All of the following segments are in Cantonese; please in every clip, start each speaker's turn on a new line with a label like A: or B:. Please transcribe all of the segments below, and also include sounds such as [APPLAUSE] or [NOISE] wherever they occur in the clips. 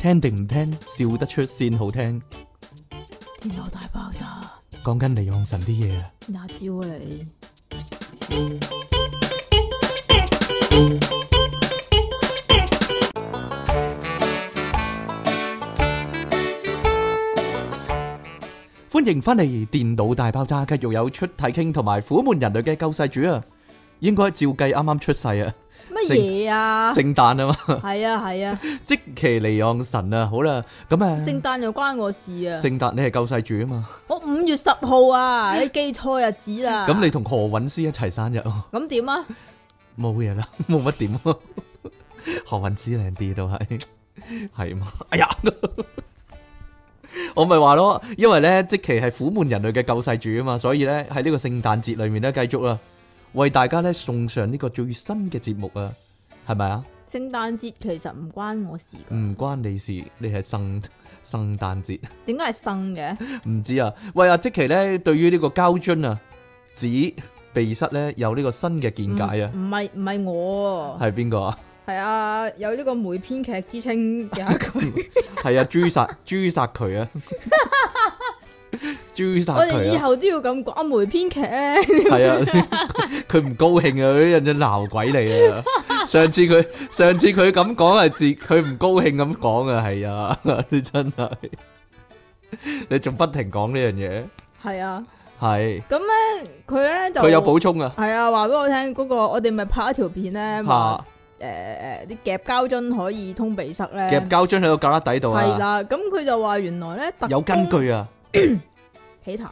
A: 聽定唔聽，笑得出先好聽。
B: 電腦大爆炸，
A: 講緊離岸神啲嘢啊！
B: 哪招啊你？
A: 歡迎翻嚟《電腦大爆炸》，繼續有出體傾同埋苦悶人類嘅救世主啊！應該照計啱啱出世啊，
B: 乜嘢啊？
A: 聖誕啊嘛，
B: [LAUGHS] 係啊係啊，
A: 即其離岸神啊！好啦，咁啊，
B: 聖誕又關我事啊！
A: 聖誕你係救世主啊嘛，
B: 我五月十號啊，你記錯日子
A: [LAUGHS]
B: 啦。
A: 咁你同何韻詩一齊生日啊？
B: 咁點啊？
A: 冇嘢啦， [LAUGHS] 冇乜點啊。何韻詩靚啲都係， [LAUGHS] 係嘛？哎呀， [LAUGHS] 我咪話咯，因為咧，即其係苦悶人類嘅救世主啊嘛，所以咧喺呢個聖誕節裏面咧，繼續啦，為大家咧送上呢個最新嘅節目啊，係咪啊？
B: 聖誕節其實唔關我事噶，
A: 唔關你事，你係聖聖誕節， [LAUGHS]
B: 點解係生嘅？
A: 唔知啊。喂啊，即其咧對於呢個膠樽啊、紙鼻塞咧有呢個新嘅見解啊，
B: 唔係唔係我，
A: 係邊個啊？
B: 係啊，有呢個梅編劇之稱嘅
A: [LAUGHS]
B: 佢。
A: 系啊，诛
B: [LAUGHS]
A: 殺诛殺佢啊，诛殺
B: 我哋以
A: 佢啊，
B: 後都要咁講啊梅編劇 [LAUGHS] 咧，
A: 係啊，佢唔高興啊，啲人就鬧鬼你啊！上次佢上次佢咁講係自佢唔高興咁講啊，係啊， [LAUGHS] 你真係你仲不停講呢樣嘢，
B: 係啊，
A: 係
B: 咁咧佢咧就
A: 佢有補充啊，
B: 係啊，話俾我聽嗰個，我哋咪拍一條片咧，話
A: 嚇
B: 诶呃誒啲夾膠樽可以通鼻塞咧，
A: 夾膠樽喺個旮旯底度
B: 係
A: 啊，
B: 啦，咁佢就話原來咧特
A: 有根
B: 工
A: 據啊，
B: 起痰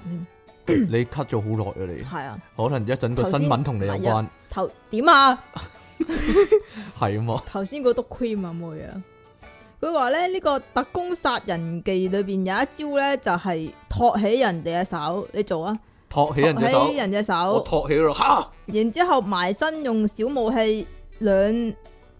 B: 添，
A: 你 cut 咗好耐啊，你
B: 係啊，
A: 可能一陣個新聞同你有
B: 頭先
A: 關，
B: 頭點啊？
A: 係啊嘛，
B: 頭先嗰督 cream 啊妹啊，佢話咧呢、呢個特工殺人技裏邊有一招咧就係、托起人哋嘅手，你做啊，
A: 托起
B: 托
A: 人隻手
B: 起，人隻
A: 我
B: 手，
A: 托起咗嚇。
B: 然之後埋身用小武器兩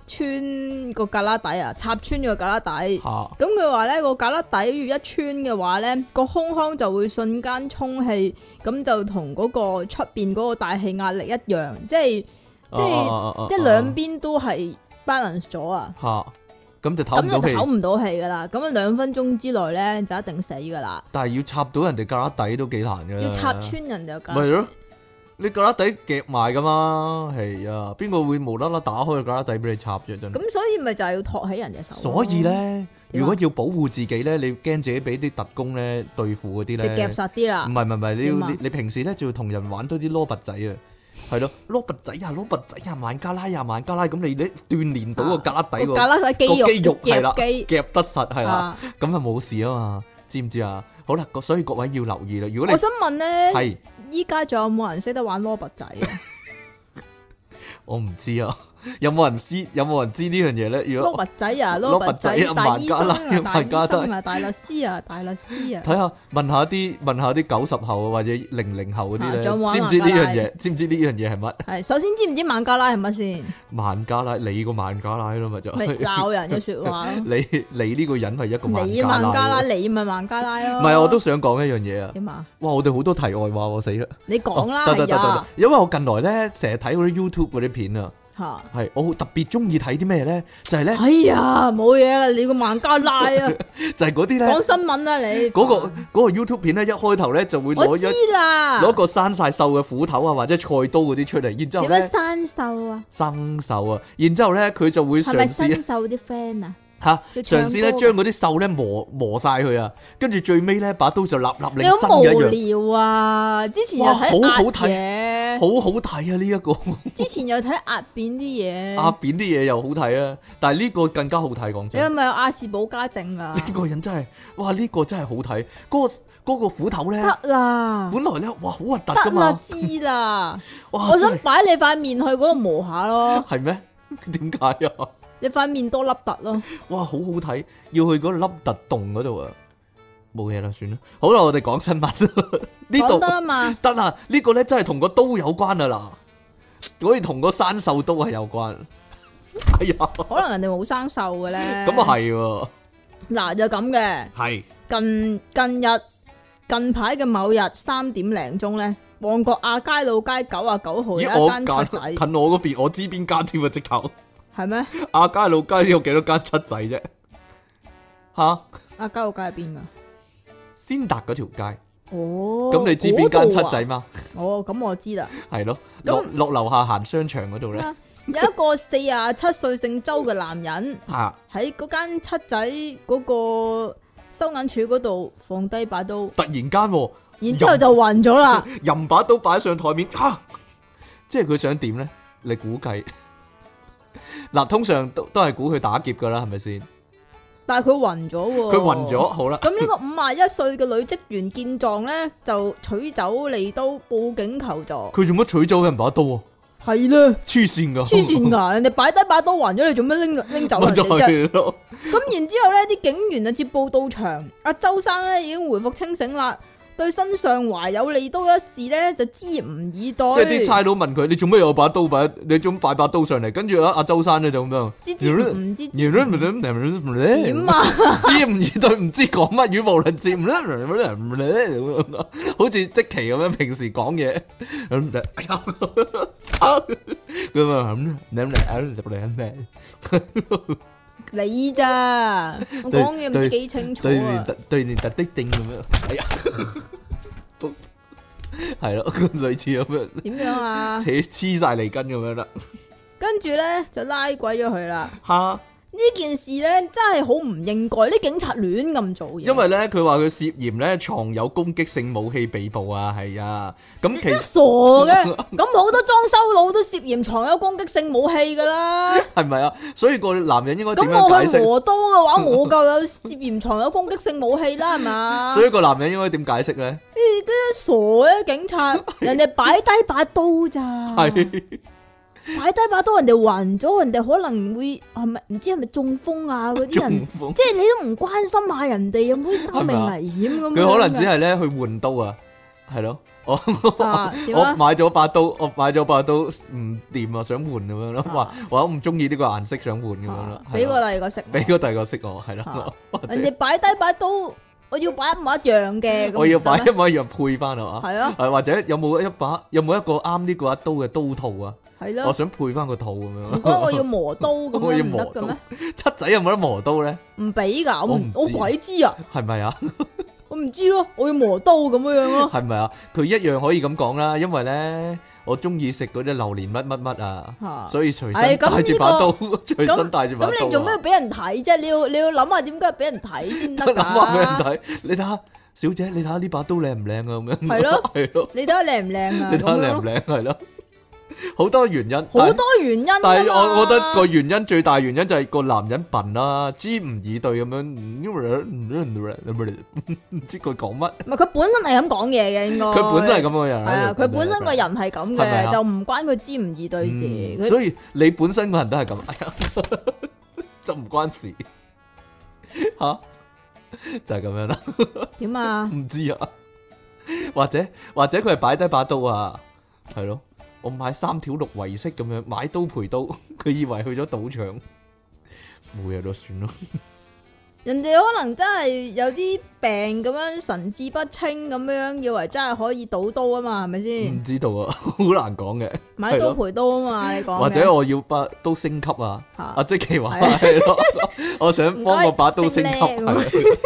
B: 穿個格拉底啊，插穿咗個格拉底。
A: 吓
B: 咁佢話咧個架粒底要一穿嘅話咧，個胸腔就會瞬間充氣，咁就同嗰個出邊嗰個大氣壓力一樣，即係即係
A: 啊
B: 即係兩邊都係 balance 咗啊！
A: 吓，咁就唞
B: 咁
A: 唔
B: 就
A: 到
B: 唞
A: 氣，
B: 唔到氣噶啦，咁啊兩分鐘之內咧就一定死噶啦，
A: 但係要插到人哋旮旯底都幾難嘅。
B: 要插穿人哋個
A: 啊咪係
B: 架。
A: 咯，你旮旯底夾埋噶嘛？係啊，邊個會無啦啦打開個旮旯底俾你插啫？真係。
B: 咁所以咪就係要托起人隻手。
A: 所以，咧，
B: 點啊
A: 如果要保護自己咧，你驚自己俾啲特工咧對付嗰啲
B: 就夾
A: 咧，
B: 實啲啦
A: 唔。係唔係唔係，你
B: 點
A: 要
B: 啊
A: 你你平時咧就要同人玩多啲蘿蔔仔啊。係咯，蘿蔔仔啊，蘿蔔仔啊，萬加拉啊，萬加拉，咁你咧鍛鍊到個旮旯底
B: 架
A: 個
B: 粒底肌肉
A: 個肌肉係啦
B: 夾，肌
A: 夾得實係啦。
B: 啊！
A: 咁就冇事啊嘛，知唔知啊？好啦，各所以各位要留意啦。如果
B: 我
A: 你
B: 想問咧，
A: 係
B: 依家仲有冇人識得玩蘿蔔仔啊？
A: 我唔知啊， [LAUGHS] 有冇人知有冇人知呢樣嘢咧？如
B: 蘿
A: 果
B: 蔔仔 [LAUGHS] 啊，
A: 蘿
B: 蘿
A: 蔔
B: 蔔
A: 仔
B: 仔
A: 啊
B: 大醫生啊，大
A: 萬
B: 醫
A: 家都
B: 生啊，大律師啊，大律師
A: [LAUGHS]
B: 啊，
A: 睇下問下啲問下啲九十後啊或者零零後嗰啲咧，
B: 啊仲有冇
A: 知唔知呢樣嘢？知唔知呢樣嘢係乜？
B: 係首先知唔知孟加拉係乜
A: [LAUGHS]
B: 先？
A: 孟加拉，你個孟加拉咯咪就 [LAUGHS]
B: 咪
A: 係，
B: 鬧人嘅说話咯。
A: 你你呢個人係一哎 [LAUGHS] 個孟
B: 你
A: 加
B: 孟
A: 拉
B: 加拉，
A: 咯。
B: 你咪孟加拉咯。
A: 唔係，我都想講一樣嘢啊！
B: 點啊？
A: 哇，我哋好多題外話喎，死啦！
B: 你講啦，
A: 哦得得
B: 係
A: 得得
B: 啊，，
A: 因為我近來咧成日睇嗰啲 YouTube 嗰啲片啊，
B: 吓，
A: 係我好特別中意睇啲咩咧？就係咧，
B: 哎呀，冇嘢啦，你個孟加
A: [LAUGHS]
B: 拉啊，
A: 就係嗰啲咧。
B: 講新聞啦你。
A: 嗰、個嗰、個 YouTube 片咧，一開頭咧就會攞
B: 我
A: 一
B: 知啊啦，
A: 攞個生晒鏽嘅斧頭啊，或者菜刀嗰啲出嚟，然之後
B: 有咩
A: 咧
B: 生鏽啊？
A: 生鏽啊，然之後咧佢就會
B: 係
A: 嘗
B: 咪
A: 試
B: 新秀啲 friend 啊？
A: 嚇
B: 要
A: 嘗試咧
B: 唱歌
A: 將嗰啲鏽咧磨磨晒佢啊，跟住最尾咧把刀就立立
B: 你
A: 令
B: 好
A: 新嘅一樣，
B: 無聊啊！之前又
A: 哇
B: 睇
A: 好好
B: 壓
A: 睇
B: 嘢，
A: 好好睇啊！呢、一個
B: 之前又睇壓扁啲嘢。
A: 阿扁啲嘢又好睇啊，但係呢個更加好睇講
B: 你
A: 真
B: 係。咪有亞氏保加症
A: [LAUGHS]
B: 啊
A: 呢？個人真係，哇！呢、個真係好睇，嗰、個嗰個斧頭咧，
B: 得啦，
A: 本來咧，哇，好核突噶
B: 得啦，
A: 嘛，
B: 知啦。
A: 哇！
B: 我想
A: 真係
B: 擺你塊面去嗰度磨下咯，
A: 係咩？ [LAUGHS] 點解啊？
B: 你塊面多粒突咯。
A: 哇，好好睇，要去嗰粒突洞嗰度啊！冇嘢啦，算啦。好啦，我哋講新
B: [LAUGHS]
A: 聞啦呢
B: 講得
A: 度
B: 啦嘛，
A: 得啦，呢個咧真係同個刀有關啊嗱，可以同個生鏽刀係有關。 [LAUGHS] 哎呀，咁
B: 可能人哋冇生鏽嘅咧。
A: 啊係喎，
B: 嗱就咁嘅，
A: 係
B: 近近日近排嘅某日三點零鐘咧，旺角亞皆老街九啊九號有
A: 咦我
B: 一間七
A: 間
B: 仔，
A: 近我嗰邊，我知邊間添啊！直頭 [LAUGHS]
B: 係咩？
A: 亞皆老街有幾多間七仔啫？吓，
B: 啊，交友界入
A: [LAUGHS]
B: 边噶。
A: 先達嗰條街，
B: 哦，
A: 咁你知邊間七仔嘛？
B: 嗰度啊？哦，咁我知啦。
A: 係咯，
B: 咁
A: 落落樓下行商場嗰度咧，
B: 啊有一個四廿七歲姓周嘅男人
A: 吓
B: 喺嗰間七仔嗰個收銀處嗰度放低把刀，
A: 突然間喎
B: 然之后就暈咗啦。
A: 任把刀擺上台面，吓，即係佢想點咧？你估計嗱，通常都都係估佢打劫噶啦，係咪先？
B: 但係佢暈咗喎。
A: 佢暈咗，。好啦，
B: 咁呢個五廿一歲嘅女職員見狀呢，就取走利刀報警求助。
A: 佢做乜取走人把刀啊？
B: 係啦，
A: 黐線噶，
B: 黐
A: [LAUGHS]
B: 線㗎！人哋擺低把刀暈咗，你做咩拎拎走
A: 咪
B: 人
A: 就
B: 哋啫？
A: 係咯，
B: 咁然之後呢啲警員就接報到場，阿周生呢已經回復清醒啦，對身上懷有利刀一事呢就支吾以對
A: 即。係啲差佬問佢：你做咩有把刀擺？你做乜擺把刀上嚟？跟住阿阿周生咧就咁樣。
B: 知知
A: [LAUGHS]
B: 唔知知點
A: 點
B: 啊？
A: 知唔知對唔知講乜語無倫次，唔啦唔啦唔啦咁樣，好似即期咁樣平時講嘢咁，哎呀咁啊咁咁咁 [LAUGHS]
B: 你咋？我講嘢唔知幾清楚
A: 對面
B: 啊！
A: 特對面特的定咁樣，哎呀，都係咯，類似咁樣
B: 點樣
A: [LAUGHS]
B: 啊？
A: 扯黐晒脷根咁樣啦，
B: 跟住呢，就拉鬼咗佢啦！
A: 嚇！
B: 呢件事呢，真係好唔應該，啲警察亂咁做嘢，
A: 因為咧佢話佢涉嫌咧藏有攻擊性武器被捕啊，係啊，咁其
B: 真係
A: 實
B: 傻
A: [LAUGHS]
B: 嘅。咁好多裝修佬都涉嫌藏有攻擊性武器噶啦。
A: 係咪啊？所以個男人應該
B: 咁
A: [LAUGHS] 點樣
B: 我
A: 解
B: 去
A: 釋？
B: 磨刀
A: [LAUGHS]
B: 嘅話，我夠有涉嫌藏有攻擊性武器啦，係嘛？
A: 所以個男人應該點解釋咧？
B: 啲 [LAUGHS] 傻嘅
A: [LAUGHS]
B: 警察，人哋擺低把刀咋？
A: 係
B: 擺低把刀，人哋暈咗，人哋可能會係咪唔知係咪中風啊？嗰啲
A: 中
B: 人
A: 風，
B: 即係你都唔關心下人哋有冇啲生命危險咁樣㗎。
A: 佢可能只係咧去換刀啊，係咯，我 [LAUGHS]
B: 啊點
A: 我
B: 啊？
A: 買咗把刀，我買咗把刀唔掂啊，想換咁樣咯，
B: 啊
A: 或或者唔中意呢個顏色想換咁樣
B: 啊
A: 咯，係
B: 俾
A: 咯
B: 個第二個食我，
A: 俾個第二個色我，係
B: 啊
A: 咯，或
B: 人
A: 者
B: 哋擺低把刀，我要擺一模一樣嘅，咁
A: 我要擺
B: 得
A: 一
B: 咩
A: 模一樣配翻啊嘛，
B: 係啊，
A: 係或者有冇一把有冇一個啱呢個刀嘅刀套啊？
B: 係
A: 我
B: 咯。
A: 想配翻個套咁
B: 唔
A: 樣 [LAUGHS]
B: 該，我
A: 咯。
B: 要磨刀咁
A: 我要
B: 樣唔
A: 磨
B: 得
A: 刀
B: 嘅咩？
A: 七仔有冇得磨刀咧？
B: 唔俾㗎，我
A: 我
B: 唔
A: 唔
B: 我
A: 知
B: 鬼知啊！
A: 係咪啊？
B: 我唔知咯，我要磨刀咁樣樣
A: [LAUGHS]
B: 咯。
A: 係咪啊？佢一樣可以咁講啦，因為咧我中意食嗰啲榴蓮乜乜乜啊。
B: 嚇
A: 所以隨
B: 唉
A: 身
B: 咁
A: 帶住
B: 呢
A: 把
B: 個
A: 刀，隨身帶住把刀啊。
B: 咁你做咩俾人睇啫？你要你要諗下點解俾人睇先得
A: 得諗下俾人
B: 㗎？
A: 睇？你睇下，小姐，你睇下呢把刀靚唔靚啊？咁樣
B: 係咯，
A: [LAUGHS] 係咯，
B: 你睇下靚唔靚啊？
A: 你睇下靚
B: 咁樣
A: 唔
B: 咯
A: 靚係咯，好多原因，
B: 好
A: 但
B: 多原因啊㗎
A: 但係
B: 嘛
A: 我覺得個原因最大原因就係個男人笨啦，知唔以對咁樣，唔知佢講乜，
B: 唔係佢本身係咁講嘢嘅，應該
A: 佢本身係咁嘅人，
B: 哦係啊，佢本身個人係咁
A: 係咪啊
B: 嘅，就唔關佢知唔易對事。
A: 嗯
B: 佢
A: 所以你本身個人都係咁，哎 [LAUGHS] 呀就唔關事 [LAUGHS] 吓，就係咁樣啦。
B: 點啊？
A: 唔知啊，或者或者佢系擺低把刀啊，係咯，我買三條六圍式咁樣買刀 [LAUGHS] 賠刀，佢以為去咗賭場，冇嘢都算咯，
B: 人哋可能真係有啲病咁樣神志不清咁樣，以為真係可以賭刀啊嘛，係咪
A: 唔
B: 先？
A: 知道啊， [LAUGHS] 好難講嘅，
B: 買
A: 係
B: 刀
A: 咯
B: 賠刀啊嘛，你講嘅
A: 或者我要把刀升級啊，
B: 嚇
A: 阿即奇話
B: 係啊
A: 係咯，
B: [LAUGHS]
A: 我想
B: 唔該
A: 幫我把刀升級，
B: 升呢
A: 係啊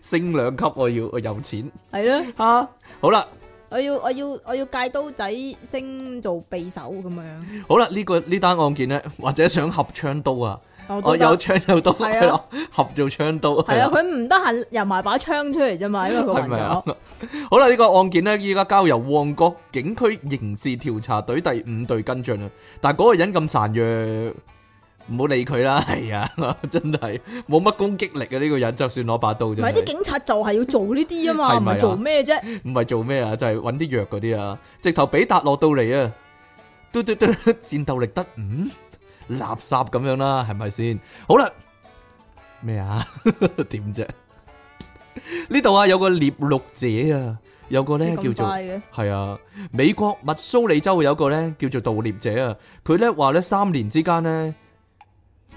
A: 升兩級我要我有錢
B: 係咯，
A: 啊，好啦。
B: 我要我要我要戒刀仔升做匕首咁樣，
A: 好啦，呢、個呢單案件咧，或者想合槍刀啊，
B: 我
A: 我
B: 都
A: 有
B: 得。
A: 槍有刀，
B: 係啊
A: 係咯，合做槍刀，
B: 係
A: 啦
B: 啊，佢唔得閒入埋把槍出嚟啫嘛，因為佢
A: 係
B: 暈
A: 咪啊
B: 咗。？
A: 好啦，呢、個案件呢，依家交由旺角警區刑事調查隊第五隊跟進啦。但係嗰個人咁孱弱，唔好理佢啦。 [LAUGHS] 係啊，真係冇乜攻擊力嘅呢、個人，就算攞把刀
B: 唔係啲
A: 啫，
B: 警察就係要做呢啲啊嘛，
A: 係
B: 唔
A: 咪啊
B: 係做咩啫？
A: 唔係做咩啊？就係揾啲藥嗰啲啊，直頭比達落到嚟啊，嘟嘟嘟，戰鬥力得五，垃圾咁樣啦，係咪先？好啦，咩啊？ [LAUGHS] 點啫？呢度啊，有個獵鹿者啊，有個呢
B: 你
A: 叫
B: 咁
A: 做。
B: 快嘅，
A: 係啊，美國密蘇里州有個咧叫做盜獵者啊，佢咧話咧三年之間咧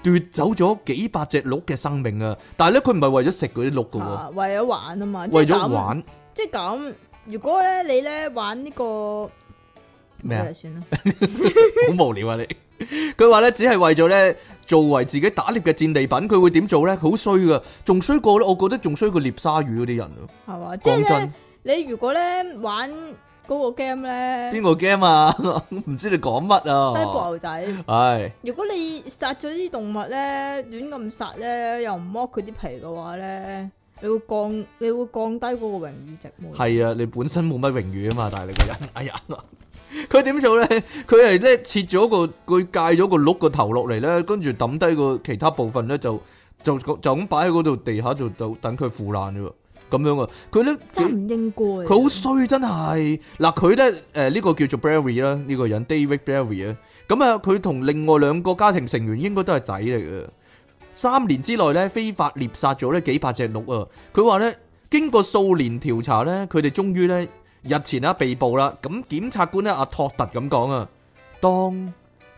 A: 奪走咗幾百隻鹿嘅生命啊，但係咧佢唔係為咗食嗰啲鹿噶喎，
B: 啊為咗玩啊嘛，即
A: 為
B: 係
A: 咗
B: 咁，
A: 玩
B: 即係咁。如果咧你咧玩呢個哎
A: 咩啊？
B: 算啦，
A: 好無聊啊你， [LAUGHS] 佢話咧，只係為咗咧作為自己打獵嘅戰利品，佢會點做咧？好衰噶，仲衰過咧，我覺得仲衰過獵鯊魚嗰啲人啊！
B: 系嘛？即
A: 講
B: 係
A: 真
B: 咧，，你如果咧玩嗰個 game 咧，
A: 邊個 game 啊？ [LAUGHS] 唔知你講乜
B: 西部
A: 啊？
B: 牛仔，
A: 唉，
B: 如果你殺咗啲動物咧，亂咁殺咧，又唔剝佢啲皮嘅話咧，你會降，你會降低嗰個榮譽值喎。
A: 係啊，你本身冇乜榮譽啊嘛，但係你個人，哎呀，佢點做咧？ [LAUGHS] 佢係咧切咗個，佢戒咗個碌個頭落嚟咧，跟住抌低個其他部分咧，就就就咁擺喺嗰度地下就就等佢腐爛啫喎，咁樣啊！佢咧
B: 真係唔應該。
A: 佢好衰真係嗱，佢咧誒呢、個叫做 Barry 啦，呢個人 David Barry 啊，咁啊佢同另外兩個家庭成員應該都係仔嚟嘅。三年之內咧，非法獵殺咗呢幾百隻鹿啊！佢話咧，經過數年調查咧，佢哋終於咧日前啦被捕啦。咁檢察官咧阿托特咁講啊，當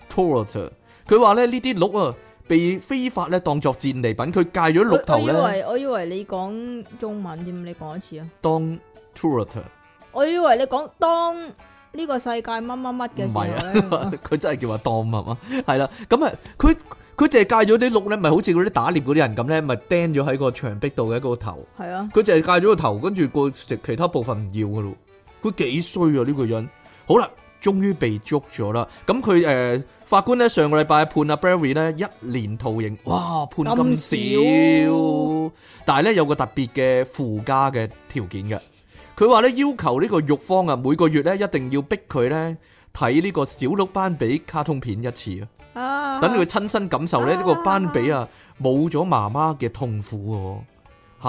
A: t o r t 佢話咧呢啲鹿啊被非法咧當作戰利品，佢戒咗鹿
B: 我我
A: 頭
B: 以
A: 咧
B: 為我以為你講中文添，你講一次啊！
A: 當 t o r t
B: 我以為你講當呢個世界乜乜乜嘅時候咧，
A: 佢真係叫阿當係嘛？係啦，咁啊，佢佢淨係戒咗啲鹿咧，咪好似嗰啲打獵嗰啲人咁咧，咪釘咗喺個牆壁度嘅個頭。
B: 係啊，
A: 佢淨係戒咗個頭，跟住個食其他部分唔要噶咯。佢幾衰啊呢個人。好啦，終於被捉咗啦。咁佢誒法官咧上個禮拜判阿啊 Barry 咧一年徒刑，哇判咁
B: 咁
A: 少，但係咧有個特別嘅附加嘅條件嘅。佢話咧要求呢個獄方啊每個月咧一定要逼佢咧睇呢個小鹿斑比卡通片一次啊。[LAUGHS]
B: 啊，
A: 等佢親身感受咧呢個班比啊冇咗媽媽嘅痛苦喎嚇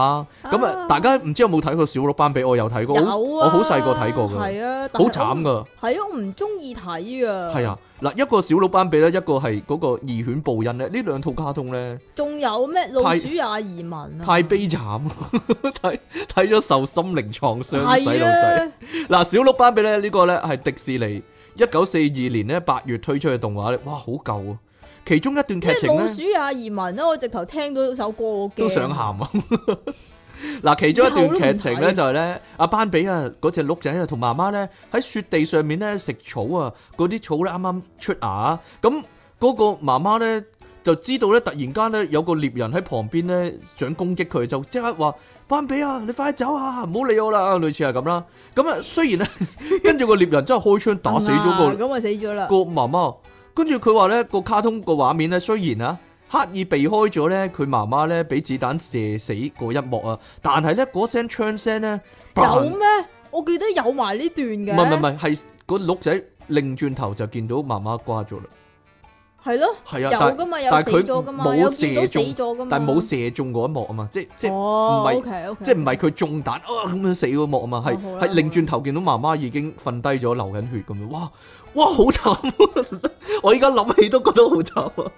A: 咁啊！
B: 啊
A: 大家唔知有冇睇過小鹿班比？我有睇過，
B: 有
A: 好
B: 啊，
A: 我好細個睇過㗎，
B: 係啊，
A: 好慘，㗎，
B: 係啊，我唔中意睇啊，
A: 係，啊！嗱，一個小鹿班比咧，一個係嗰個義犬報恩咧，呢兩套卡通咧
B: 仲有咩老
A: 太
B: 鼠也移民啊，
A: 太悲慘， [LAUGHS] 睇睇咗受心靈創傷嘅細
B: 係
A: 路仔。
B: 啊，
A: 嗱，小鹿斑比咧呢個咧係迪士尼一九四二年咧八月推出嘅動畫咧，哇，好舊啊！其中一段劇
B: 咩
A: 情
B: 老
A: 咧
B: 鼠。也移民啊咧，我直頭聽到首歌我
A: 都
B: 驚
A: 想喊啊！ [LAUGHS] 嗱，其中一段劇情咧
B: 一口都唔睇
A: 就係咧，阿班比啊，嗰只鹿仔啊，同媽媽咧喺雪地上面咧食草啊，嗰啲草咧啱啱出芽，咁嗰個媽媽咧就知道咧，突然間咧有個獵人喺旁邊咧想攻擊佢，就即刻話：班比啊，你快啲走啊，唔好理我啦，類似係咁啦。咁啊，雖然咧， [LAUGHS] 跟住個獵人真係開槍打死咗個
B: 啊。咁啊死咗啦，
A: 個媽媽，跟住佢話咧個卡通個畫面咧，雖然啊刻意避開咗咧佢媽媽咧俾子彈射死嗰一幕啊，但係咧嗰聲槍聲咧，
B: 有
A: 嘭
B: 咩？我記得有埋呢段
A: 唔
B: 嘅，
A: 係唔係唔係，係個鹿仔擰轉頭就見到媽媽瓜咗啦，
B: 係咯，
A: 係啊，
B: 有
A: 但
B: 噶嘛，有
A: 但
B: 死
A: 係佢
B: 咗噶嘛，
A: 冇
B: 有見到
A: 射
B: 死
A: 中
B: 咗噶嘛，
A: 但係冇射中嗰一幕啊嘛，即即。
B: 哦
A: 唔係
B: OK OK，
A: 即係唔係佢中彈啊咁樣死嗰幕啊嘛，係
B: 哦好啦
A: 係擰轉頭見到媽媽已經瞓低咗流緊血咁樣，哇哇好慘！啊我依家諗起都覺得好慘啊！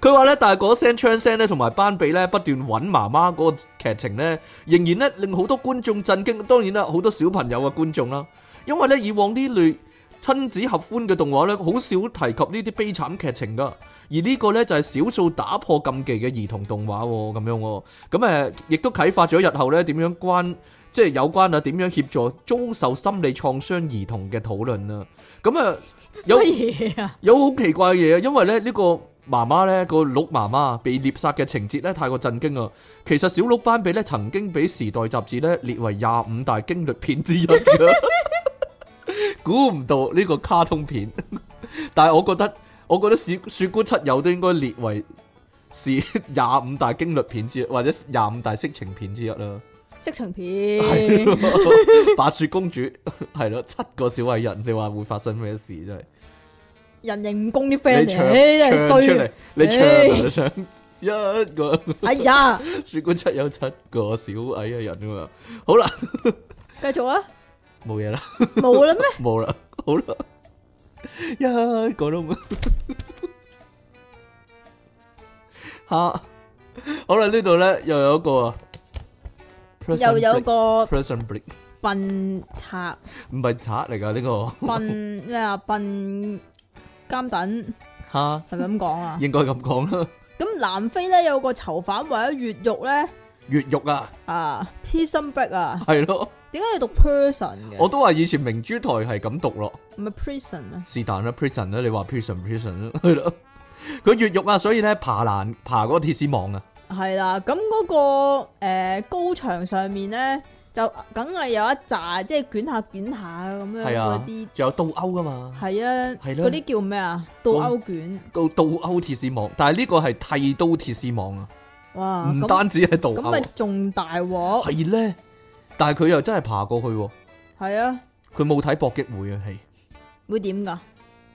A: 佢話咧，但係嗰聲槍聲咧，同埋班比咧不斷揾媽媽嗰個劇情咧，仍然咧令好多觀眾震驚。當然啦，好多小朋友嘅觀眾啦，因為咧以往呢類親子合歡嘅動畫咧，好少提及呢啲悲慘劇情噶。而呢個咧就係少數打破禁忌嘅兒童動畫喎，咁樣喎，咁誒亦都啟發咗日後咧點樣關即係有關啊點樣協助遭受心理創傷兒童嘅討論啊，咁啊有
B: 乜嘢啊？
A: 有好奇怪嘅嘢，因為咧呢個媽媽咧個鹿媽媽被獵殺嘅情節咧太過震驚啊！其實小鹿斑比咧曾經俾《時代》雜誌咧列為廿五大驚慄片之一嘅， [LAUGHS] 估唔到呢個卡通片。但係我覺得，我覺得雪雪姑七友都應該列為是 [LAUGHS] 廿五大驚慄片之一，或者廿五大色情片之一啦。
B: 色情片
A: 係咯 [LAUGHS] 白雪公主係咯，七個小矮人，你話會發生咩事真係？
B: 人形蜈蚣啲
A: 你
B: friend
A: 唱
B: 嚟，
A: 唱
B: 真係
A: 出
B: 衰
A: 嚟
B: 啊！，
A: 你唱啊！
B: 唉
A: 你唱一個
B: 哎呀，
A: 雪官七有七個小矮人啊嘛，好啦，
B: 繼續啊，
A: 冇
B: [LAUGHS]
A: 嘢啦，
B: 冇啦咩？
A: 冇啦，好啦，一個都冇， [LAUGHS] 吓，好啦，呢度咧又有一個啊，
B: 又有個
A: person break，
B: 笨賊
A: 唔係賊嚟噶呢個，
B: 笨咩啊？笨監等
A: 吓，
B: 係咪咁講啊？
A: 應該咁講啦，
B: 咁南非咧有個囚犯為咗越獄咧
A: 越獄啊，
B: 啊，prison break 啊，
A: 係咯，
B: 點解要讀 person
A: 我
B: 嘅？
A: 都話以前明珠台係咁讀咯，
B: 唔係 prison 啊咩？
A: 是但啦，prison 啦，你話 prison prison 啦， [LAUGHS] 係咯。佢越獄啊，所以咧爬欄爬嗰個鐵絲網啊，
B: 係啦，咁嗰、個、呃、高牆上面咧，就梗係有一紮即係捲下捲下咁樣
A: 係啊
B: 嗯嗰啲，
A: 仲有倒鈎噶嘛，
B: 係啊，
A: 係啦
B: 嗰啲叫咩啊？倒鈎卷，
A: 倒倒鈎鐵絲網，但係呢個係剃刀鐵絲網啊，
B: 哇！
A: 唔
B: 咁
A: 單止係倒
B: 咁咪
A: 鈎，
B: 仲大鑊，
A: 係咧，但係佢又真係爬過去喎，
B: 係啊，
A: 佢冇睇搏擊會啊，係。
B: 會點㗎？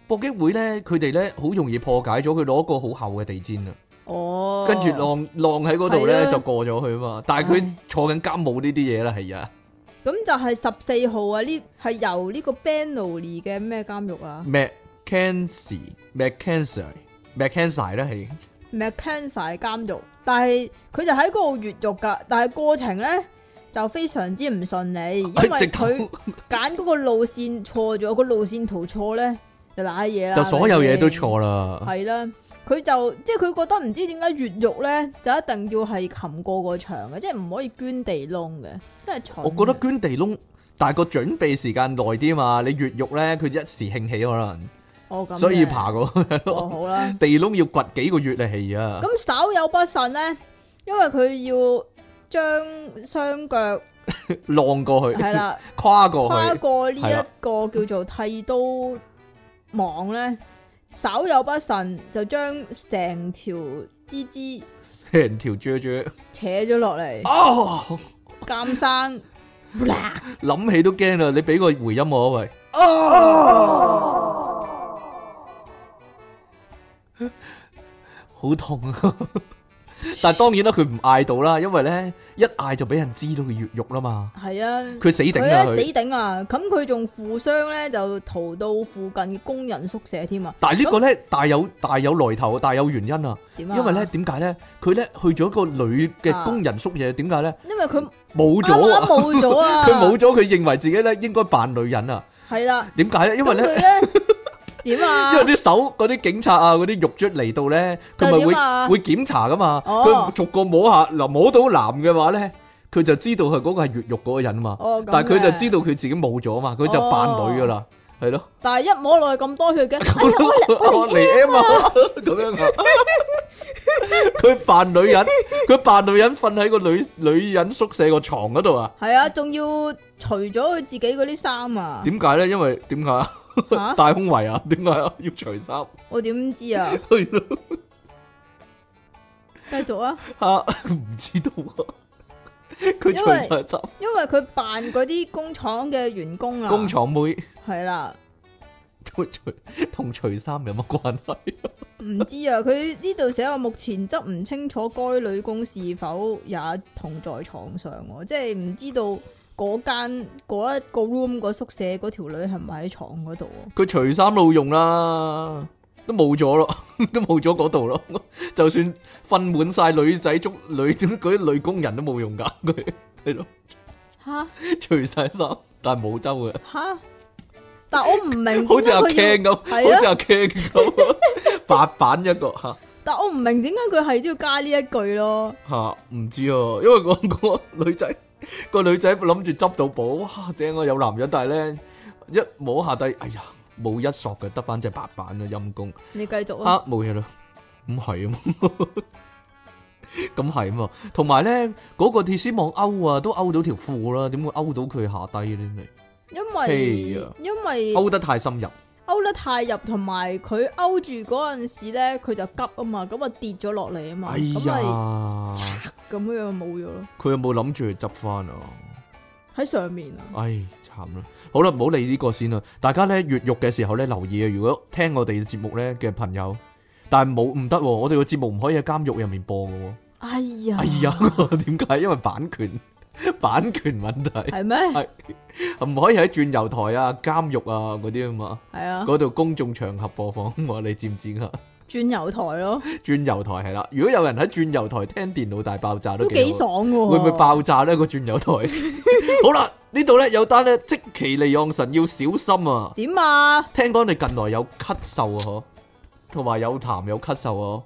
A: 搏擊會咧，佢哋咧好容易破解咗，佢攞個好厚嘅地氈啊，
B: 哦，
A: 跟住晾晾喺嗰度
B: 係
A: 咧
B: 啊
A: 就過咗去啊嘛。但係佢
B: 唉
A: 坐緊監冇呢啲嘢啦，係啊，
B: 咁就係十四號啊，呢係由呢個 Benoli 嘅咩監獄啊
A: Mackenzie Mackenzie Mackenzie 咧係
B: ，McKenzie 監獄，但係佢就喺嗰度越獄㗎，但係過程咧就非常之唔
A: [LAUGHS]
B: 順利，因為
A: 哎直頭
B: 佢揀嗰個路線錯咗，個路線圖錯咧就賴嘢啦，
A: [LAUGHS] 就所有嘢都
B: 係
A: 錯啦，
B: 咪先，係啊啦。佢就即係佢覺得唔知點解越獄咧，就一定要係擒過個牆嘅，即係唔可以捐地窿嘅，真係蠢
A: 我
B: 嘅。
A: 覺得捐地窿，但係個準備時間耐啲啊嘛，你越獄咧佢一時興起可能，
B: 哦咁
A: 所以
B: 嘅
A: 爬過去
B: 哦
A: 咯
B: 好啦。
A: [LAUGHS] 地窿要掘幾個月啊，係啊，
B: 咁稍有不慎咧，因為佢要將雙腳
A: 浪過去 [LAUGHS]
B: 係，啦，
A: 跨過
B: 跨
A: 哎去，
B: 過呢
A: 係啦
B: 一個叫做剃刀網咧，稍有不慎就將成條枝枝
A: 成 [LAUGHS] 條啫啫，
B: 扯咗落嚟，
A: 哦。
B: 監生。
A: 諗起都驚啦！你俾個回音我啊喂。好痛
B: [LAUGHS]
A: 啊！但係當然啦，佢唔嗌到啦，因為咧一嗌就俾人知道佢越獄啦嘛。
B: 係啊，
A: 佢死頂
B: 佢
A: 啦
B: 咧死
A: 佢，
B: 頂啊！咁佢仲負傷咧，就逃到附近嘅工人宿舍添啊！
A: 但係呢個咧大有大有來頭，大有原因啊！
B: 點啊？
A: 因為咧，點解咧？佢咧去咗個女嘅工人宿舍，點解咧？
B: 因為佢
A: 冇咗
B: 啱啱
A: 啊！
B: 冇咗啊！
A: [LAUGHS] 佢冇咗，佢認為自己咧應該扮女人啊？
B: 係啦，
A: 點解咧？因
B: 因
A: 為
B: 為
A: 咧。 [LAUGHS]
B: 咧點啊？
A: 因為啲手嗰啲警察啊，嗰啲獄卒嚟到咧，佢
B: 就
A: 咪
B: 點
A: 會
B: 啊
A: 會檢查噶嘛？
B: 哦
A: 佢逐個摸下，嗱摸到男嘅話咧，佢就知道佢嗰個係越獄嗰個人嘛。
B: 哦，咁
A: 但係佢
B: 嘅
A: 就知道佢自己冇咗嘛，佢就扮女噶啦，係咯。
B: 但係一摸落去咁多血嘅，
A: [LAUGHS]
B: 哎呀
A: 我嚟 M 啊， [LAUGHS] 咁樣啊。佢扮女人，佢扮女人瞓喺個女女人宿舍個床嗰度啊？
B: 係啊，仲要除咗佢自己嗰啲衫啊，
A: 點解咧？因為點解啊？ [LAUGHS]
B: 吓
A: 戴胸圍啊？點解 [LAUGHS] 啊？要除衫？
B: 我點知啊？
A: 係咯。
B: 繼續啊，
A: 啊， [LAUGHS] 唔知道
B: [LAUGHS]
A: 啊！佢除晒衫，
B: 因為佢扮嗰啲工廠嘅員工啊，
A: 工廠妹
B: 係啦，
A: 都除同除衫有乜關啊係？
B: 唔知啊，佢呢度寫話目前則唔清楚該女工是否也同在床上喎，即係唔知道嗰間嗰一個 room 個宿舍嗰條女係咪喺床嗰度
A: [LAUGHS]
B: 喎？
A: 佢除衫冇用啦，都冇咗咯， [LAUGHS] 都冇咗嗰度咯。 [LAUGHS] 就算瞓滿晒女仔足女嗰啲女工人都冇用噶， [LAUGHS] 佢係咯，
B: 吓
A: 除晒衫，但係冇周嘅，
B: 吓，但我唔明
A: 好似阿
B: 點解佢要
A: Ken 咁，
B: 係啊
A: 好似阿 Ken
B: [LAUGHS]
A: 咁，啊白板一個吓
B: 但我唔明點解佢係都要加呢一句咯，
A: 吓，唔知啊，因為嗰嗰個女仔個女仔諗住執到寶，哇正啊有男人，但係咧一摸下低，哎呀冇一索嘅，得翻隻白板啊陰公，
B: 你繼續
A: 啊
B: 啊，
A: 冇嘢啦，咁係啊 [LAUGHS] 嘛，咁係啊嘛，同埋咧嗰個鐵絲網勾啊，都勾到條褲啦，點會勾到佢下低咧？
B: 因
A: 嘿
B: 為
A: 呀
B: 因為
A: 勾得太深入，
B: 勾得太入，同埋佢勾住嗰陣時咧，佢就急啊嘛，咁啊跌咗落嚟啊嘛，
A: 哎
B: 咁咪
A: 呀，
B: 咁樣冇咗咯，
A: 佢有冇諗住執翻啊？
B: 喺上面啊，
A: 唉，慘啦！好啦，唔好理呢個先啦。大家咧越獄嘅時候咧，留意啊！如果聽我哋嘅節目咧嘅朋友，但係冇唔得喎，我哋個節目唔可以喺監獄入面播嘅
B: [LAUGHS]
A: 喎。
B: 哎呀，
A: 哎呀， [LAUGHS] 點解？因為版權 [LAUGHS] 版權問題，
B: 係咩？
A: 唔可以喺轉油台啊、監獄啊嗰啲啊嘛，
B: 係啊，
A: 嗰度公眾場合播放喎，你知唔知啊？
B: 轉油台咯，
A: [LAUGHS] 轉油台係啦，如果有人喺轉油台聽電腦大爆炸都
B: 都幾啊
A: 幾好。
B: 爽喎，
A: 會唔會？爆炸呢個轉油台？
B: [LAUGHS]
A: 好啦，呢度呢有單呢，即其利昂神要小心啊！
B: 點啊？
A: 聽講你近來有咳嗽啊，嗬，同埋有痰有咳嗽啊，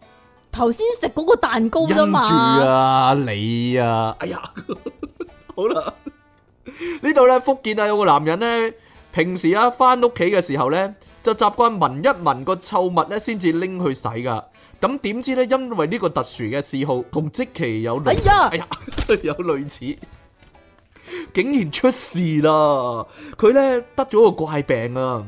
B: 頭先食嗰個蛋糕
A: 因
B: 啫
A: 住
B: 嘛，
A: [LAUGHS] 啊你啊，哎呀，好啦，呢度咧，福建啊有個男人咧，平時啊翻屋企嘅時候咧，就習慣聞一聞個臭物咧，先至拎去洗噶。咁點知咧，因為呢個特殊嘅嗜好，同即期有類
B: 哎呀
A: 哎呀 [LAUGHS] 有類似，竟然出事啦！佢咧得咗個怪病啊！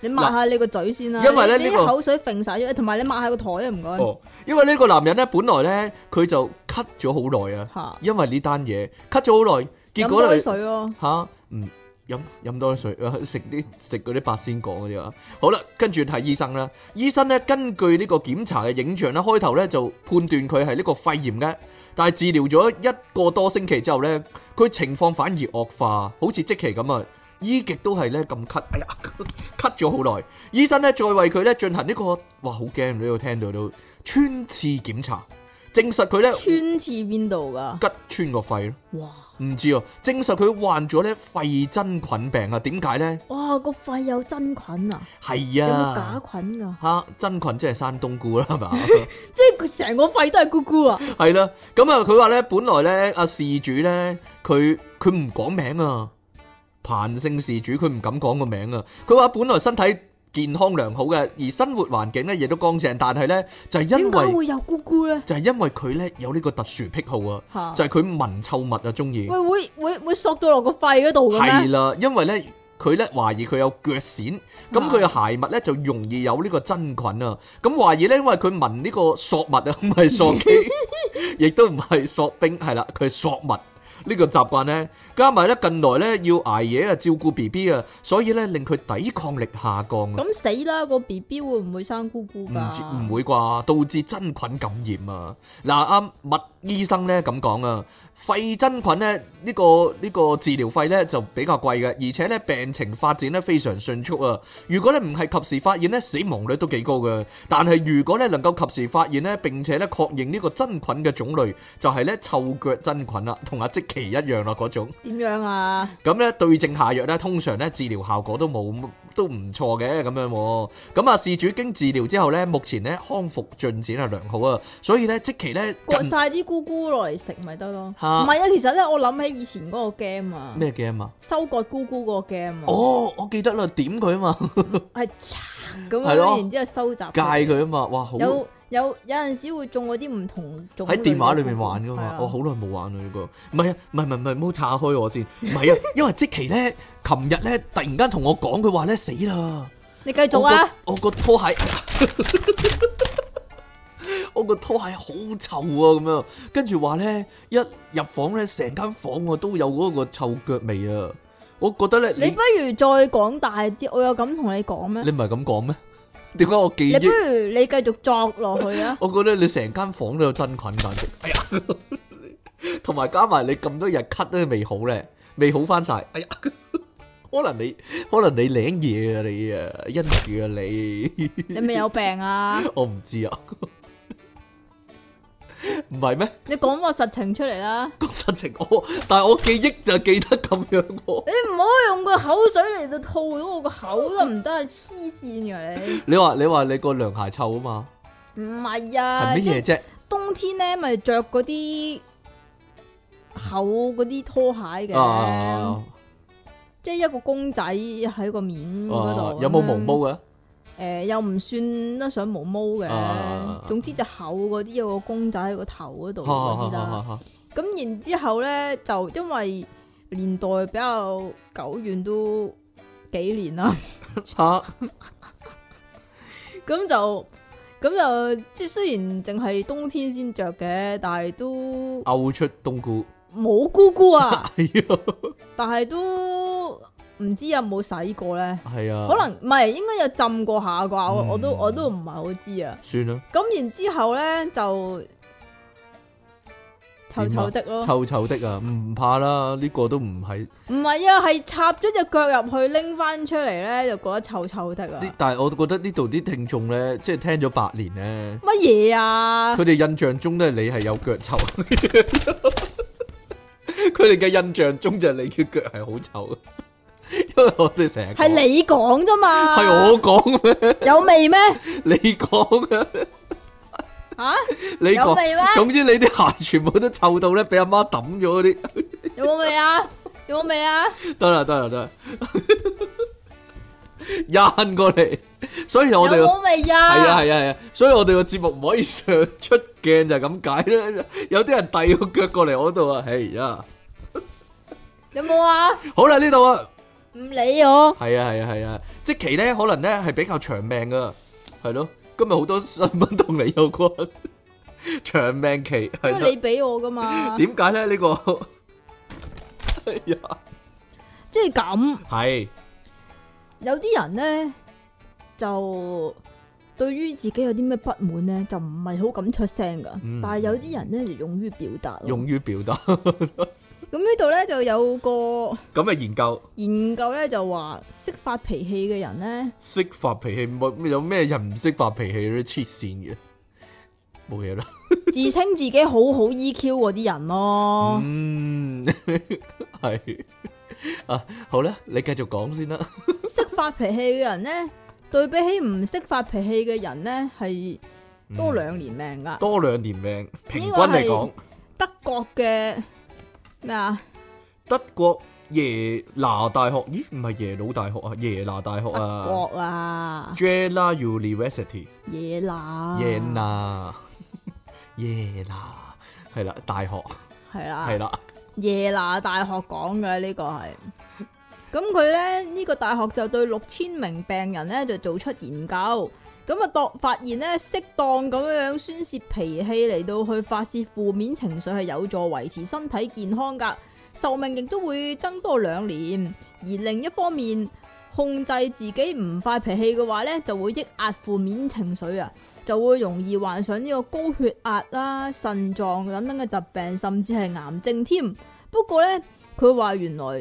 B: 你抹下你個嘴先啦，
A: 因為呢
B: 你你
A: 呢個
B: 啲口水揈晒咗，同埋你抹下個台啊，唔該。
A: 哦，因為呢個男人咧，本來咧佢就咳咗好耐啊，
B: 吓，
A: 因為呢單嘢咳咗好耐，結
B: 飲
A: 果
B: 多
A: 咧
B: 啲。水咯。
A: 吓，唔飲飲多啲水，啊食啲食嗰啲八仙果嗰啲啊。好啦，跟住睇醫生啦。醫生咧根據呢個檢查嘅影像咧，開頭咧就判斷佢係呢個肺炎嘅，但係治療咗一個多星期之後咧，佢情況反而惡化，好似即期咁啊！醫極都係咧咁咳，哎呀， [LAUGHS] 咳咗好耐。醫生咧再為佢咧進行呢、個，哇好驚呢度聽到都穿刺檢查，證實佢咧
B: 穿刺邊度噶？
A: 吉穿個肺咯。
B: 哇
A: 唔知啊，證實佢患咗咧肺真菌病啊？點解咧？
B: 哇，個肺有真菌啊？
A: 係
B: 有冇
A: 啊
B: 假，菌噶？
A: 嚇真菌即係山冬菇啦，係嘛？ [LAUGHS]
B: 即係佢成個肺都係咕咕啊！
A: 係啦，咁啊，佢話咧，本來咧，阿事主咧，佢佢唔講名啊，彭姓事主佢唔敢講個名啊，佢話本來身體健康良好嘅，而生活環境咧亦都乾淨，但係咧就係、因
B: 點解
A: 為
B: 會有咕咕咧？
A: 就係因為佢咧有呢個特殊癖好啊，
B: 吓，
A: 就係佢聞臭物啊，中意。
B: 喂，會會會索到落個肺嗰度嘅
A: 係
B: 咩？
A: 啦，因為咧佢咧懷疑佢有腳癬，咁佢嘅鞋襪咧就容易有呢個真菌啊。咁懷疑咧，因為佢聞呢個索襪啊，唔 [LAUGHS] 係索
B: [LAUGHS]
A: 肌，亦都唔係索冰，係啦，佢係索襪。呢個習慣咧，加埋咧近來咧要捱夜啊，照顧 B B 啊，所以咧令佢抵抗力下降啊，
B: 咁死啦！個 B B 會唔會生咕咕
A: 唔
B: 噶？
A: 知唔會啩，導致真菌感染啊！嗱，阿麥醫生咧咁講啊，肺真菌咧呢、呢個呢、個治療費咧就比較貴嘅，而且咧病情發展咧非常迅速啊！如果咧唔係及時發現咧，死亡率都幾高嘅。但係如果咧能夠及時發現咧，並且咧確認呢個真菌嘅種類，就係咧臭腳真菌啦，同阿即奇一樣啦嗰種。
B: 點樣啊？
A: 咁咧對症下藥咧，通常咧治療效果都冇都唔錯嘅咁樣喎。咁啊，事主經治療之後咧，目前咧康復進展係良好啊，所以咧即期咧
B: 割
A: 近
B: 晒啲咕咕落嚟食咪得咯？唔
A: 嚇
B: 係啊，其實咧，我諗起以前嗰個 game 啊，
A: 咩 game 啊？
B: 收割咕咕嗰個 game 啊，
A: 哦，我記得啦，點佢啊
B: [LAUGHS]
A: 嘛，
B: 係拆咁
A: 係咯
B: 樣，然之後收集佢
A: 戒佢啊嘛，哇好
B: 有有有阵时会中嗰啲唔同種類
A: 喺
B: 嘅
A: 電話裏面玩噶
B: 係
A: 嘛
B: 啊，
A: 我好耐冇玩啦呢個，唔係啊，唔係唔係唔係，唔好岔開我先，唔係啊，因為即期咧，琴日咧突然間同我講，佢話咧死啦。
B: 你繼續啊！
A: 我個我個拖鞋，我個拖鞋好 [LAUGHS] 臭啊！咁樣，跟住話咧，一入房咧，成間房我都有嗰個臭腳味啊！我覺得咧，
B: 你
A: 你
B: 不如再講大啲，我有咁同你講咩？
A: 你唔係咁講咩？點解我記
B: 你不
A: 憶？！
B: 如你繼續作落去啊
A: [LAUGHS] 我覺得你成間房都有真菌，簡直，哎呀！ [LAUGHS] 同埋加埋你咁多日咳都未好咧，未好翻晒，哎呀！ [LAUGHS] 可能你可能你領嘢啊你啊，因住啊你。
B: 你咪有病
A: [LAUGHS]
B: 啊！
A: 我唔知啊，唔係咩？
B: 你講個實情出嚟啦！
A: 個實情我，但係我記憶就記得咁樣
B: [LAUGHS]
A: 喎。
B: 你唔好用個口水嚟到吐到我個口得唔得？黐線㗎
A: 你話你話你個涼鞋臭啊嘛，
B: 你！唔係
A: 係
B: 啊，即
A: 乜嘢
B: 係
A: 啫？
B: 冬天咧咪着嗰啲厚嗰啲拖鞋嘅，
A: 啊
B: 即係一個公仔喺個面嗰
A: 啊
B: 度。
A: 有冇毛
B: 咁樣
A: 毛啊？
B: 诶、又唔算得上毛毛嘅，
A: 啊
B: 總之就厚嗰啲有個公仔喺個頭嗰度嗰啲啦。
A: 啊
B: 咁、然之後咧，就因為年代比較久遠都幾年啦， [LAUGHS]
A: 嚇
B: 咁就咁就即系虽然淨係冬天先着嘅，但係都
A: 嘔出冬菇， [LAUGHS]
B: 冇姑姑啊，
A: 係啊
B: 但係都唔知有冇洗過咧。
A: 係啊，
B: 可能唔係，應該有浸過下啩，我我都
A: 嗯
B: 我都唔係好知啊。
A: 算啦，
B: 咁然之後咧就臭臭的咯，
A: 啊臭臭的啊，唔怕啦，呢個都唔係。
B: 唔係啊，係插咗只腳入去拎翻出嚟咧，就覺得臭臭的啊
A: 呢！但係我覺得呢度啲聽眾咧，即係聽咗八年咧。
B: 乜嘢 [LAUGHS] 啊？
A: 佢哋印象中咧，你係有腳臭。 [LAUGHS] 佢哋嘅印象中就係你嘅腳係好臭，因為我哋成日講
B: 係你啊講啫嘛，
A: 係我講咩？ [LAUGHS]
B: 有味咩？
A: 你講嘅，
B: 啊，
A: 你
B: 有
A: 講。
B: 味咩？
A: 總之你啲鞋全部都臭到咧，俾阿媽抌咗嗰啲。
B: 有冇味啊？有冇味啊？
A: 得啦得啦得啦， [LAUGHS] 印過嚟，所以
B: 有
A: 我哋
B: 冇味
A: 係
B: 啊？
A: 啊係啊係啊，所以我哋個節目唔可以上出鏡就係咁解啦。有啲人遞個腳過嚟我度啊，係啊，
B: 有冇啊？
A: 好啦呢度啊。
B: 唔理我，
A: 系啊系啊系啊，即期咧可能咧系比較長命噶，係咯。今日好多新聞同你有 [LAUGHS] 關，長命期
B: 因
A: 係
B: 為
A: 咯。
B: 你俾我噶嘛，
A: 點解咧？呢、 [LAUGHS] 個哎呀，
B: 即係咁。
A: 係
B: 有啲人咧就對於自己有啲咩不滿咧，就唔係好敢出聲噶。
A: 嗯
B: 但係有啲人咧就勇於表達咯。
A: 用於表達。
B: 咁呢度咧就有個
A: 咁嘅研究
B: 研究咧就話，識發脾氣嘅人咧，
A: 識發脾氣，冇有咩人唔識發脾氣咧？黐線嘅，冇嘢啦。
B: [LAUGHS] 自稱自己好好 EQ 嗰啲
A: [LAUGHS]
B: 人咯。
A: 嗯，係啊，好啦，你繼續講先啦。
B: 識發脾氣嘅人咧，對比起唔識發脾氣嘅人咧，係多
A: 嗯
B: 兩年命噶。
A: 多兩年命，平均嚟講。
B: 德國嘅咩啊？
A: 德國耶拿大學，咦唔係耶魯大學啊，耶拿大學
B: 德
A: 啊
B: 國啊，
A: ，Jela University，
B: 耶拿，
A: 耶 [LAUGHS] 拿，耶拿係啦，大學
B: 係啦，
A: 係啦，
B: 耶拿大學講嘅呢個係。咁佢咧呢、個大學就對六千名病人咧就做出研究，咁啊當發現咧適當咁樣樣宣泄脾氣嚟到去發泄負面情緒係有助維持身體健康噶，壽命亦都會增多兩年。而另一方面，控制自己唔發脾氣嘅話咧，就會抑壓負面情緒啊，就會容易患上呢個高血壓啦、腎臟啊等等嘅疾病，甚至係癌症添。不過咧，佢話原來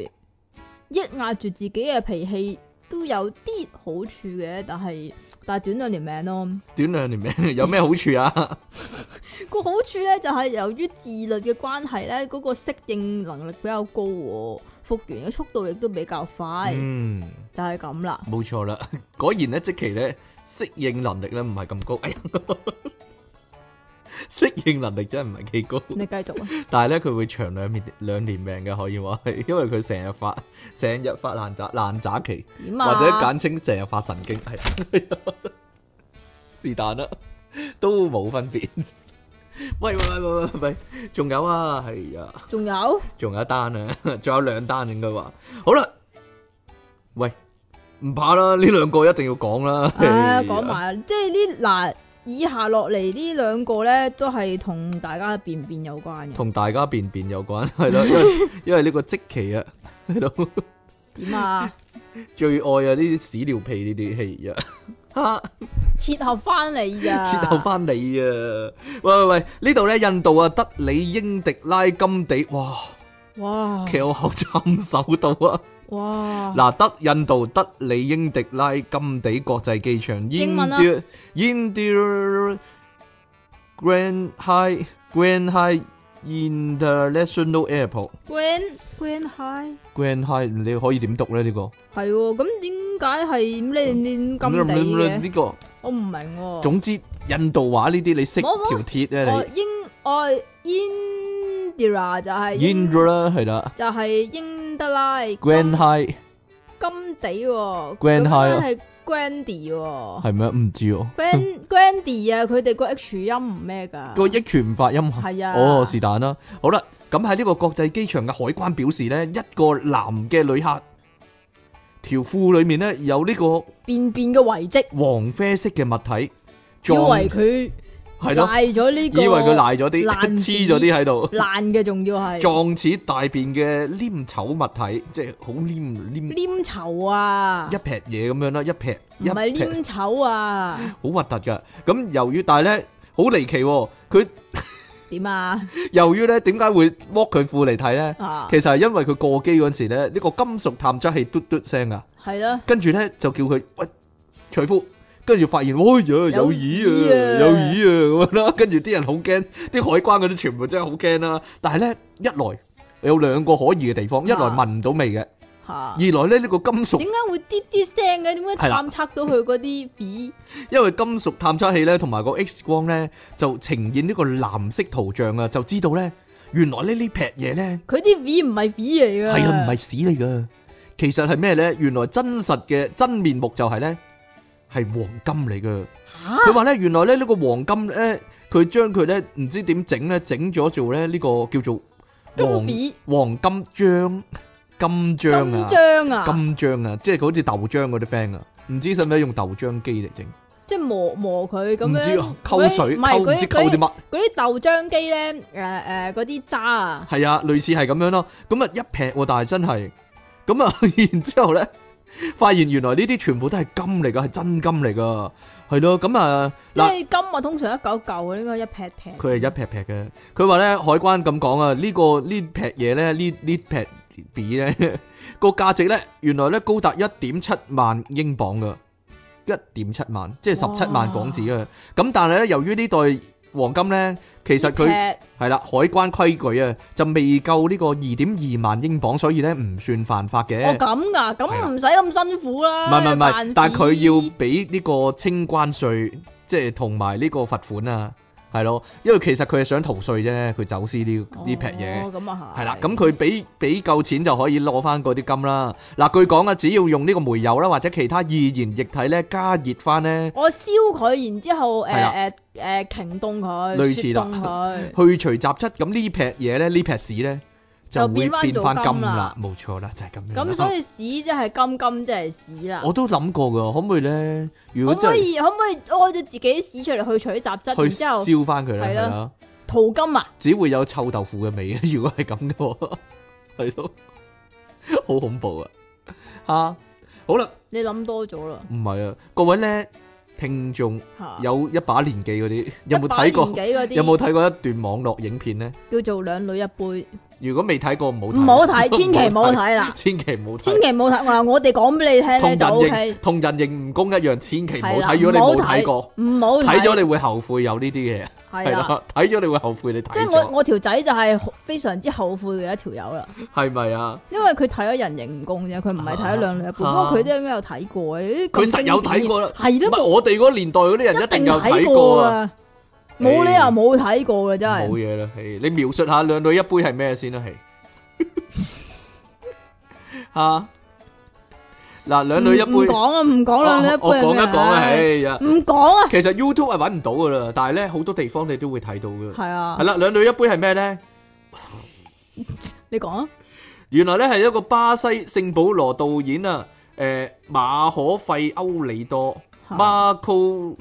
B: 抑壓住自己嘅脾氣都有啲好處嘅，但係但係短兩年命咯。
A: 短兩年命 [LAUGHS] 有咩好處啊？
B: 個好處咧就係由於自律嘅關係咧，嗰、個適應能力比較高喎，復原嘅速度亦都比較快，
A: 嗯，
B: 就係咁啦。
A: 冇錯啦， [LAUGHS] 果然咧即期咧適應能力咧唔係咁高，哎呀， [LAUGHS] 適應能力真係唔係幾高。
B: 你繼續啊，
A: 但係咧佢會長兩年兩年命嘅，可以話係，因為佢成日發成日發爛渣爛渣期。
B: 點
A: 或者
B: 啊？
A: 簡稱成日發神經， [LAUGHS] 係是但啦，都冇分別。 [LAUGHS] 喂喂喂喂喂喂，仲有啊，係啊， [LAUGHS]
B: 仲有
A: 仲有一單啊，仲有兩單應該話。好啦，喂，唔怕啦，呢兩個一定要講啦。[LAUGHS]
B: 唉，
A: 係啊
B: 講埋即係呢嗱，以下落嚟呢兩個咧都係同大家嘅便便有關嘅。
A: 同大家便便有關，係咯，因為因為呢個即期啊，係咯，
B: 點啊？
A: 最愛啊呢啲屎尿屁呢啲係啊。哈
B: 切合翻你咋？
A: [LAUGHS] 切頭翻你啊！喂喂喂，呢度咧印度啊，德里英迪拉金地，哇，
B: 哇
A: 騎我口浸手到啊！
B: 哇！
A: 嗱，德印度德里英迪拉金地國際機場
B: 英文啊
A: India India Grand High Grand High International Airport
B: Grand Grand High
A: Grand High，你可以點讀咧？呢個
B: 係喎，咁點解係你你咁地嘅？
A: 呢個，
B: 我唔明喎。
A: 總之印度話呢啲你識
B: 冇冇
A: 條鐵咧
B: 我
A: 你
B: 英我 Indira 就係英
A: Indra 啦係啦
B: 就係英德拉
A: ，Grand
B: 金
A: High
B: 金地喎
A: Grand High 啊
B: 係
A: [LAUGHS]
B: Grandy 喎
A: 係咩？唔知哦。
B: Grand Grandy 啊，佢哋個 H 音唔咩㗎？
A: 個益全發音
B: 係啊
A: 哦，是但啦。好啦，咁喺呢個國際機場嘅海關表示呢，一個男嘅旅客條褲裏面呢，有呢個
B: 便便嘅遺跡，
A: 黃啡色嘅物體，
B: 以
A: 撞
B: 為佢
A: 係咯，
B: 賴咗呢個，
A: 以為佢賴咗啲，
B: [LAUGHS] 爛
A: 黐咗啲喺度，
B: 爛嘅，仲要係
A: 撞似大便嘅黏稠物體，即係好黏黏
B: 黏稠啊
A: 一！撇嘢咁樣啦，一撇
B: 唔
A: 一
B: 係
A: 撇
B: 黏稠啊？
A: 好核突噶。咁由於但係呢，好離奇喎，佢
B: 點啊？
A: 由於呢點解會剝佢褲嚟睇呢？
B: 啊，
A: 其實係因為佢過機嗰陣時咧，呢、個金屬探測器嘟嘟聲啊，
B: 係啦，
A: 跟住咧就叫佢喂除褲，跟住發現，哎呀有耳
B: 耳
A: 啊，
B: 啊
A: 有耳啊咁樣啦， [LAUGHS] 跟住啲人好驚，啲海關嗰啲全部真係好驚啦。但係咧一來有兩個可疑嘅地方，一來
B: 啊
A: 聞唔到味嘅，
B: 嚇
A: 二。來咧呢、個金屬
B: 啊點，解會啲啲聲嘅？點解
A: 係啦
B: 探測到佢嗰啲 B？
A: 因為金屬探測器咧同埋個 X 光咧就呈現呢個藍色圖像啊，就知道咧原來呢呢劈嘢咧
B: 佢啲 V 唔係 V 嚟噶，
A: 係啊，唔係屎嚟噶。其實係咩咧？原來真實嘅真面目就係咧係黃金嚟噶。
B: 啊
A: 佢
B: 吓
A: 話咧，原來咧呢個黃金咧，佢將佢咧唔知點整咧，整咗做咧呢個叫做黃
B: 金
A: 黃金漿金漿
B: 金
A: 啊，
B: 章啊，
A: 金漿啊，即係好似豆漿嗰啲 friend 啊，唔知使唔使用豆漿機嚟整？
B: 即係磨磨佢咁
A: 唔知
B: 樣
A: 啊，溝水
B: 嗰啲唔
A: 溝
B: 係
A: 唔知
B: 嗰
A: 溝
B: 啲
A: 啲乜，
B: 嗰啲豆漿機咧，誒、誒嗰啲渣啊，
A: 係啊， [LAUGHS] 類似係咁樣咯。咁啊一劈喎，但係真係咁啊，然之後咧，發現原來呢啲全部都係金嚟噶，係真金嚟噶，係咯。咁啊
B: 即
A: 嗱，
B: 係金啊，通常一嚿嚿嘅，應該一劈劈。
A: 佢係一劈劈嘅。佢話咧，海關咁講啊，呢個呢劈嘢咧，呢呢劈 B 咧 [LAUGHS] 個價值咧，原來咧高達一點七萬英鎊噶，一點七萬，即係十七萬
B: 哇
A: 港紙啊。咁但係咧，由於呢袋黃金咧，其實佢。
B: 佢
A: 係啦，海關規矩啊，就未夠呢個二點二萬英鎊，所以咧唔算犯法嘅。
B: 哦咁噶，
A: 係啦
B: 咁唔使咁辛苦
A: 唔
B: 啦。
A: 係唔係唔係，
B: 有辦
A: 但係佢要
B: 法
A: 俾呢個清關税，即係同埋呢個罰款啊，係咯，因為其實佢係想逃税啫，佢走私呢呢劈嘢。
B: 哦咁啊係。
A: 係啦，咁佢俾俾夠錢就可以攞翻嗰啲金啦。嗱，據講啊，只要用呢個煤油啦，或者其他易燃液體咧加熱翻咧，
B: 我燒佢，然之後誒
A: 係啦
B: 誒誒擎凍佢，
A: 類似啦。
B: 雪凍佢
A: [LAUGHS] 去除雜質，咁呢劈嘢咧，呢劈屎咧就
B: 就
A: 會
B: 變返
A: 變
B: 做
A: 翻
B: 金
A: 金啦
B: 啦，
A: 冇錯啦，就係咁樣啦。
B: 咁所以屎即係金，金即係屎啦。
A: 嗯我都諗過噶，可唔可以咧？如
B: 可
A: 果
B: 唔
A: 真
B: 可
A: 係
B: 以可唔可以屙咗自己屎出嚟去除啲雜質，然
A: 去
B: 之後
A: 燒翻佢咧，係
B: 係啦
A: 啦，
B: 淘金啊？
A: 只會有臭豆腐嘅味。啊 [LAUGHS] 如果係咁嘅話， [LAUGHS] 係咯，好恐怖啊！吓，好啦，
B: 你諗多咗啦
A: 唔係啊，各位咧，聽眾
B: 嚇。
A: 有一把年紀嗰啲，有冇睇
B: 啊一
A: 過？
B: 把年紀嗰啲
A: 有冇睇過一段網絡影片咧？
B: 叫做兩女一杯？
A: 如果未睇過，唔好
B: 唔好睇，
A: 唔 [LAUGHS]
B: 千祈唔好，睇啦，
A: 千祈唔好
B: 千
A: 睇。
B: 祈唔好睇。嗱，我哋講俾你聽
A: 同
B: 咧就
A: 人
B: O
A: 形
B: K，
A: 同人形蜈蚣一樣，千祈唔好
B: 係啦
A: 睇。如果你
B: 唔好
A: 冇睇
B: 睇
A: 過，
B: 唔好
A: 睇咗你會後悔有呢啲嘢。
B: 係
A: 係
B: 啦。
A: 啦，睇咗你會後悔你睇
B: 即係我
A: 咗，
B: 我條仔就係非常之後悔嘅一條友啦，
A: 係咪啊？
B: 因為佢睇咗人形蜈蚣啫，佢唔係睇咗兩女一杯，不
A: 啊
B: 過佢都應該有睇過嘅。
A: 佢實有睇過啦唔
B: 係
A: 係
B: 咯，
A: 我哋嗰年代嗰啲人一定有睇過
B: 過
A: 啊，
B: 啊，冇理由
A: 唉
B: 冇睇過嘅真
A: 冇
B: 係。
A: 嘢啦。係你描述下兩女一杯係咩先啦？ [LAUGHS] 係吓嗱，兩女一
B: 唔
A: 杯，
B: 講啊，唔講兩女一
A: 我我講
B: 杯係咩。
A: 一講啊。哎呀，
B: 唔講啊，
A: 其實 YouTube 係揾唔到噶啦，但係咧好多地方你都會睇到噶。
B: 係
A: 係
B: 啊，
A: 啦，兩女一杯係咩咧？
B: 你講啊，
A: 原來咧係一個巴西聖保羅導演啊，誒馬可費歐里多。
B: 嚇
A: Marco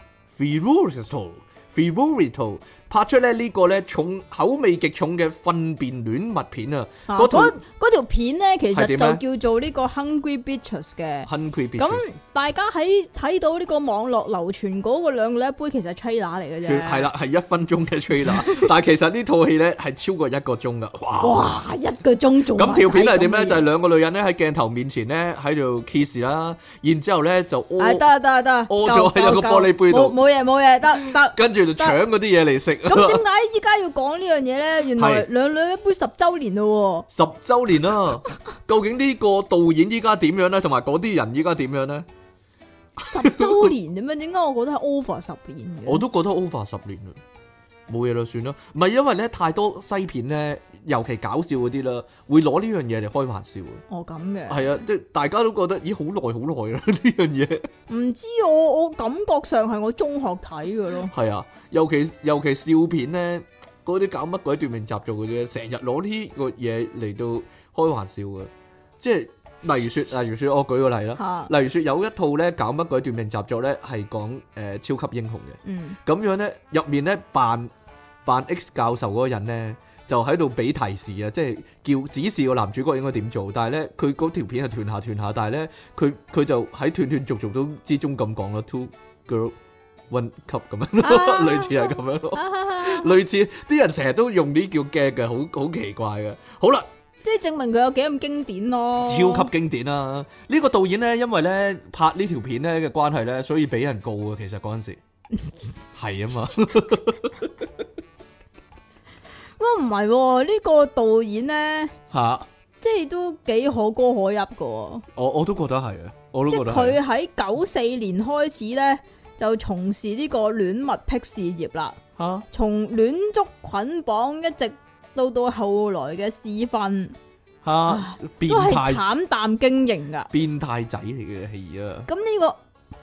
A: Fiorito Fiorito 拍出咧呢個咧重口味極重嘅糞便戀物片啊，
B: 嚇
A: 嗰套
B: 嗰嗰條片咧，其
A: 係
B: 實
A: 點咧
B: 就叫做呢個 Hungry Bitches 嘅。
A: Hungry b i
B: 咁
A: t
B: 大家喺睇到呢個網絡流傳嗰個兩個一杯，其實係 trailer 嚟嘅
A: c
B: 啫。
A: 係，啦，係一分鐘嘅
B: [LAUGHS]
A: trailer，但係其實呢套戲咧係超過一個鐘噶，哇！
B: 哇，一個鐘做埋
A: 咁條片係點咧？
B: 晒咁嘅嘢
A: 就係兩個女人咧喺鏡頭面前咧喺度 kiss 啦，然之後咧就
B: 唉
A: 屙，
B: 哎得得得，
A: 哦屙
B: 夠
A: 咗喺個
B: 夠
A: 玻璃杯度。
B: 夠冇冇嘢冇嘢，得得
A: 跟住就搶嗰啲嘢嚟食。
B: 咁點解依家要講呢樣嘢咧？原來
A: 係
B: 兩女一杯十周年咯
A: 十週年啦，究竟呢個導演依家點樣咧？同埋嗰啲人依家點樣咧？ [LAUGHS]
B: 喎，十周年點樣？點解我覺得係 over 十年嘅？
A: 我都覺得 over 十年啦，冇嘢啦，算啦。唔係因為咧太多西片咧，尤其搞笑嗰啲啦，會攞呢樣嘢嚟開玩笑嘅。
B: 哦咁嘅，
A: 係啊，即係大家都覺得，咦，好耐好耐啦 [LAUGHS] 呢樣嘢。
B: 唔知我我感覺上係我中學睇嘅
A: [LAUGHS]
B: 咯。
A: 係啊，尤其尤其笑片咧，嗰啲搞乜鬼斷面習俗嘅啫，成日攞呢個嘢嚟到開玩笑嘅。即係例如説，例如説，我舉個例啦。
B: 嚇，
A: 例如説，有一套咧搞乜鬼斷面習俗咧，係講誒超級英雄嘅。
B: 嗯，
A: 咁樣咧，入面咧扮扮 X 教授嗰個人咧，就喺度俾提示啊，即係叫指示個男主角應該點做。但係咧，佢嗰條片係斷下斷下，但係咧，佢佢就喺斷斷續續都之中咁講咯，two girl one cup 咁樣咯，
B: 啊
A: [LAUGHS] 類似係咁樣咯，
B: 哈哈哈
A: 類似啲人成日都用呢叫 gag 嘅，好好奇怪嘅。好啦。
B: 即係證明佢有幾咁經典咯。
A: 超級經典啦、啊呢、個導演呢，因為呢拍呢條片呢嘅關係呢，所以俾人告啊。其實嗰陣
B: [LAUGHS]
A: 時係啊嘛，
B: 哇，唔係喎，呢、個導演咧，
A: 嚇、
B: 即係都幾可歌可泣嘅喎。
A: 我我都覺得係啊，我都
B: 即
A: 覺
B: 係
A: 得係
B: 佢喺九四年開始咧，就從事呢個戀物癖事業啦，
A: 嚇
B: 從戀足捆綁一直到到後來嘅試訓
A: 吓變
B: 啊都係
A: 態
B: 慘淡經營噶。
A: 變態仔嚟嘅戲啊！
B: 咁呢個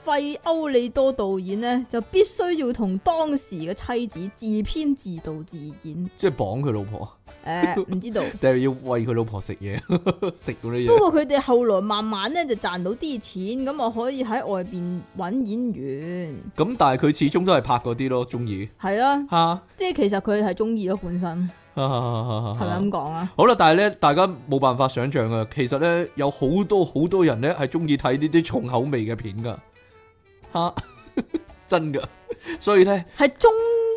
B: 費歐利多導演呢，就必須要同當時嘅妻子自編自導自演。
A: 即係綁佢老婆，
B: 诶、
A: [LAUGHS]
B: 唔知道。
A: 定係要餵佢老婆食嘢， [LAUGHS] 食嗰啲
B: 不
A: 嘢。
B: 過佢哋後來慢慢咧就賺到啲錢，咁我可以喺外邊揾演員。
A: 咁但係佢始終都係拍嗰啲咯，中意
B: 係啊，
A: 吓，
B: 即係其實佢係中意咯，本身係
A: 係
B: 咪咁講啊？
A: 好啦，但係咧，大家冇辦法想象啊，其實咧，有好多好多人咧係中意睇呢啲重口味嘅片 [LAUGHS] 噶，吓 [LAUGHS] 真噶。所以咧，
B: 係中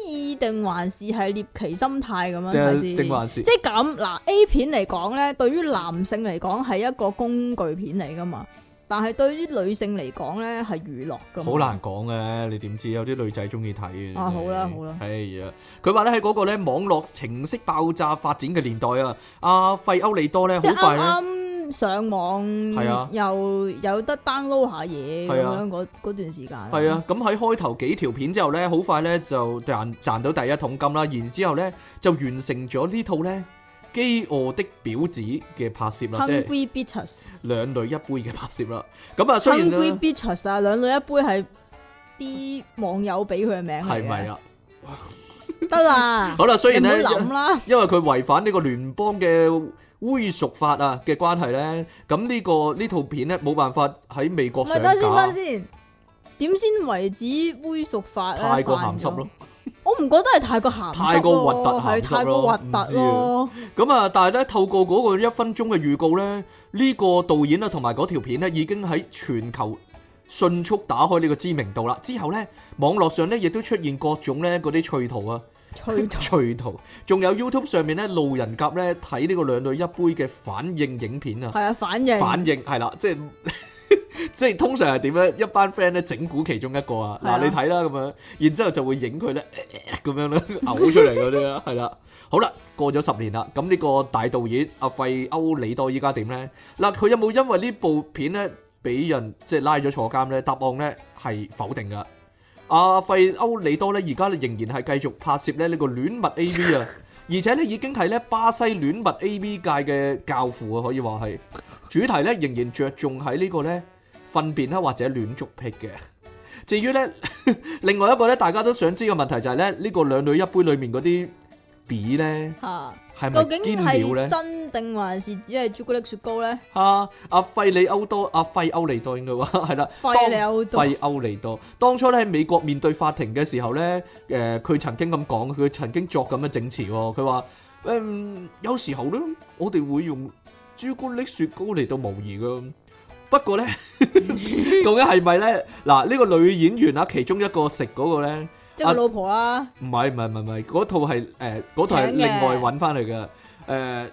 B: 意定還是係獵奇心態咁樣睇
A: 定
B: 先？
A: 定還是
B: 即係咁嗱，A 片嚟講咧，對於男性嚟講係一個工具片嚟噶嘛，但係對於女性嚟講咧係娛樂噶。
A: 好難講嘅，你點知有啲女仔中意睇嘅
B: 啊好啦好啦
A: 係啊，佢話咧喺嗰個咧網絡程式爆炸發展嘅年代啊，阿費歐利多咧
B: 即
A: 好
B: 係
A: 快
B: 啱
A: 咧。
B: 啱上網，
A: 係啊
B: 又有得 download 下嘢咁
A: 係啊
B: 樣嗰嗰段時間。
A: 係啊，咁喺開頭幾條片之後呢，好快呢就賺賺到第一桶金啦，然之後呢就完成咗呢套呢《飢餓的婊子》嘅拍攝啦，即係
B: ，Hungry Bitches。
A: 兩女一杯嘅拍攝啦。咁啊，雖然
B: Hungry
A: 呢
B: Bitches 啊，兩女一杯係啲網友俾佢嘅名嚟嘅
A: 係咪？啊？
B: 得啦，
A: 好 [LAUGHS] 啦，雖然
B: 你唔
A: 呢，
B: 好諗啦，
A: 因為佢違反呢個聯邦嘅猥褻法啊嘅關係呢，咁呢、個呢套片呢冇辦法喺美
B: 唔
A: 國上
B: 係等先
A: 架
B: 等，先，點先為止猥褻法咧？啊
A: 太過鹹濕咯。
B: 我唔覺得係太過鹹濕咯，
A: 太過核突鹹
B: 係
A: 濕咯
B: 太過核突咯。
A: 咁啊，但係咧，透過嗰個一分鐘嘅預告呢，呢、個導演啊，同埋嗰條片呢，已經喺全球迅速打開呢個知名度啦。之後呢，網絡上呢，亦都出現各種呢嗰啲趣圖啊，
B: 吹到
A: 趣圖，仲有 YouTube 上面呢，路人甲呢睇呢個兩女一杯嘅反應影片啊，
B: [LAUGHS] 係啊，反應
A: 反應係啦，即係即係通常係點呢？一班 friend 咧整蠱其中一個啊，
B: 係啊
A: 嗱你睇啦咁樣，然之後就會影佢咧咁樣咧嘔出嚟嗰啲啦，係啦。好啦，過咗十年啦，咁呢個大導演阿費歐里多依家點呢？嗱，佢有冇因為呢部片呢俾人即係拉咗坐監呢？答案呢係否定 [LAUGHS] 噶。阿費歐里多呢，而家仍然係繼續拍攝咧呢個戀物 A V 啊，而且呢已經係呢巴西戀物 A V 界嘅教父啊，可以話係主題呢仍然着重喺呢個呢糞便啦或者戀足癖嘅。 [LAUGHS] 至於呢， [LAUGHS] 另外一個呢，大家都想知嘅問題就係呢，呢個兩女一杯裡面嗰啲筆呢，
B: 嚇，
A: 係咪
B: 究竟
A: 堅料
B: 係
A: 呢？
B: 真定還是只係朱古力雪糕咧？
A: 啊！阿費里歐多，阿費歐利多應該話係啦，
B: 費里歐多
A: 當費歐利多。當初咧喺美國面對法庭嘅時候咧，誒、佢曾經咁講，佢曾經作咁嘅證詞喎，佢話誒有時候咧，我哋會用朱古力雪糕嚟到模擬噶。不過咧， [LAUGHS] 究竟係咪咧？嗱，呢、個女演員啊，其中一個食嗰個咧。
B: 即係佢老婆啦，
A: 唔係唔係唔係唔係，嗰套係誒嗰套係
B: 請嘅
A: 另外揾翻嚟嘅。誒、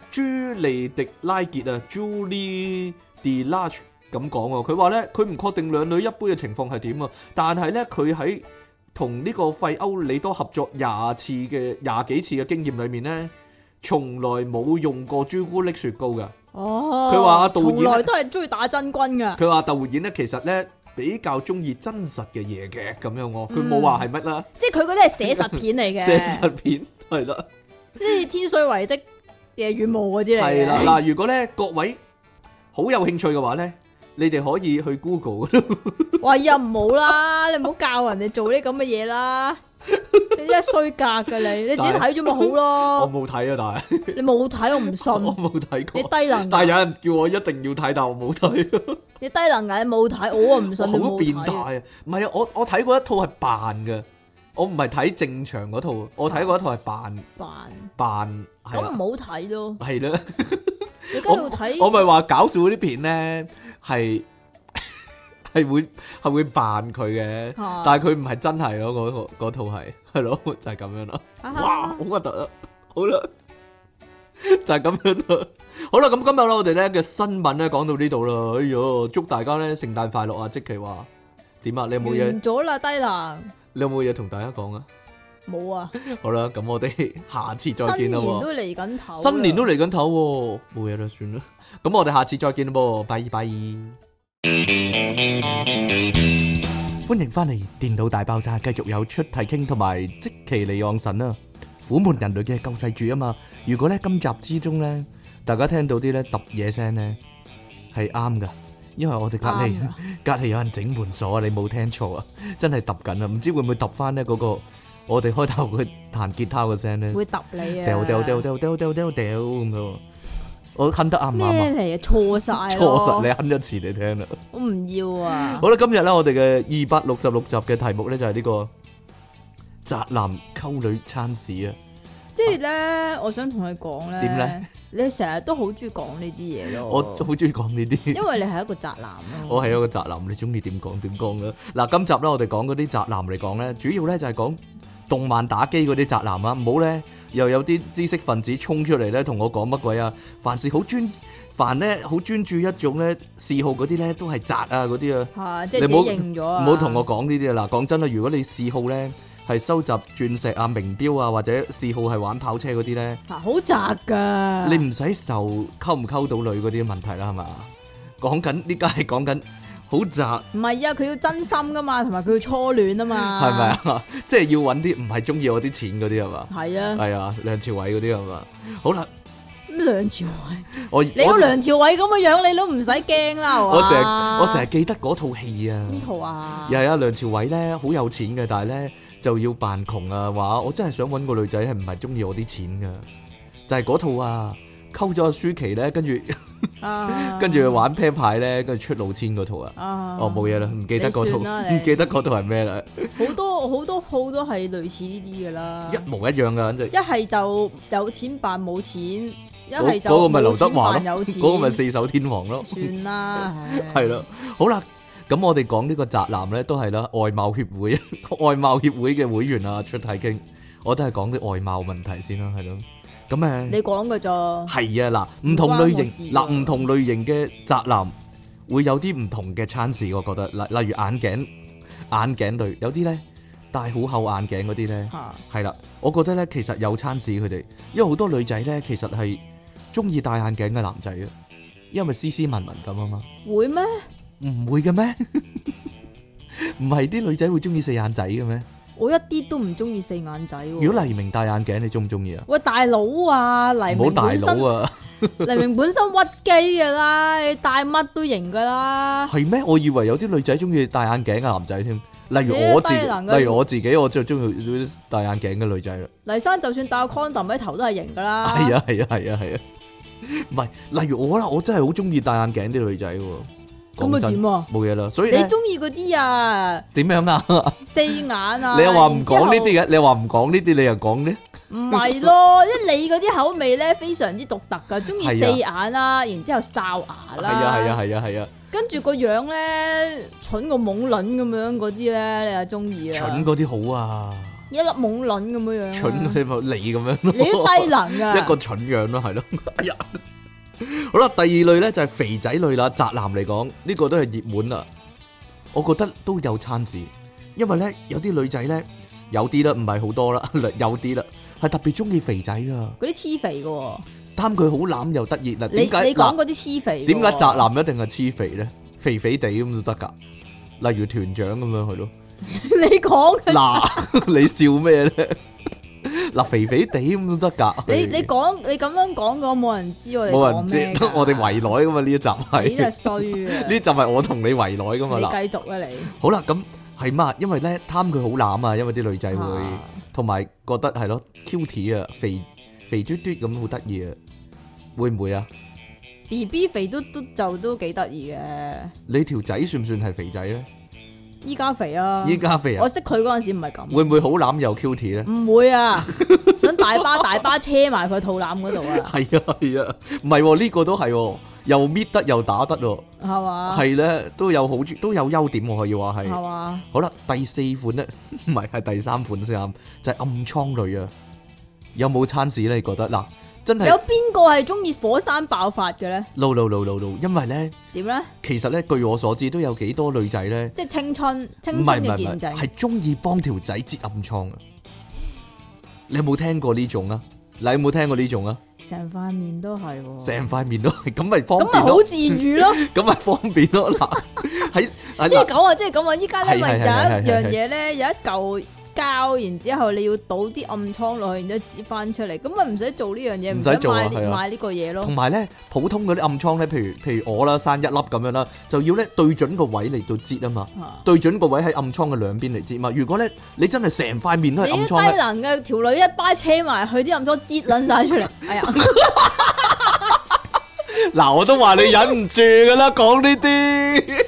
A: 朱莉迪拉傑啊，Julie d e l a c h 咁講喎，佢話咧佢唔確定兩女一杯嘅情況係點啊，但係咧佢喺同呢個費歐里多合作廿次嘅廿幾次嘅經驗裏面咧，從來冇用過朱古力雪糕㗎。
B: 哦，
A: 佢話啊導演
B: 從來都係中意打真軍噶，
A: 佢話導演咧其實咧比較中意真實嘅嘢嘅咁樣喎，佢冇話係乜啦，
B: 即係佢嗰啲係寫實片
A: [LAUGHS]
B: 嚟
A: 寫
B: 嗯嘅，
A: 實片係啦。
B: 即係天水圍的夜與霧嗰啲嚟
A: 係
B: 嘅。
A: 啦，嗱，如果咧各位好有興趣嘅話咧，你哋可以去 Google 嗰度
B: 喂呀，唔好啦，你唔好教人哋做呢咁嘅嘢啦，你真係衰格
A: [LAUGHS]
B: 噶你，你自己睇咗咪好
A: 我
B: 咯，
A: 冇睇啊，
B: 你冇睇我唔
A: 但係
B: 啊
A: [LAUGHS] 我
B: 信，
A: 冇睇
B: 你
A: 過。
B: 低能
A: 但係有
B: 㗎，
A: 人叫我一定要睇，但我冇睇，
B: 你低能噶，你冇睇，我啊唔
A: 我
B: 信你
A: 好
B: 冇
A: 變
B: 睇，
A: 態啊！唔係啊，我我睇過一套係扮嘅，我唔係睇正常嗰套，我
B: 啊
A: 睇過一套係扮
B: 扮
A: 扮係
B: 咁
A: 啦，
B: 唔好睇咯，
A: 係啦，
B: 你梗係
A: [LAUGHS]
B: 要
A: 我我
B: 睇
A: 咪話搞笑嗰啲片咧係 [LAUGHS] 係會係會扮佢嘅，
B: 嚇
A: 但係佢唔係真係咯，嗰套嗰套係係咯，就係咁樣咯。
B: 哈
A: 哇，
B: 哈
A: 好核突啊！好啦， [LAUGHS] 就係咁樣啦。好啦，咁今日咧，我哋咧嘅新聞咧講到呢度啦。哎呦，祝大家咧聖誕快樂啊！即其話點啊？你有冇嘢？
B: 完咗啦，低能
A: 你有冇嘢同大家講啊？
B: 冇啊，
A: 好啦，咁我哋 [LAUGHS] 下次再
B: 新
A: 見
B: 年
A: 啦喎。
B: 都嚟緊頭啦，啊
A: 新年都嚟緊頭喎，冇嘢啦，算啦。咁我哋下次再見啦噃，拜拜。歡迎翻嚟《電腦大爆炸》，繼續有出題傾同埋即其利昂神啊！苦悶人類嘅救世主啊嘛。如果咧今集之中咧，大家聽到啲咧揼嘢聲咧，係啱噶，因為我哋隔離
B: 啱㗎
A: [LAUGHS] 隔離有人整門鎖啊，你冇聽錯啊，真係揼緊啊，唔知會唔會揼翻咧嗰個我哋開頭佢彈吉他嘅聲咧，
B: 會揼你啊！
A: 掉掉掉掉掉掉掉掉咁樣，我哼得啱唔啱
B: 咩
A: 啊？ [LAUGHS]
B: 嚟啊？錯晒
A: 錯
B: 咯
A: 實你哼一次你聽啦。
B: 我唔要啊！
A: 好啦，今日咧我哋嘅二百六十六集嘅題目咧就係呢個宅男溝女餐屎啊！
B: 即係咧，我想同佢講咧，
A: 點咧？
B: 你成日都好中意講呢啲嘢咯。
A: 我好中意講呢啲
B: 哦因。為你係一個宅男
A: [LAUGHS]
B: 啊。
A: 我係一個宅男，你中意點講點講啦。嗱，今集咧我哋講嗰啲宅男嚟講咧，主要咧就係講動漫打機嗰啲宅男啊，唔好咧又有啲知識分子衝出嚟咧同我講乜鬼啊，凡事好專，凡咧好專注一種咧嗜好嗰啲咧都係宅啊嗰啲啊，
B: 嚇，即係
A: 你
B: 自
A: 唔好
B: 己認咗
A: 唔
B: 啊！
A: 好同我講呢啲啊。嗱，講真啦，如果你嗜好咧係收集鑽石啊、名錶啊，或者嗜好係玩跑車嗰啲咧，
B: 嚇好宅㗎。
A: 你唔使受溝唔溝到女嗰啲問題啦，係嘛？講緊呢家係講緊好宅。
B: 唔係啊，佢要真心噶嘛，同埋佢要初戀啊嘛，
A: 係咪？啊？ [LAUGHS] 即係要揾啲唔係中意我啲錢嗰啲係嘛？
B: 係啊，
A: 係啊，梁朝偉嗰啲係嘛？好啦，
B: 咁梁朝偉，
A: 我
B: 你
A: 我
B: 個梁朝偉咁嘅樣，你都唔使驚啦，係嘛
A: 我成日我成日記得嗰套戲啊，
B: 邊套啊？
A: 又係啊，梁朝偉咧好有錢嘅，但係咧就要扮窮啊，話我真係想揾個女仔係唔係中意我啲錢噶，就係嗰套啊，溝咗阿舒淇咧，跟住
B: 哦啊
A: 跟住玩 pair 牌咧，跟住出老千嗰套啊。
B: 啊，
A: 哦，冇嘢啦，唔記得嗰套，
B: 你算啦你
A: 唔記得嗰套係咩啦，
B: 好多好多鋪都係類似呢啲噶啦，
A: 一模一樣噶，簡直
B: 哦一係就有錢扮冇錢，一
A: 嗰
B: 係
A: 嗰個
B: 就
A: 咪劉
B: 冇
A: 德
B: 錢
A: 華
B: 扮
A: 咯，
B: 有錢，
A: 嗰個咪四手天王咯。
B: 算啦，
A: [LAUGHS]
B: 唉
A: 系咯，，好啦，咁我哋講呢個宅男咧，都係啦，外貌協會， [LAUGHS] 外貌協會嘅會員啊，出太傾，我都係講啲外貌問題先啦，係咯，咁诶，
B: 你講噶咋？
A: 係啊，嗱，唔
B: 唔
A: 同
B: 關我
A: 類
B: 事
A: 型，
B: 㗎
A: 嗱，唔同類型嘅宅男會有啲唔同嘅餐事，我覺得，例例如眼鏡，眼鏡類，有啲咧戴好厚眼鏡嗰啲咧，
B: 嚇
A: 係啦，我覺得咧其實有餐事佢哋，因為好多女仔咧其實係中意戴眼鏡嘅男仔嘅，因為斯斯文文咁啊嘛。
B: 會咩？
A: 唔會嘅咩？ [LAUGHS] 唔係啲女仔會中意四眼仔嘅咩？
B: 我一啲都唔中意四眼仔喎。
A: 如果黎明戴眼鏡，你中唔中意啊？
B: 喂大佬啊，黎
A: 唔好
B: 明
A: 大
B: 本身
A: 佬啊， [LAUGHS]
B: 黎明本身屈機噶啦，你戴乜都型噶啦。
A: 係咩？我以為有啲女仔中意戴眼鏡嘅啊男仔添，例如
B: 你啊
A: 我自己，
B: 低能嘅
A: 例如我自己，我就中意戴眼鏡嘅女仔啦。
B: 黎生就算戴個 condom 喺頭都係型噶啦。
A: 係啊，係啊，係啊，係啊，唔係，例如我啦，我真係好中意戴眼鏡啲女仔嘅喎。
B: 咁
A: 講
B: 啊
A: 真，
B: 點啊？
A: 冇嘢啦。所以
B: 你
A: 咧，
B: 中意嗰啲啊，
A: 點樣啊？
B: 四眼 [LAUGHS] 啊？
A: 你又話唔講呢啲
B: 嘅？
A: 嘅，你又話唔講呢啲，你又講呢？
B: 唔
A: [LAUGHS]
B: 係咯，即係你嗰啲口味咧非常之獨特噶，中意
A: 係啊
B: 四眼啦，然之後哨牙
A: 係啊，
B: 啦，
A: 係啊，係啊，係啊。
B: 跟住個樣咧蠢過懵撚咁樣嗰啲咧，你又中意啊？
A: 蠢嗰啲好啊，
B: 一粒懵撚咁樣樣啊。
A: 蠢嗰啲咪你咁樣咯。
B: 你都低能啊噶。
A: [LAUGHS] 一個蠢樣咯，係咯。 [LAUGHS] 哎呀，好啦，第二類咧就係肥仔類啦，宅男嚟講，呢個都係熱門啦。我覺得都有餐事，因為咧有啲女仔咧有啲啦，唔係好多啦， [LAUGHS] 有啲啦，係特別中意肥仔噶，
B: 嗰啲黐肥嘅喎，
A: 貪佢好攬又得意嗱。
B: 你
A: 點解
B: 你講
A: 嗱？
B: 嗰啲黐肥嘅喎，
A: 點解宅男一定係黐肥咧？肥肥地咁都得噶，例如團長咁樣係
B: [LAUGHS]
A: 咯。
B: [LAUGHS] 你講
A: 嗱， [LAUGHS] 你笑咩咧？嗱，肥肥地咁都得噶。
B: 你你講你咁樣講嘅，冇人知我哋
A: 哎冇人知， [LAUGHS]
B: 講咩㗎
A: 我哋圍內噶嘛呢一集
B: [LAUGHS] 你
A: 係，
B: 真係衰啊！
A: [LAUGHS] 呢集係我同你圍內噶嘛嗱。
B: 你繼續啊你，
A: 好啦，咁係嘛？因為咧貪佢好攬啊，因為啲女仔會
B: 啊
A: 同埋覺得係咯 cute 啊，肥肥嘟嘟咁好得意啊，會唔會啊？
B: B B 肥嘟嘟就都幾得意嘅，
A: 你條仔算唔算係肥仔咧？
B: 依家肥啊，
A: 依家肥啊
B: 我，識佢嗰陣時唔係咁，
A: 會唔會好攬又 cute 咧？
B: 唔
A: [LAUGHS]
B: 會啊，想大巴大巴車埋佢肚腩嗰度啊，
A: 係啊係啊，唔係喎呢個都係喎，又搣得又打得喎，
B: 係嘛？
A: 係咧都有好處，都有優點喎，可以話係。
B: 係嘛？
A: 好啦，第四款咧， [LAUGHS] 唔係係第三款先啱，就係、暗瘡類啊。有冇餐屎咧？你覺得嗱，真
B: 有
A: 係
B: 邊個係中意火山爆發嘅咧？
A: no no no no no，因為咧，
B: 點咧？
A: 其實咧，據我所知都有幾多女仔咧，
B: 即係青春
A: 唔係
B: 青春
A: 唔
B: 嘅
A: 係唔
B: 見
A: 係，
B: 證
A: 係中意幫條仔擠暗瘡啊。你有冇聽過呢種啊？你有冇聽過呢種啊？
B: 成塊面都係喎，
A: 成塊面都係 [LAUGHS] 咁咪方
B: 咁咪
A: 便
B: 好
A: 咯，
B: 治愈
A: [LAUGHS]
B: 咯。
A: 咁咪方便
B: [LAUGHS]
A: 咯嗱。喺喺
B: 即
A: 嗱
B: 係咁啊，即係咁啊！依家咧
A: 係
B: 咪有
A: 係係係
B: 一樣嘢咧，有一嚿膠，然之後你要倒啲暗瘡落去，然之後擠翻出嚟，咁咪唔使做呢樣嘢，
A: 唔
B: 唔
A: 使
B: 使
A: 做啊
B: 買
A: 係
B: 呢
A: 啊
B: 買呢個嘢咯
A: 同。埋咧，普通嗰啲暗瘡咧，譬如譬如我啦，生一粒咁樣啦，就要咧對準個位嚟到擠啊嘛，
B: 啊
A: 對準個位喺暗瘡嘅兩邊嚟擠嘛。如果咧你真係成塊面都
B: 你
A: 係暗
B: 啲
A: 瘡啊
B: 低
A: 咧，
B: 能嘅條女一巴車埋去，啲暗瘡擠撚
A: [LAUGHS]
B: 晒出嚟，哎呀！
A: 嗱我都話你忍唔住噶啦，講呢啲。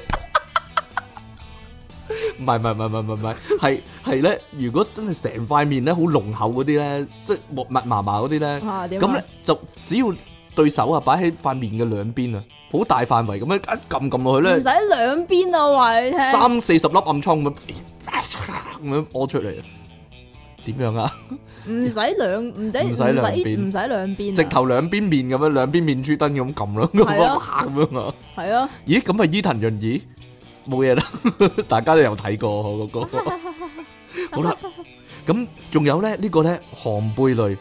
A: 唔係唔係唔係唔係唔係，係係咧，如果真係成塊面咧好濃厚嗰啲咧，即係密密麻麻嗰啲咧。
B: 啊點
A: 咁
B: 啊
A: 咧？就只要對手啊，擺喺塊面嘅兩邊啊，好大範圍咁樣一撳撳落去
B: 唔
A: 咧
B: 使，兩邊啊！我話你聽，
A: 三四十粒暗瘡咁樣咁樣屙出嚟，點樣啊？
B: 唔使兩唔使
A: 唔
B: 唔
A: 使
B: 使
A: 兩邊
B: 唔使兩邊啊，
A: 直頭兩邊面咁樣，兩邊面珠燈咁撳咯，咁
B: 係
A: 樣
B: 啊
A: 哇咁樣啊？
B: 係啊！
A: 咦，咁係伊藤潤二冇嘢啦， [LAUGHS] 大家都有睇過我
B: [LAUGHS]
A: 嗰個。好啦，咁仲有咧呢個咧寒背類，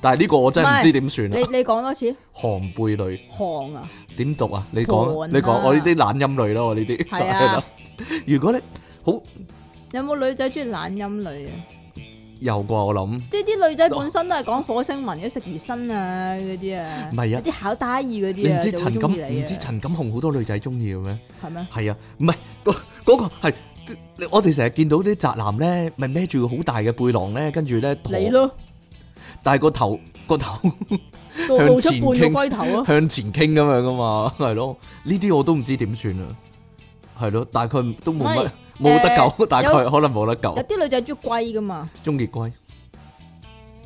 A: 但係呢個我真係唔知點算
B: 你
A: 啦。
B: 你講多次
A: 寒背類。
B: 行啊，
A: 點讀啊？你講，
B: 韓啊
A: 你講，我呢啲懶音類咯，我呢啲
B: 係啊。
A: 如果咧好
B: 有冇女仔中意懶音類啊？
A: 有啩，我諗
B: 即係啲女仔本身都係講火星文，嘅食魚生啊嗰啲啊，
A: 唔係啊
B: 有啲考打二嗰
A: 你
B: 啲
A: 唔
B: 啊，
A: 知
B: 就
A: 陳
B: 會
A: 錦
B: 中意你
A: 唔
B: 啊
A: 知陳錦鴻好多女仔中意嘅咩？
B: 係咩？
A: 係啊，唔係嗰嗰個係我哋成日見到啲宅男咧，咪孭住個好大嘅背囊咧，跟住咧駝
B: 你咯，
A: 但係個頭個頭
B: 露露
A: 向
B: 出
A: 前
B: 半個
A: 傾
B: 龜頭啊
A: [LAUGHS]
B: 咯，
A: 向前傾咁樣噶嘛，係咯？呢啲我都唔知點算啊，係咯？但係佢都冇乜
B: 唔係
A: 冇 [LAUGHS] 得救，
B: 誒
A: 大概
B: 有
A: 可能冇得救
B: 有。啲女仔中意龜噶嘛，
A: 中意龜，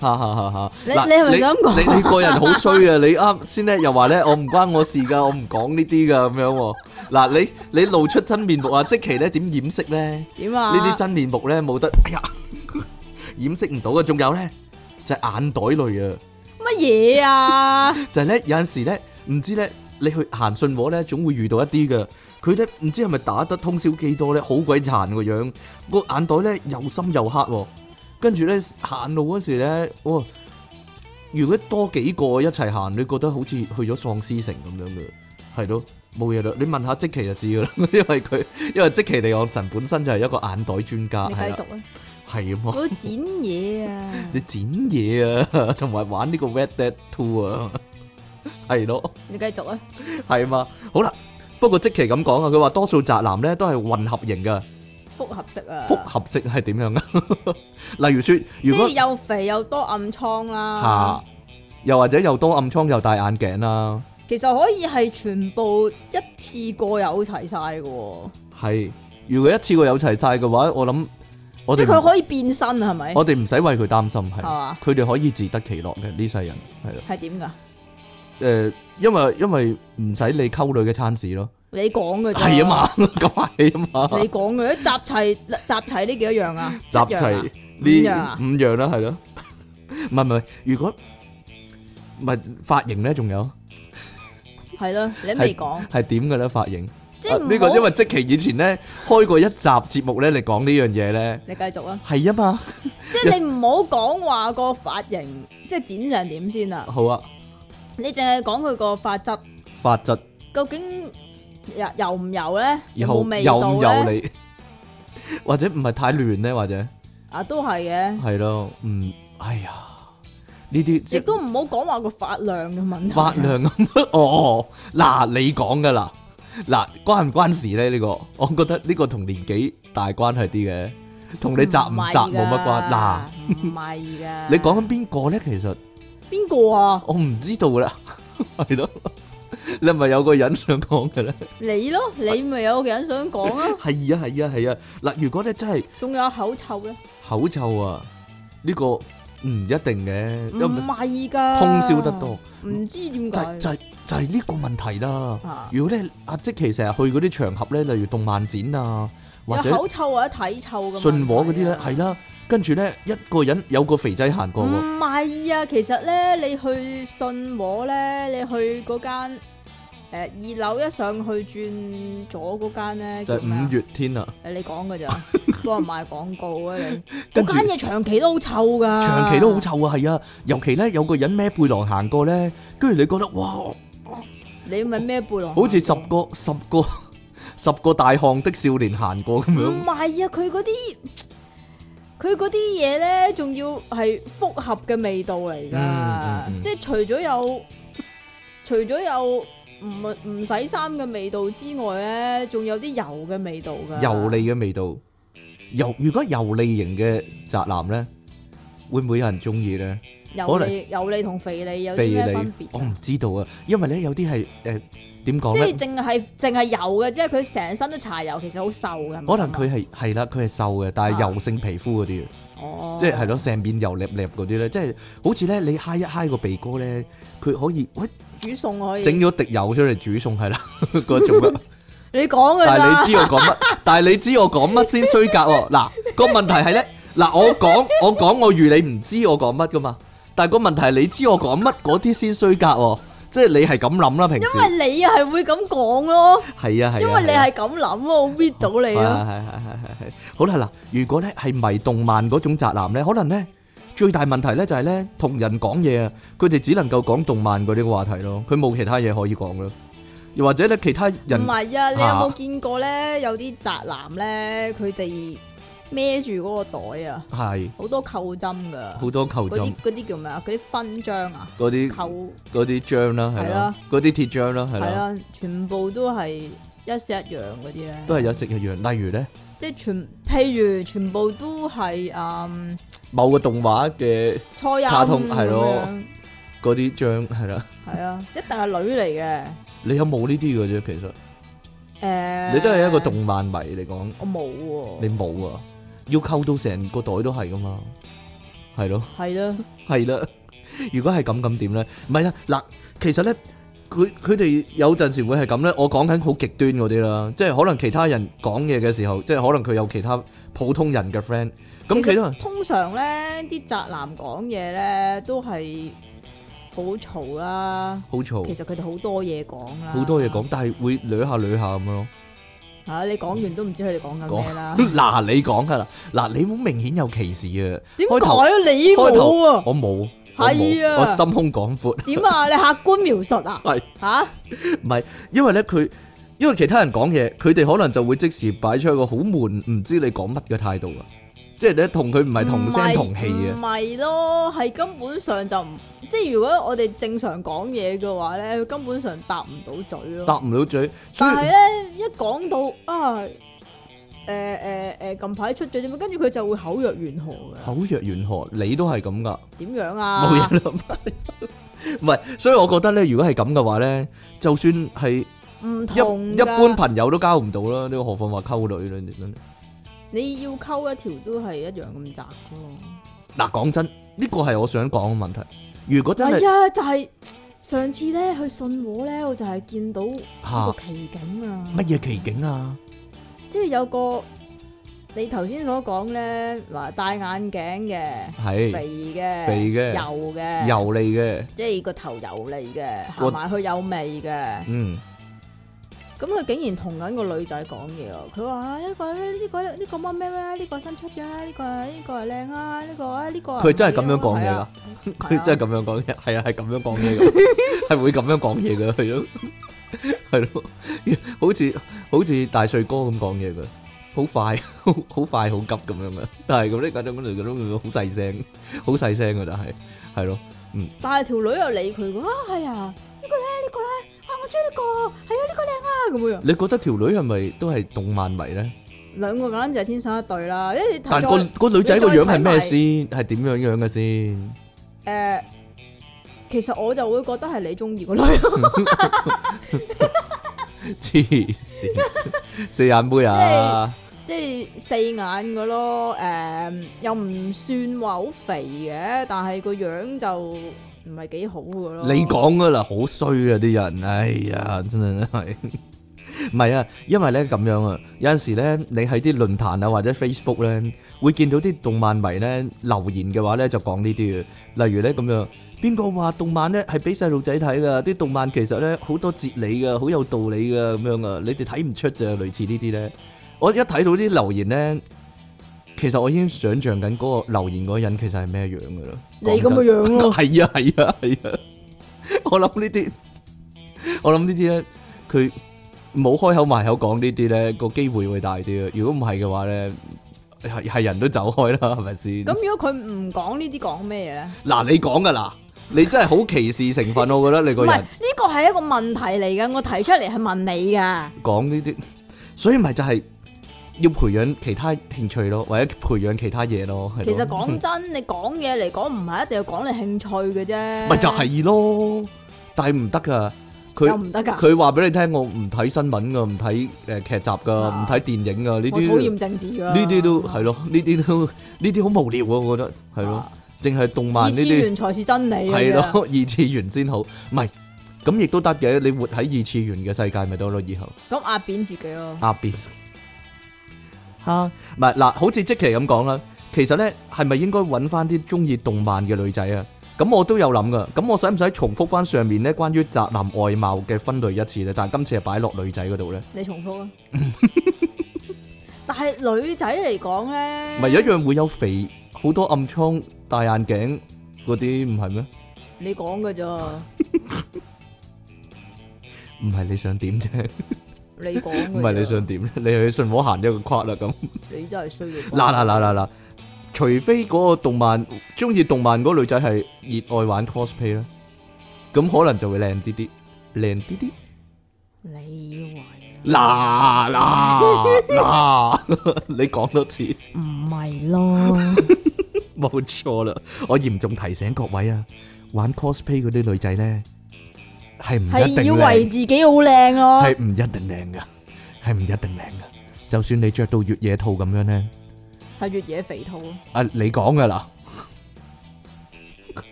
A: 哈哈哈哈！
B: 你
A: 嗱
B: 你係咪想咁講
A: 你你個人好衰啊！你啱先咧又話咧，我唔關我事噶，我唔講呢啲噶咁樣喎。嗱，你你露出真面目啊！即其咧點掩飾咧？呢
B: 點啊？
A: 啲真面目咧冇得，哎呀， [LAUGHS] 掩飾唔到啊！仲有咧就係眼袋類啊，
B: 乜嘢啊？
A: 就係咧有陣時咧唔知咧。你去行信和咧，總會遇到一啲嘅。佢咧唔知係咪打得通宵幾多咧，好鬼殘個樣，個眼袋咧又深又黑喎。跟住咧行路嗰時咧，哇！如果多幾個一齊行，你覺得好似去咗喪屍城咁樣嘅，係咯，冇嘢啦。你問下即奇就知噶啦， [LAUGHS] 因為佢因為即奇地昂神本身就係一個眼袋專家，
B: 你繼
A: 係啦，
B: 續啊！
A: 係啊嘛。 [LAUGHS]
B: 我要剪嘢啊！
A: 你剪嘢啊，同埋玩呢個 Red Dead Two 啊，係咯。
B: 你繼續啊！
A: 系嘛？好啦，不過即期咁講啊，佢話多數宅男咧都係混合型噶，
B: 複合式啊！
A: 複合式係點樣啊？ [LAUGHS] 例如说，
B: 即
A: 如果
B: 係又肥又多暗瘡
A: 吓、
B: 啦，
A: 又或者又多暗瘡又戴眼鏡啦，
B: 其實可以係全部一次過有齊晒嘅喎，
A: 係如果一次過有齊晒嘅話，我諗我
B: 即
A: 哋
B: 係佢
A: 唔
B: 可以變身啊係咪？
A: 我哋唔使為佢擔心，
B: 係
A: 係
B: 嘛？
A: 佢哋可以自得其樂嘅呢世人係啦，
B: 係點㗎？
A: 诶、因為因為唔使你溝女嘅餐事咯，
B: 你講嘅啫
A: 係啊嘛，咁係啊嘛，
B: Ờ。你講嘅，集齊集齊呢幾多樣啊？
A: 集齊呢
B: 五樣啊
A: 五樣啦，係咯。 [LAUGHS] 唔係唔係，如果唔係髮型咧，仲有
B: 係咯，你都未講，
A: 係點嘅咧？髮型
B: 即
A: 啊
B: 係唔
A: 呢個
B: 好
A: 因為即期以前咧開過一集節目咧，你講呢樣嘢咧
B: 你繼續啊！
A: 係啊嘛，
B: 即係你唔好講話個髮型，即係剪成點先啊！
A: 好啊，
B: 你淨係講佢個髮質
A: 髮質
B: 究竟油油唔油咧？有
A: 又
B: 冇味
A: 又
B: 道
A: 唔又
B: 咧？
A: 你， [LAUGHS] 或者唔係太亂咧，或者
B: 啊，都係嘅，
A: 係咯，唔哎呀呢啲
B: 亦
A: 即
B: 都唔好講話個髮量
A: [LAUGHS]
B: 嘅問題。
A: 發亮咁 [LAUGHS] 哦，嗱你講噶啦，嗱關唔關事咧？呢、個 [LAUGHS] 我覺得呢個同年紀大關係啲嘅，同你宅唔宅冇乜關。嗱，
B: 唔係噶。
A: [LAUGHS] 你講緊邊個咧？其實
B: 邊個啊？
A: 我唔知道啦， [LAUGHS] 係咯。你係咪有個人想講嘅咧？
B: 你咯，你咪有個人想講
A: [LAUGHS]
B: 啊？
A: 係啊係啊係啊！嗱，如果咧真係
B: 仲有口臭咧？
A: 口臭啊，呢、個唔一定嘅，因
B: 唔
A: 為
B: 係噶，
A: 通宵得多，
B: 唔知點
A: 就
B: 解
A: 係就係就係呢個問題啦。
B: 啊？
A: 如果咧阿即其成日去嗰啲場合咧，例如動漫展啊，
B: 有
A: 或者
B: 口臭或者體臭咁。
A: 信和嗰啲咧，係，啦，跟住咧一個人有個肥仔行
B: 唔
A: 過喎，
B: 係啊，其實咧，你去信和咧，你去嗰間诶二樓一上去轉左嗰間咧，
A: 就
B: 叫咩
A: 係
B: 啊
A: 五月天啊，
B: 誒你
A: [LAUGHS]
B: 講噶咋？幫人賣廣告啊你！
A: 跟
B: 嗰
A: 住
B: 間嘢長期都好臭噶，
A: 長期都好。臭啊，係啊，尤其咧有個人孭背囊行過咧，跟住你覺得哇，
B: 你咪咩背囊？
A: 好似十個十個 [LAUGHS] 十個大漢的少年行過咁
B: 唔
A: 樣，
B: 係啊，佢嗰啲佢嗰啲嘢咧，仲要係複合嘅味道嚟噶，
A: 嗯嗯嗯
B: 即係除咗有，除咗有唔唔洗衫嘅味道之外咧，仲有啲油嘅味道噶。
A: 油膩嘅味道。油如果油膩型嘅宅男咧，會唔會有人中意咧？
B: 油
A: 可能
B: 膩油膩同肥膩有
A: 肥
B: 啲咩分
A: 膩
B: 別？
A: 我唔知道啊，因為咧有啲係誒點講
B: 即
A: 咧
B: 係？淨係淨係油嘅，即係佢成身都搽油，其實好瘦嘅。
A: 可能佢係係啦，佢係瘦嘅，但係
B: 啊
A: 油性皮膚嗰啲，
B: 哦，
A: 即係係咯，成面油粒粒嗰啲咧，即係好似咧你揩一揩個鼻哥咧，佢可以喂
B: 煮餸可以。
A: 整咗滴油出嚟煮餸係啦 [LAUGHS] 嗰
B: [LAUGHS]
A: 種啦。
B: 你講嘅
A: 但係
B: 咋？
A: 你知我講乜？
B: [LAUGHS]
A: 但係你知我講乜先衰格喎？嗱，個問題係咧，嗱我講
B: [LAUGHS]
A: 我講我預你唔知我講乜噶嘛，但係個問題係你知我講乜嗰啲先衰格喎，即係你係咁諗啦平時。
B: 因為你啊係會咁講咯，
A: 係啊係啊，
B: 因為你
A: 係啊
B: 係咁諗咯，我 read 到你
A: 係
B: 咯。
A: 啊係係係係係。好啦嗱，如果咧係迷動漫嗰種宅男咧，可能咧最大問題咧就係咧同人講嘢啊，佢哋只能夠講動漫嗰啲嘅話題咯，佢冇其他嘢可以講咯。又或者咧其他
B: 唔
A: 人
B: 係啊，你有
A: 啊
B: 冇見過咧？有啲宅男咧，佢哋孭住嗰個袋啊，
A: 係
B: 好多扣針噶，
A: 好多求
B: 嗰
A: 針
B: 啲嗰啲叫咩啊？嗰啲勳章啊，
A: 嗰啲。
B: 扣
A: 嗰啲章啦，係
B: 係
A: 啦
B: 啦，
A: 嗰啲鐵章啦，係
B: 係
A: 啦，
B: 啊，全部都係一式一樣嗰啲咧，
A: 都係有食一樣。例如咧，
B: 即係全譬如全部都係嗯
A: 某個動畫嘅
B: 初音
A: 卡通係
B: 係
A: 咯嗰啲章係啦，
B: 係啊，一定係女嚟嘅。
A: 你有冇呢啲嘅啫？其實
B: 誒，
A: 你都係一個動，漫迷嚟講，
B: 我冇
A: 你
B: 喎，
A: 冇啊，要扣到成個袋都係噶嘛，係咯，
B: 係咯，
A: 係啦。 [LAUGHS] 如果係咁咁點咧？唔係啊，嗱，其實咧。佢佢哋有陣時會係咁咧，我講緊好極端嗰啲啦，即係可能其他人講嘢嘅時候，即係可能佢有其他普通人嘅 friend，咁佢
B: 其實
A: 都
B: 通常咧，啲宅男講嘢咧都係好嘈啦。
A: 好嘈
B: 其。實佢哋好多嘢講啦，
A: 好多嘢講，但係會捋下捋下咁樣咯。
B: 係啊！你講完都唔知佢哋講緊咩啦。
A: [LAUGHS] 嗱，你講噶啦，嗱，你好明顯有歧視啊！[LAUGHS]
B: 點
A: 開
B: 解
A: 頭
B: 啊你
A: 開頭
B: 冇啊？
A: 我冇，我
B: 係
A: 冇，
B: 啊
A: 我心胸廣闊，
B: 點啊？你客觀描述
A: [LAUGHS]
B: 啊？
A: 係
B: 吓，
A: 唔係因為咧佢，因為其他人講嘢，佢哋可能就會即時擺出一個好悶，唔知你講乜嘅態度啊！即係咧同佢唔係同聲同氣
B: 唔
A: 啊！
B: 係咯，係根本上就唔即係如果我哋正常講嘢嘅話咧，佢根本上答唔到嘴咯。
A: 答唔到嘴，所以
B: 但係咧，一講到啊，誒誒誒，近排出咗啲咩，跟住佢就會口若懸河嘅。
A: 口若懸河，你都係咁噶。
B: 點樣
A: 冇
B: 啊？
A: 嘢啦， [LAUGHS] 唔係，所以我覺得咧，如果係咁嘅話咧，就算係
B: 唔同
A: 一一
B: 㗎
A: 般朋友都交唔到啦，呢個何況話溝女咧，真係
B: 你要溝一條都係一樣咁窄噶咯。
A: 嗱，講真，呢個係我想講嘅問題。如果真係
B: 係啊，就係、上次咧去信和咧，我就係見到一
A: 嚇
B: 個奇景啊，
A: 乜嘢奇景啊，
B: 即係有個你頭先所講咧，嗱戴眼鏡嘅，
A: 係
B: 肥嘅，
A: 肥嘅
B: 油嘅，
A: 油膩嘅，
B: 即係個頭油嚟嘅，
A: 個
B: 行埋去有味嘅。
A: 嗯，
B: 咁佢竟然同緊個女仔講嘢啊！佢話啊呢個呢呢個呢個乜咩咩呢個新出嘅啦，呢個呢個係靚啊，呢個啊呢個啊
A: 佢真係咁樣
B: 唔
A: 講
B: 係
A: 嘢
B: 啊
A: 噶，佢真係咁樣講嘢，係啊，係咁樣講嘢嘅，係會咁樣講嘢嘅，係咯，係咯，好似好似大帥哥咁講嘢嘅，好快，好好快，好急咁樣嘅，但係咁呢，嗰種嗰種好細聲，好細聲嘅，但係係咯，
B: 但係條女又理佢喎，啊係啊，呢個咧呢個咧，啊我中意呢個，係啊呢個靚啊咁樣，
A: 你覺得條女係咪都係動漫迷咧？
B: 兩個簡直係天生一對啦，因為
A: 但
B: 睇
A: 係
B: 咗
A: 個個女仔個樣係咩先？係點樣樣嘅先？
B: 誒，呃其實我就會覺得係你中意個女，
A: 黐線，四眼妹啊！
B: [LAUGHS] 即係四眼個咯，誒又唔算話好肥嘅，但係個樣就唔係幾好個
A: [LAUGHS]
B: 咯。
A: 你講噶啦，好衰啊啲人，哎呀，真係唔係啊，因為咧咁樣啊，有陣時咧，你喺啲論壇啊或者 Facebook 咧，會見到啲動漫迷咧留言嘅話咧，就講呢啲嘅，例如咧咁樣，邊個話動漫咧係俾細路仔睇噶？啲動漫其實咧好多哲理噶，好有道理噶咁樣啊，你哋睇唔出咋，類似呢啲咧，我一睇到啲留言咧，其實我已經想像緊嗰個留言嗰個人其實係咩樣噶啦，
B: 你咁嘅
A: 樣。
B: 樣 [LAUGHS] 咯，
A: 系啊系啊系啊！我諗呢啲，我諗呢啲咧，佢冇開口埋口講呢啲咧，個機會會大啲啊！如果唔係嘅話咧，係係人都走開啦，係咪先？
B: 咁如果佢唔講呢啲講咩咧？
A: 嗱，你講噶啦，你真係好歧視成分，我覺得你
B: 唔
A: 個
B: 係
A: 人
B: 呢個係一個問題嚟嘅，我提出嚟係問你噶。
A: 講呢啲，所以咪就係要培養其他興趣咯，或者培養其他嘢咯。係咯
B: 其實講真，你講嘢嚟講唔係一定要講你興趣嘅啫。
A: 咪就係咯，但係唔得噶，
B: 又
A: 佢
B: 唔得㗎。
A: 佢話俾你聽，我唔睇新聞噶，唔睇誒劇集噶，唔
B: 啊
A: 睇電影噶，呢
B: 我討
A: 啲
B: 厭政治㗎。
A: 呢啲都係咯，呢啲都 [LAUGHS] 呢啲好無聊啊，我覺得係咯，
B: 啊
A: 淨係動
B: 二
A: 漫呢
B: 次
A: 啲。
B: 元才是真理啊。
A: 係
B: [LAUGHS]
A: 咯， [LAUGHS] 二次元先好，唔係咁亦都得嘅。你活喺二次元嘅世界咪得咯，以後
B: 咁壓扁自己咯。
A: 壓 [LAUGHS] 變吓，唔係嗱，好似即期咁講啦。其實咧，係咪應該揾翻啲中意動漫嘅女仔啊？咁我都有諗噶。咁我使唔使重複翻上面咧關於宅男外貌嘅分類一次咧？但係今次係擺落女仔嗰度咧，
B: 你重複啊。但係女仔嚟講咧，
A: 咪一樣會有肥、好多暗瘡、戴眼鏡嗰啲，唔係咩？
B: 你講嘅咋？
A: 唔係你想 [LAUGHS] 點啫？
B: 你講
A: [LAUGHS]
B: 嘅。
A: 唔係你，想點咧？你去信和行一個框啦咁。
B: 你真係需要講。
A: 嗱嗱嗱嗱嗱，除非嗰個動漫中意動漫嗰個女仔係熱愛玩 cosplay 啦，咁可能就會靚啲啲，靚啲啲。 [LAUGHS]
B: 你以為啊
A: 嗱嗱 [LAUGHS] 嗱，你講多次，
B: 唔係咯？
A: 冇錯啦。我嚴重提醒各位啊，玩 cosplay 嗰啲女仔咧係唔一
B: 係以
A: 定
B: 為
A: 靚，
B: 自己好靚咯。
A: 係唔一定靚噶，係唔一定靚噶。就算你着到越野兔咁樣咧。
B: 係越野肥兔啊！
A: 啊，你講噶 [LAUGHS] 啦，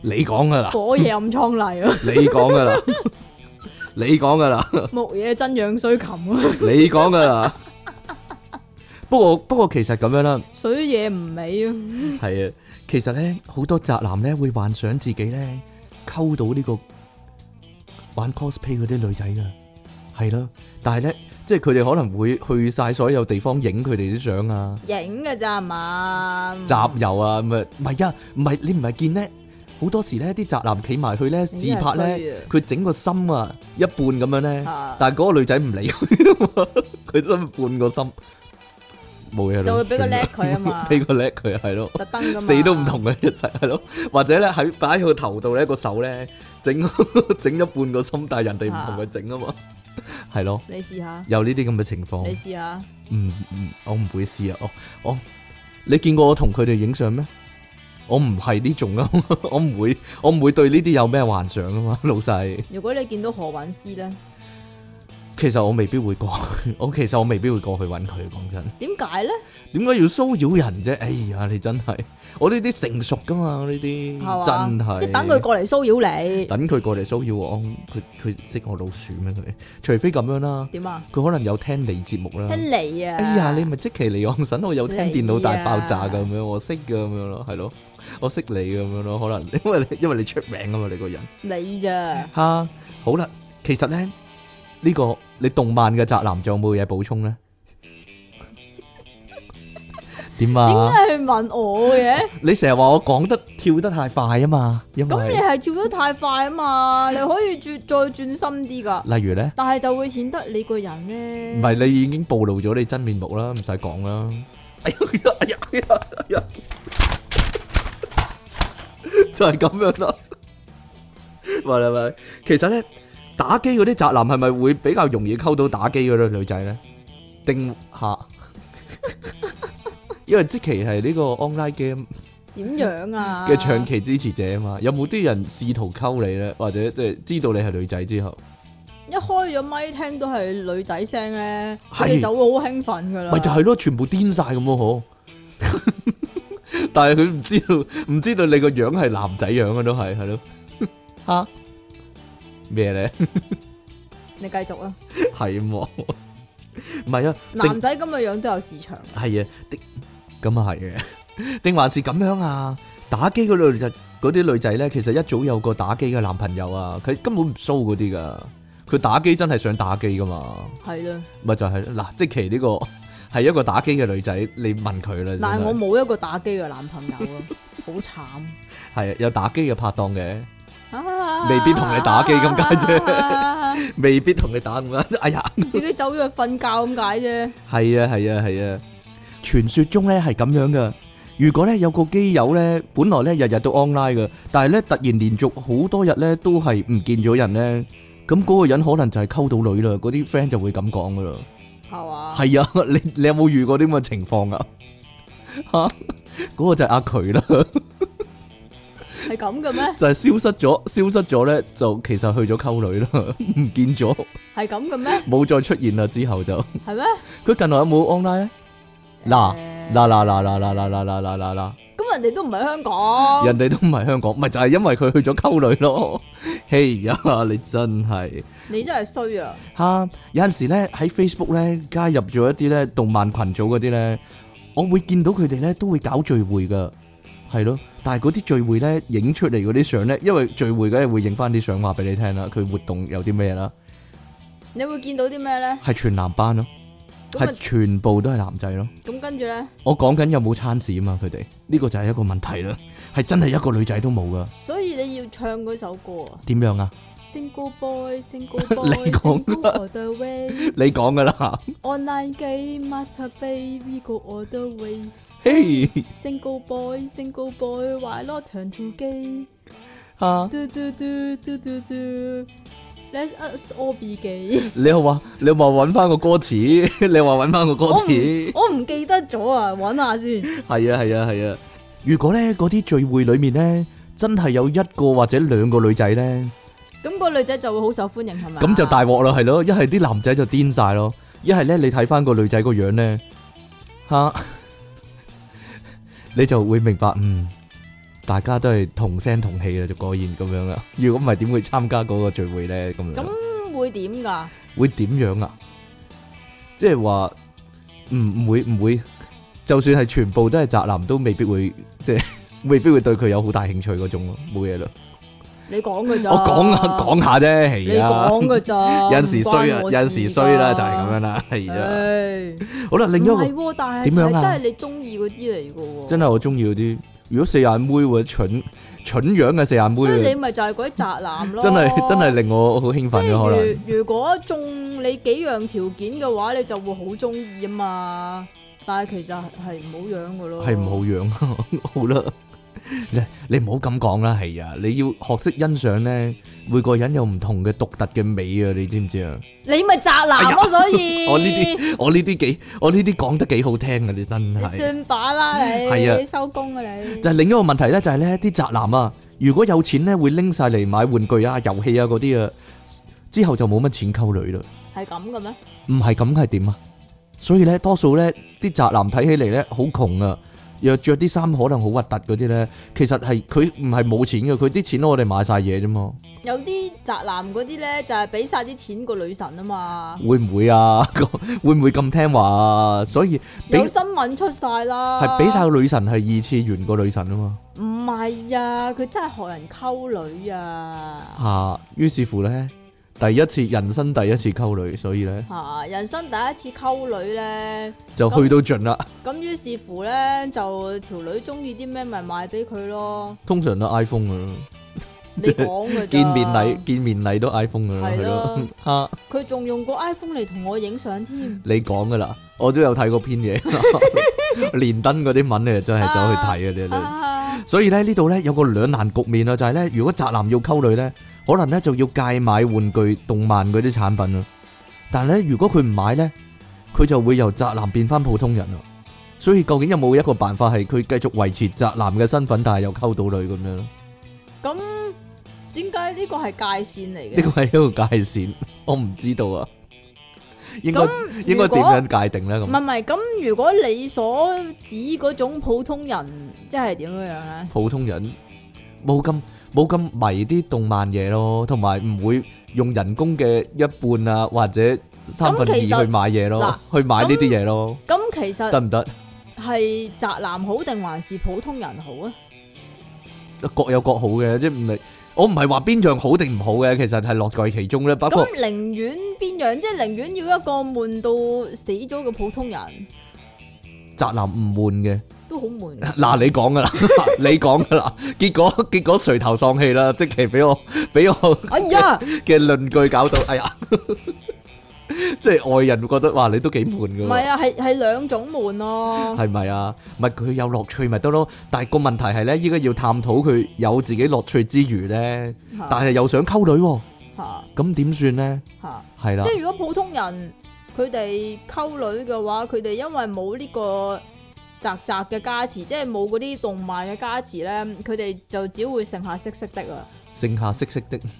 A: 你講噶啦，
B: 火野暗
A: [LAUGHS]
B: 瘡嚟啊！
A: 你講噶啦，你講噶啦，
B: 木野真樣衰禽啊！
A: 你講噶啦。不過不過，其實咁樣啦，
B: 水野唔美啊！
A: 係啊，其實咧好多宅男咧會幻想自己咧溝到呢個玩 cosplay 嗰啲女仔噶，係咯，但係咧即係佢哋可能會去晒所有地方影佢哋啲相啊。
B: 影嘅咋係嘛？
A: 集郵啊，咪唔係啊，唔係你唔係見咧，好多時咧啲宅男企埋去咧
B: 你
A: 自
B: 真係
A: 拍咧，
B: 衰啊
A: 佢整個心啊一半咁樣咧，
B: 啊
A: 但係嗰個女仔唔理佢，佢真係半個心冇嘢啦，
B: 就會俾個
A: 算啦
B: 叻佢啊嘛
A: [LAUGHS] 俾個叻佢係咯，
B: 特登咁
A: 死都唔同佢一齊係咯， [LAUGHS] 或者咧喺擺喺個頭度咧個手咧整 [LAUGHS] 整咗半個心，但係人哋唔同佢整啊嘛，係咯，
B: 你試下，
A: 有呢啲咁嘅情況
B: 你，試下，
A: 唔唔，我唔會試啊！我我你見過我同佢哋影相咩？我唔係呢種啊， [LAUGHS] 我唔會，我唔會對呢啲有咩幻想啊嘛， [LAUGHS] 老細。
B: 如果你見到何韻詩咧，
A: 其實我未必會過 [LAUGHS] 去，我其實我未必會過去揾佢。講真，
B: 點解咧？
A: 點解要騷擾人啫？哎呀，你真係，我呢啲成熟噶嘛，呢啲
B: 係
A: 真
B: 嘛？
A: 係。
B: 即係等佢過嚟騷擾你，
A: 等佢過嚟騷擾我，佢佢識我老鼠咩？佢除非咁樣啦，
B: 點啊？
A: 佢可能有聽你節目啦。
B: 聽你啊！
A: 哎呀，你咪即其尼昂神，我有聽電腦大爆炸
B: 你
A: 咁
B: 啊
A: 樣，我識嘅咁樣咯，係咯，我識你咁樣咯，可能 [LAUGHS] 因為你因為你出名啊嘛，你個人
B: 你咋？
A: 吓、好啦，其實咧呢、呢個你動漫嘅宅男仲有冇嘢補充
B: [LAUGHS]
A: 咧？點
B: 點
A: 啊？
B: 解去問我嘅？
A: 你成日話我講得跳得太快啊嘛，因
B: 咁你
A: 為
B: 係跳得太快啊嘛，你可以轉再轉深啲噶，
A: 例如咧，
B: 但係就會顯得你個人咧
A: 唔係你已經暴露咗你真面目啦，唔使講啦。哎呀哎呀哎呀哎呀！ [LAUGHS] 就係咁樣啦。喂喂喂，其實咧打機嗰啲宅男係咪會比較容易溝到打機嗰啲女仔咧？定 [LAUGHS] 下，因為即期係呢個 online game
B: 點樣啊？
A: 嘅長期支持者啊嘛，有冇啲人試圖溝你咧，或者即係知道你係女仔之後，
B: 一開咗咪聽到係女仔聲咧，
A: 係
B: 佢哋就會好興奮噶啦。
A: 咪就係咯，全部癲晒咁咯，嗬！ [LAUGHS] 但係佢唔知道，唔知道你個樣係男仔樣嘅啊都係，
B: [LAUGHS]
A: 係咯，吓咩咧？ [LAUGHS]
B: 你繼續啊！
A: 係喎，唔係啊，定
B: 男仔咁嘅樣都有市場，
A: 係啊，定咁啊係嘅， [LAUGHS] 定還是咁樣啊？打機嗰女仔，嗰啲女仔咧，其實一早有個打機嘅男朋友啊，佢根本唔騷嗰啲噶，佢打機真係想打機噶嘛，
B: 係啦。
A: 咪就係咯嗱，即其呢個係一個打機嘅女仔，你問佢啦。真
B: 但係
A: 係
B: 我冇一個打機嘅男朋友啊， [LAUGHS] 好慘
A: 系啊，有打機嘅拍檔嘅，
B: 啊！
A: 未必同你打機咁解
B: [LAUGHS] 啫，
A: [LAUGHS] 未必同你打咁樣。哎呀，
B: 自己走咗去瞓覺咁解啫。
A: 係啊，係啊，係啊。傳說中咧係咁樣嘅。如果咧有個基友咧，本來咧日日都 online 嘅，但係咧突然連續好多日咧都係唔見咗人咧，咁嗰個人可能就係溝到女啦，嗰啲 friend 就會咁講噶啦。
B: 系嘛？
A: 係啊， [LAUGHS] 你你有冇遇過啲咁嘅情況啊？ [LAUGHS] 吓，嗰個就係阿渠啦， [LAUGHS]
B: 系咁嘅咩？
A: 就係消失咗，消失咗咧就其實去咗溝女啦，唔見咗，
B: 系咁嘅咩？
A: 冇再出現啦。之後就
B: 系咩？
A: 佢近來有冇 online 咧？嗱
B: 誒
A: 嗱嗱嗱嗱嗱嗱嗱嗱嗱嗱。
B: 咁人哋都唔喺香港，
A: 人哋都唔係香港，咪就係因為佢去咗溝女咯。 [LAUGHS] 嘿呀，你真係
B: 你真系衰啊！
A: 吓、有陣時咧喺 Facebook 咧加入咗一啲咧動漫群組嗰啲咧，我會見到佢哋咧都會搞聚會噶，係咯。但係嗰啲聚會咧影出嚟嗰啲相咧，因為聚會梗係會影翻啲相話俾你聽啦，佢活動有啲咩啦，
B: 你會見到啲咩咧？
A: 係全男班咯，
B: 咁
A: 係
B: 啊，
A: 全部都係男仔咯。
B: 咁跟住咧，
A: 我講緊有冇餐事啊嘛，佢哋呢個就係一個問題啦，係真係一個女仔都冇噶，
B: 所以你要唱嗰首歌啊
A: 點樣啊？
B: ，Single Boy，Single Boy，
A: [LAUGHS] 你講
B: Single all the way，
A: 你講噶啦，
B: online game master baby go all the way，Single
A: 嘿
B: boy，Single boy，why not turn to gay？
A: 啊！
B: 嘟嘟嘟嘟嘟嘟，Let us all
A: [LAUGHS]
B: be gay。
A: 你又話你又話揾翻個歌詞， [LAUGHS] 你又話揾翻個歌
B: 我唔
A: 詞，
B: 我唔記得咗啊，揾下先。
A: 係啊係啊係啊！如果咧嗰啲聚會裡面咧，真係有一個或者兩個女仔咧，
B: 咁個女仔就會好受歡迎係咪啊？
A: 咁就大鑊啦，係咯，一係啲男仔就癲晒咯，一係咧你睇翻個女仔個樣咧，吓 [LAUGHS] 你就會明白，嗯，大家都係同聲同氣啦，就果然咁樣啦。如果唔係點會參加嗰個聚會咧？咁樣
B: 咁會點㗎？
A: 会点样啊？即系话唔唔会唔会，就算系全部都系宅男，都未必会即系未必会对佢有好大兴趣嗰种咯，冇嘢啦。
B: 你講㗎咋？
A: 我讲下讲下啫，
B: 你
A: 系啊，
B: 講㗎咋？
A: [LAUGHS] 有阵时衰啊，
B: 唔關
A: 有
B: 我事㗎
A: 阵时衰啦，就系咁。样
B: [LAUGHS]
A: 啦，系啊。
B: 唉
A: 好啦，另一
B: 唔係
A: 个
B: 喎，但係
A: 點樣啊
B: 真係你中意嗰啲嚟㗎喎。
A: 真系我中意嗰啲，如果四眼妹或者蠢蠢样嘅四眼妹
B: 所以你
A: 啊，
B: 咪就係嗰啲宅男咯。
A: 真系真系。令我好兴
B: 即
A: 奋嘅可能
B: 係。如如果中你幾樣條件嘅話，你就會好中意啊嘛。但係其實係唔好樣㗎咯。
A: 系唔好樣， [LAUGHS] 好啦，你你唔好咁講啦，係啊，你要學識欣賞咧，每個人有唔同嘅獨特嘅美啊，你知唔知啊？
B: 你咪宅
A: 哎
B: 男
A: 呀
B: 咯，所
A: [LAUGHS]
B: 以
A: 我呢啲我呢啲幾我呢啲講得幾好聽啊，你真
B: 你
A: 係。
B: [LAUGHS] 算把啦你，
A: 係啊
B: 你收工啊你。
A: 就係另一個問題咧，就係咧啲宅男啊，如果有錢咧，會拎晒嚟買玩具啊、遊戲啊嗰啲啊，之後就冇乜錢溝女啦。
B: 係咁嘅咩？
A: 唔係咁係點啊？所以咧，多數咧啲宅男睇起嚟咧好窮啊，又着啲衫可能好核突嗰啲咧，其實係佢唔係冇錢嘅，佢啲錢攞我哋買晒嘢啫嘛，
B: 有啲宅男嗰啲咧，就係俾晒啲錢個女神啊嘛，
A: 會唔會啊？ [LAUGHS] 會唔會咁聽話啊？所以俾
B: 有新啊聞出晒啦。
A: 係俾晒個女神係二次元個女神啊嘛，
B: 唔係啊，佢真係學人溝女啊！
A: 啊，於是乎咧，第一次人生第一次溝女，所以咧
B: 嚇、啊人生第一次溝女咧，
A: 就去到盡啦。
B: 咁於是乎咧，就條女中意啲咩咪買俾佢
A: [LAUGHS]
B: 咯。
A: 通常都 iPhone 噶
B: 啊
A: 啦，
B: 你講嘅咋
A: 見面禮，見面禮都 iPhone 噶啦，
B: 係
A: 係
B: 咯
A: 咯， [LAUGHS] 嚇。
B: 佢仲用個 iPhone 嚟同我影相添。
A: 你講噶啦，我都有睇過篇
B: [LAUGHS]
A: 嘢，連登嗰啲文你就真 [LAUGHS] 係走去睇嘅你都。
B: 啊
A: 所以咧呢度咧有個兩難局面啊，就係咧如果宅男要溝女咧，可能咧就要戒買玩具、動漫嗰啲產品啊。但係咧如果佢唔買咧，佢就會由宅男變翻普通人啊。所以究竟有冇一個辦法係佢繼續維持宅男嘅身份，但係又溝到女咁樣咧？
B: 咁點解呢個係界線嚟嘅
A: 呢？個係一個界線， [LAUGHS] 我唔知道啊。應該應該
B: 如果
A: 點樣界定咧？
B: 唔
A: 咁
B: 係唔係，咁如果你所指嗰種普通人，即係點樣樣咧？
A: 普通人冇咁冇咁迷啲動漫嘢咯，同埋唔會用人工嘅一半啊或者三分二
B: 咁
A: 去
B: 其實
A: 買嘢咯，去買呢啲嘢咯，
B: 咁其
A: 得
B: 實
A: 唔得？
B: 係宅男好定還是普通人好啊？
A: 各有各好嘅，即係唔係我唔係話邊樣好定唔好嘅，其實係樂在其中咧。不過
B: 咁寧願邊樣？即係寧願要一個悶到死咗嘅普通人，
A: 宅男唔悶嘅，
B: 都好悶㗎。
A: 嗱你講噶啦， [LAUGHS] 你講噶啦，結果結果垂頭喪氣啦，即期俾我俾我
B: 哎呀，
A: 嘅論據搞到，哎呀， [LAUGHS] 即係外人會覺得哇，你都幾悶
B: 唔
A: 噶
B: 係
A: 喎，
B: 啊，係係兩種悶咯。
A: 係咪啊？咪佢有樂趣咪得咯。但係個問題係咧，依家要探討佢有自己樂趣之餘咧，
B: 嚇
A: 但係又想溝女喎，
B: 嚇
A: 咁點算咧？
B: 嚇
A: 係啦
B: 即，係如果普通人佢哋溝女嘅話，佢哋因為冇呢個宅宅嘅加持，即係冇嗰啲動漫嘅加持咧，佢哋就只會剩下色色的啊，
A: 剩下色色的 [LAUGHS]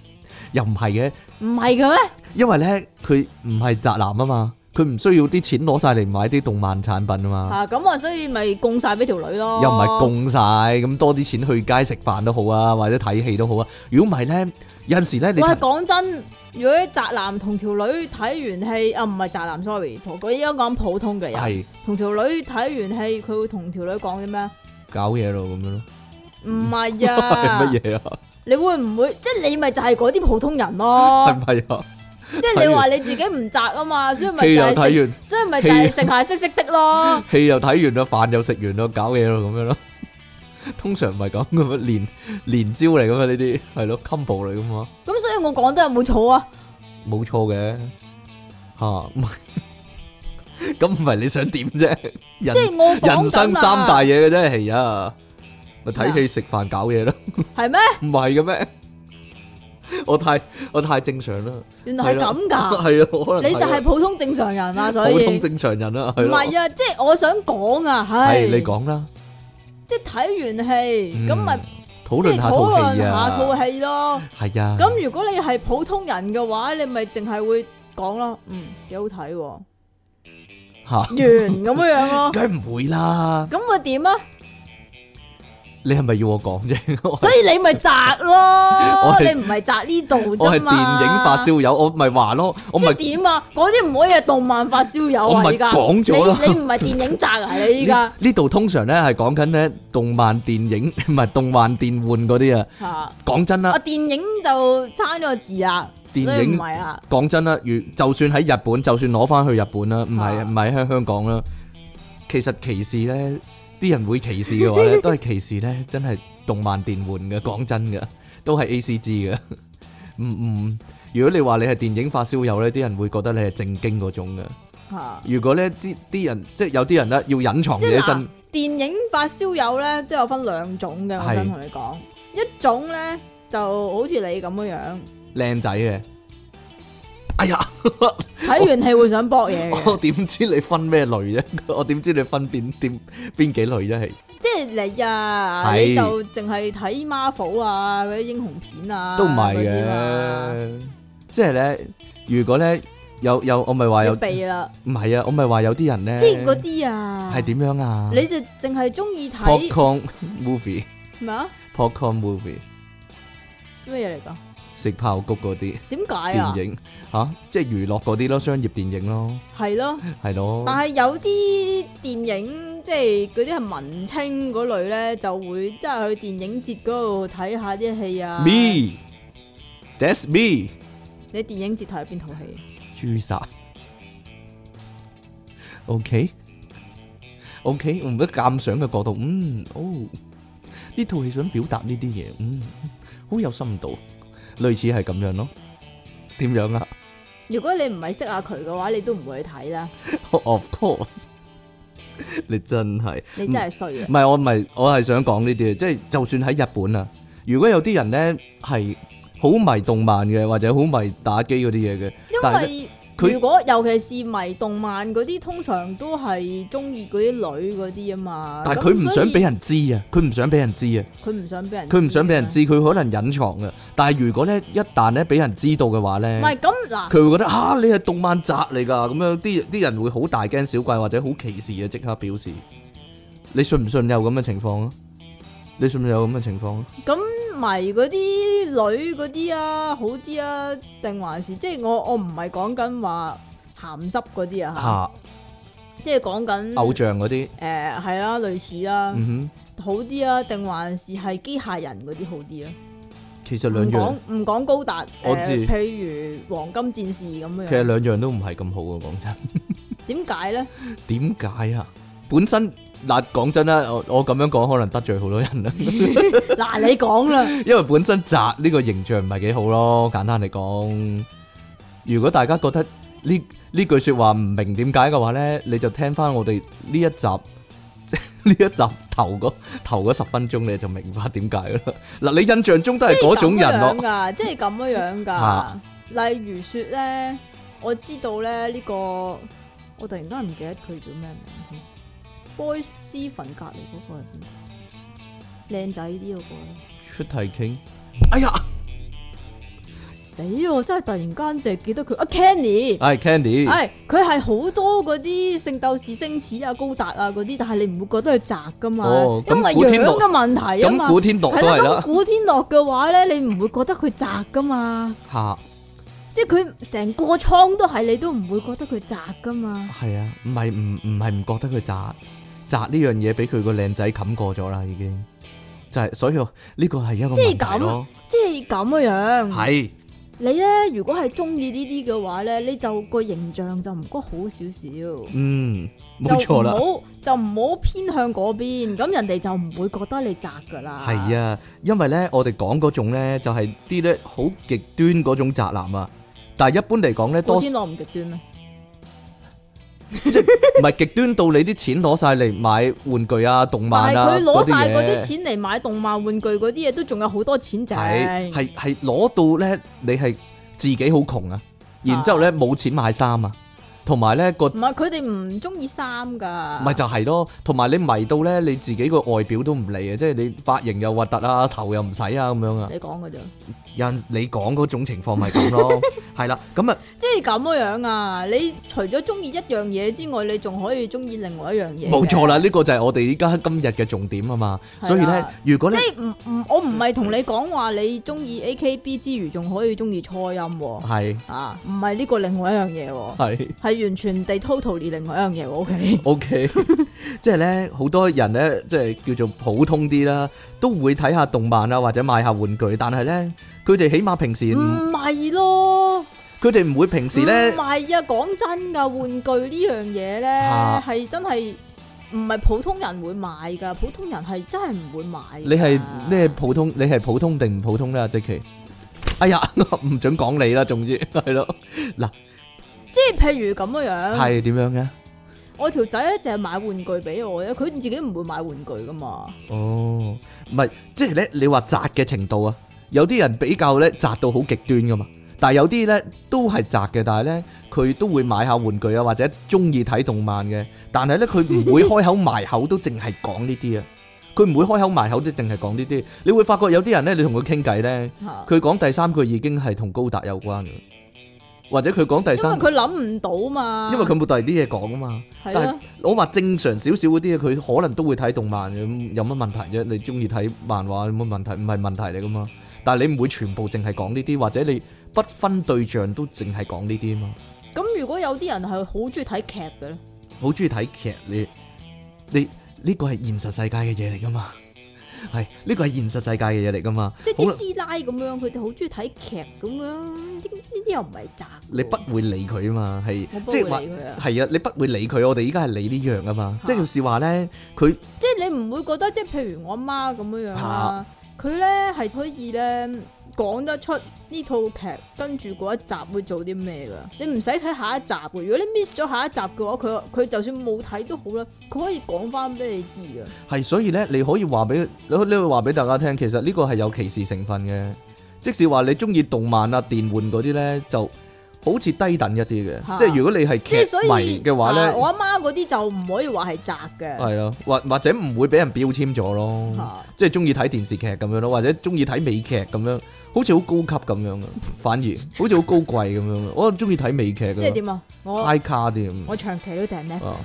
A: 又唔係嘅。
B: 唔係嘅咩？
A: 因為咧佢唔係宅男啊嘛，佢唔需要啲錢攞晒嚟買啲動漫產品啊嘛，
B: 啊咁啊，所以咪供晒俾條女咯，
A: 又唔係供晒，咁多啲錢去街食飯都好啊，或者睇戲都好啊。如果唔係咧，有陣時咧你
B: 喂，講真，如果宅男同條女睇完戲，啊唔係宅男，sorry，普我依家講普通嘅人，
A: 係
B: 同條女睇完戲，佢會同條女講啲咩？
A: 搞嘢咯咁樣咯，
B: 唔係
A: [LAUGHS] 係
B: 啊，
A: 乜嘢啊？
B: 你會唔會即係你咪就係嗰啲普通人咯？
A: 係咪啊？
B: 即係你話你自己唔宅啊嘛，所以咪
A: 戲
B: 就
A: 又
B: 係食，
A: 睇完，
B: 所以咪就係食下色色的咯。
A: [LAUGHS] 戲又睇完啦，飯又食完啦，搞嘢咯咁 [LAUGHS] 樣咯。通常唔係咁噶嘛，連連招嚟噶嘛呢啲係咯 combo 嚟噶嘛，
B: 咁所以我講得有冇錯啊？
A: 冇錯嘅吓，唔 [LAUGHS] 係咁唔係你想點啫？人
B: 即係我講
A: 人生
B: 緊
A: 三
B: 啊
A: 大，嘢嘅啫，係啊，咪睇戲、食飯、搞 [LAUGHS] 嘢咯，
B: 係咩？
A: 唔係嘅咩？我太我太正常啦，
B: 原來係咁
A: [LAUGHS]
B: 㗎，
A: 係啊，可能
B: 你就係
A: 係
B: 普通正常人啊，所
A: 普通
B: 以。
A: 正常人啦，
B: 唔
A: 係咯，
B: 係啊，即係我想講啊，
A: 係
B: 係
A: 你講啦，
B: 即係睇完戲
A: 嗯
B: 咁咪
A: 討
B: 即
A: 論
B: 係
A: 下
B: 討
A: 套
B: 論
A: 戲
B: 下套
A: 啊，
B: 戲咯。
A: 係啊，
B: 咁如果你係普通人嘅話，你咪淨係會講咯，嗯，幾好
A: [LAUGHS]
B: 睇喎，
A: 吓，
B: 完咁樣樣咯。
A: 梗唔會啦，
B: 咁會點啊？
A: 你係咪要我講啫？ [LAUGHS] 我
B: [LAUGHS] 所以你咪宅
A: [LAUGHS]
B: 咯，
A: 係
B: 你唔係宅呢度
A: 我係
B: 啫嘛。
A: 電影發燒友，我咪話咯，我
B: 即
A: 咪
B: 係點啊？嗰啲唔可以係動漫發燒友
A: 我
B: 啊！
A: 咪
B: 依家
A: 講咗啦
B: 你你唔係電影
A: [LAUGHS]
B: 宅啊！你依家
A: 呢呢度通常咧係講緊咧動漫電影，唔係動漫電玩嗰啲啊，
B: 嚇，啊
A: 講真啦。
B: 電影就差咗個字啦，所
A: 電影
B: 以唔係啊啦，
A: 講真啦，如就算喺日本，就算攞翻去日本啦，唔係
B: 啊
A: 唔係喺香港啦，其實歧視咧，啲人會歧視嘅話咧，都係歧視咧，真係動漫電玩嘅，講真嘅，都係 A C G 嘅，唔唔，如果你話你係電影發燒友咧，啲人會覺得你係正經嗰種嘅。
B: 嚇。
A: 如果咧啲啲人即係有啲人咧要隱藏自
B: 即
A: 己
B: 係啊
A: 身
B: 嗱，電影發燒友咧都有分兩種嘅，我
A: 係
B: 想同你講，一種咧就好似你咁樣樣，
A: 靚仔嘅，哎呀，
B: 睇完戲會想搏嘢
A: [LAUGHS]
B: 嘅，
A: 我點知你分咩類啫？我點知你分邊點邊幾類啫？係。
B: 即係你啊，
A: 係
B: 你就淨係睇 Marvel 啊嗰啲英雄片啊，
A: 都唔係
B: 嗰啲嘛，
A: 嘅，即係咧，如果咧有有，我咪話有
B: 你避啦，
A: 唔係啊，我咪話有啲人咧，
B: 即係嗰啲啊，
A: 係點樣啊？
B: 你就淨係中意
A: [LAUGHS]
B: 睇
A: popcorn movie、
B: 咩啊？
A: popcorn movie
B: 咩嘢嚟噶？
A: 食爆谷嗰啲
B: 點解啊？
A: 電影吓，即係娛樂嗰啲咯，商業電影咯，
B: 係咯，
A: 係咯，
B: 但係有啲電影即係嗰啲係文青嗰類咧，就會即係去電影節嗰度睇下啲戲啊。
A: me that's me
B: 你電影節睇邊套戲？
A: 豬殺，OK OK，我唔得鑑賞嘅角度，嗯，哦，呢套戲想表達呢啲嘢，嗯，好有深度，類似係咁樣咯。點樣啊 [LAUGHS]
B: 如果你唔係識下佢嘅話，你都唔會去睇啦。
A: ？Of course，你真係嗯
B: 你真係衰啊
A: 唔！係我唔係我係想講呢啲，即係就算喺日本啊，如果有啲人咧係好迷動漫嘅，或者好迷打機嗰啲嘢嘅，但係
B: 因
A: 佢
B: 為如果尤其是迷動漫嗰啲，通常都係中意嗰啲女嗰啲啊嘛。
A: 但係佢唔
B: 咁所以
A: 想俾人知啊，佢唔想俾人知啊。
B: 佢唔想俾人，啊
A: 佢唔想俾人。知，佢可能隱藏嘅。但係如果咧一旦咧俾人知道嘅話
B: 唔
A: 咧，
B: 係咁嗱，
A: 佢會覺得嚇、啊你係動漫宅嚟㗎，咁樣啲啲人會好大驚小怪或者好歧視啊！即刻表示，你信唔信有咁嘅情況啊？你信唔信有咁嘅情況啊？
B: 迷嗰啲女嗰啲啊，好啲啊，定還是即係我我唔係講緊話鹹濕嗰啲
A: 嚇、
B: 啊嗯嚇，即係講緊
A: 偶像嗰啲，
B: 誒係啦，類似啦，
A: 嗯
B: 好啲啊，定還是係機械人嗰啲好啲啊？
A: 哼，其實兩
B: 唔
A: 樣
B: 講，唔講高達，誒、
A: 我知
B: 譬如黃金戰士咁
A: 其實
B: 樣，
A: 兩樣都唔係咁好嘅。講真，
B: 點解咧？
A: 點解啊？本身嗱講真啦，我我咁樣講可能得罪好多人啦。
B: 嗱，你講啦，
A: 因為本身宅呢個形象唔係幾好咯，簡單嚟講，如果大家覺得呢呢句说話唔明點解嘅話咧，你就聽翻我哋呢一集，即係 [LAUGHS] 呢一集頭嗰頭嗰十分鐘，你就明白點解㗎啦。嗱，你印象中都係嗰種人咯，
B: 噶，即係咁
A: [LAUGHS]
B: 樣樣噶
A: 啊。
B: 例如说咧，我知道咧呢個，我突然間唔記得佢叫咩名添。Boy Stephen 隔離嗰個係邊個靚仔啲嗰個咧，
A: 出題傾。哎呀，
B: 死咯！真係突然間就係記得佢啊
A: 係
B: ，Kenny。
A: 哎 Candy，
B: 系佢係好多嗰啲聖鬥士星矢啊、高達啊嗰啲，但係你唔會覺得佢宅噶嘛？
A: 哦咁
B: 因為
A: 古天
B: 樣
A: 樂
B: 嘅問題啊
A: 咁
B: 嘛。
A: 古天樂都
B: 係
A: 係
B: 啦，咁
A: 啦，
B: 古天樂嘅話咧，你唔會覺得佢宅噶嘛？
A: 吓
B: 即係佢成個倉都係，你都唔會覺得佢宅噶嘛？
A: 係啊，唔係唔唔係唔覺得佢渣渣呢樣嘢俾佢個靚仔冚過咗啦，已經就係所以我呢個係一個
B: 即係
A: 問題咯，
B: 即係咁樣樣。
A: 係
B: 你咧，如果係中意呢啲嘅話咧，你就個形象就唔該好少少。
A: 嗯冇
B: 就
A: 錯
B: 唔
A: 啦。
B: 好就唔好偏向嗰邊，咁人哋就唔會覺得你宅噶啦。
A: 係啊，因為咧，我哋講嗰種咧，就係啲咧好極端嗰種宅男啊。但係一般嚟講咧，多唔
B: 古天樂唔極端啊咩？
A: 係極端到你啲錢攞晒嚟買玩具啊、動
B: 但
A: 漫
B: 係
A: 啊
B: 佢攞晒嗰啲
A: 嘢，
B: 錢嚟買動漫玩具嗰啲嘢，都仲有好多錢剩。
A: 係係係攞到咧，你係自己好窮啊，然之後咧冇錢買衫啊，同埋咧個
B: 唔係佢哋唔中意衫噶。
A: 咪就係咯，同埋你迷到咧你自己個外表都唔理啊，即係你髮型又核突啊，頭又唔使啊咁樣啊。
B: 你講嘅啫，
A: 有陣你講嗰種情況咪咁咯，
B: [LAUGHS]
A: 係啦，咁啊。
B: 即係咁樣啊！你除咗中意一樣嘢之外，你仲可以中意另外一樣嘢嘅。
A: 冇錯啦，呢個就係我哋依家今日嘅重點啊嘛。
B: 係啦
A: 所以咧，如果
B: 即
A: 咧
B: 係唔唔，我唔係同你講話你中意 A K B 之餘，仲可以中意初音喎。
A: 係
B: 啊，唔係呢個另外一樣嘢喎，
A: 係
B: 係完全地 totally 另外一樣嘢喎。O K，
A: OK，即係咧好多人咧，即係叫做普通啲啦，都會睇下動漫啊，或者買下玩具。但係咧，佢哋起碼平時唔，
B: 唔係咯，唔
A: 佢哋唔會平時咧
B: 係啊！講真㗎，玩具呢樣嘢咧
A: 嚇
B: 係真係唔係普通人會買㗎，普通人係真係唔會買㗎。
A: 你係你係普通，你係普通定唔普通咧？阿即奇，哎呀， [LAUGHS] 唔准講你啦，總之係咯，
B: 即係譬如咁樣樣。
A: 係點樣嘅？
B: 我條仔咧就係買玩具俾我嘅，佢自己唔會買玩具噶嘛。
A: 哦，唔係，即係咧，你話宅嘅程度啊，有啲人比較咧宅到好極端噶嘛，但係有啲咧都係宅嘅，但係咧佢都會買下玩具啊，或者中意睇動漫嘅，但係咧佢唔會開口埋口都淨係講呢啲啊，佢唔會開口埋口都淨係講呢啲，你會發覺有啲人咧，你同佢傾偈咧，
B: 嚇
A: 佢講第三句已經係同高達有關嘅，或者佢講第
B: 因為
A: 三，
B: 佢諗唔到嘛。
A: 因為佢冇第二啲嘢講啊嘛。
B: 係
A: 但
B: 咯
A: 係，我話正常少少嗰啲嘢，佢可能都會睇動漫嘅，咁有乜問題啫？你中意睇漫畫有乜問題？唔係問題嚟噶嘛。但係你唔會全部淨係講呢啲，或者你不分對象都淨係講呢啲啊嘛。
B: 咁如果有啲人係好中意睇劇嘅咧，
A: 好中意睇劇，你你呢個係現實世界嘅嘢嚟噶嘛？係呢個係現實世界嘅嘢嚟噶嘛？
B: 即係
A: 好
B: 啲
A: 啦，
B: 師奶咁樣，佢哋好中意睇劇咁樣，呢呢啲又唔係宅。
A: 你不，會理佢啊嘛？係
B: 我不
A: 即係
B: 會
A: 話
B: 理佢啊。
A: 係啊，你不會理佢。我哋依家係理呢樣啊嘛，
B: 嚇
A: 即係就是話咧，佢
B: 即係你唔會覺得，即係譬如我阿媽咁樣樣啦，佢咧係可以咧講得出呢套劇跟住嗰一集會做啲咩噶，你唔使睇下一集嘅。如果你 miss 咗下一集嘅話，佢佢就算冇睇都好啦，佢可以講翻俾你知噶。
A: 係，所以咧，你可以話俾你可你可以話俾大家聽，其實呢個係有歧視成分嘅。即使話你中意動漫啊、電玩嗰啲咧，就好似低等一啲嘅。
B: 嚇
A: 即係如果你係劇
B: 即係所以
A: 迷嘅話
B: 啊我
A: 咧，
B: 阿媽嗰啲就唔可以話係宅嘅。
A: 係咯，或或者唔會俾人標籤咗咯。
B: 嚇
A: 即係中意睇電視劇咁樣咯，或者中意睇美劇咁樣，好似好高級咁樣嘅，啊反而好似好高貴咁樣嘅。啊我中意睇美劇
B: 即係
A: 嘅
B: 點啊？我
A: ，high 卡啲咁，
B: 我長期都訂 Netflix
A: 啊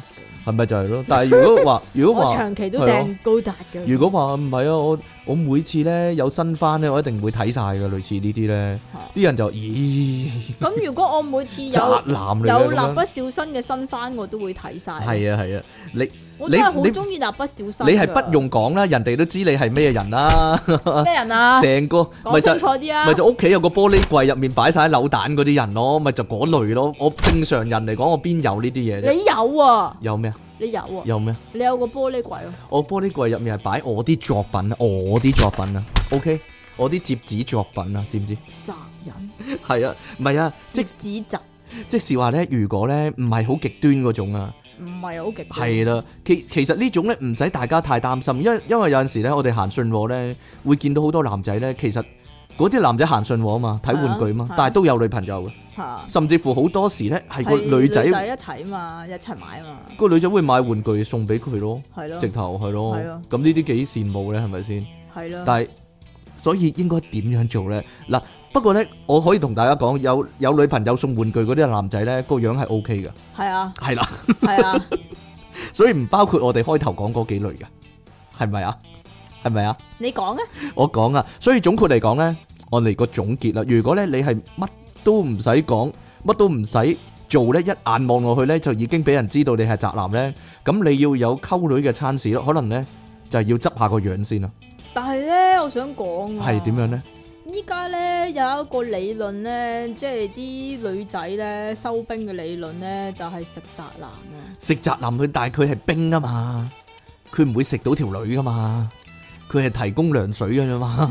B: 嘅，
A: 係咪就係咯？但係如果話，如果
B: 我
A: 話
B: 長期都
A: 係咯
B: 訂高達嘅。
A: 如果話唔係啊，我我每次咧有新番咧，我一定會睇晒嘅，類似呢啲咧
B: 嚇，
A: 啲人就咦
B: 咁如果我每次
A: 宅
B: 有
A: 男嚟
B: 有
A: 嘅咁
B: 蠟
A: 樣，
B: 筆小新嘅新番，我都會睇晒。
A: 係啊係啊，你
B: 我
A: 你
B: 真係好
A: 你
B: 中意蠟筆小新。
A: 你係不用講啦，人哋都知你係咩人啦，
B: 咩人啊？
A: 成個咪
B: 講
A: 就
B: 清楚啲啊！
A: 咪就屋企有個玻璃櫃入面擺晒扭蛋嗰啲人咯，咪就嗰類咯。我正常人嚟講，我邊有呢啲嘢啫？
B: 你有啊，
A: 有咩啊？
B: 你有啊，
A: 有咩啊？
B: 你有個玻璃櫃咯。啊
A: 我玻璃櫃入面係擺我啲作品啊，我啲作品啊，OK，我啲摺紙作品啊，知唔知？
B: 宅人，
A: 係啊，唔係啊，即
B: 即紙集，
A: 即是話咧，如果咧唔係好極端嗰種啊，
B: 唔係好極端。
A: 係啦，其其實呢種咧唔使大家太擔心，因為因為有陣時咧，我哋行信和咧會見到好多男仔咧，其實嗰啲男仔行信和啊嘛，睇玩具嘛，
B: 係啊
A: 但係都有女朋友嘅，
B: 嚇，
A: 甚至乎好多時咧係個
B: 係
A: 女仔
B: 女仔一齊嘛，一齊買啊嘛，
A: 個女仔會買玩具送俾佢咯，
B: 係咯，
A: 直頭係咯，
B: 係咯
A: 咁呢啲幾羨慕咧，係咪先？
B: 係咯，
A: 但係所以應該點樣做咧？嗱，不過咧，我可以同大家講，有有女朋友送玩具嗰啲男仔咧，個樣係 O K 嘅，
B: 係啊，
A: 係啦，
B: 係
A: [LAUGHS]
B: 啊，
A: 所以唔包括我哋開頭講嗰幾類嘅，係咪啊？係咪啊？
B: 你講啊，
A: 我講啊，所以總括嚟講咧，我嚟個總結啦。如果咧你係乜都唔使講，乜都唔使做咧，一眼望落去咧就已經俾人知道你係宅男咧，咁你要有溝女嘅餐事咯。可能咧就係要執下個樣先啦。
B: 但係咧，我想講啊，
A: 係點樣咧？
B: 依家咧有一個理論咧，即係啲女仔咧收兵嘅理論咧，就係食宅男啊。
A: 食宅男佢，但係佢係冰啊嘛，佢唔會食到條女噶嘛，佢係提供涼水嘅啫嘛。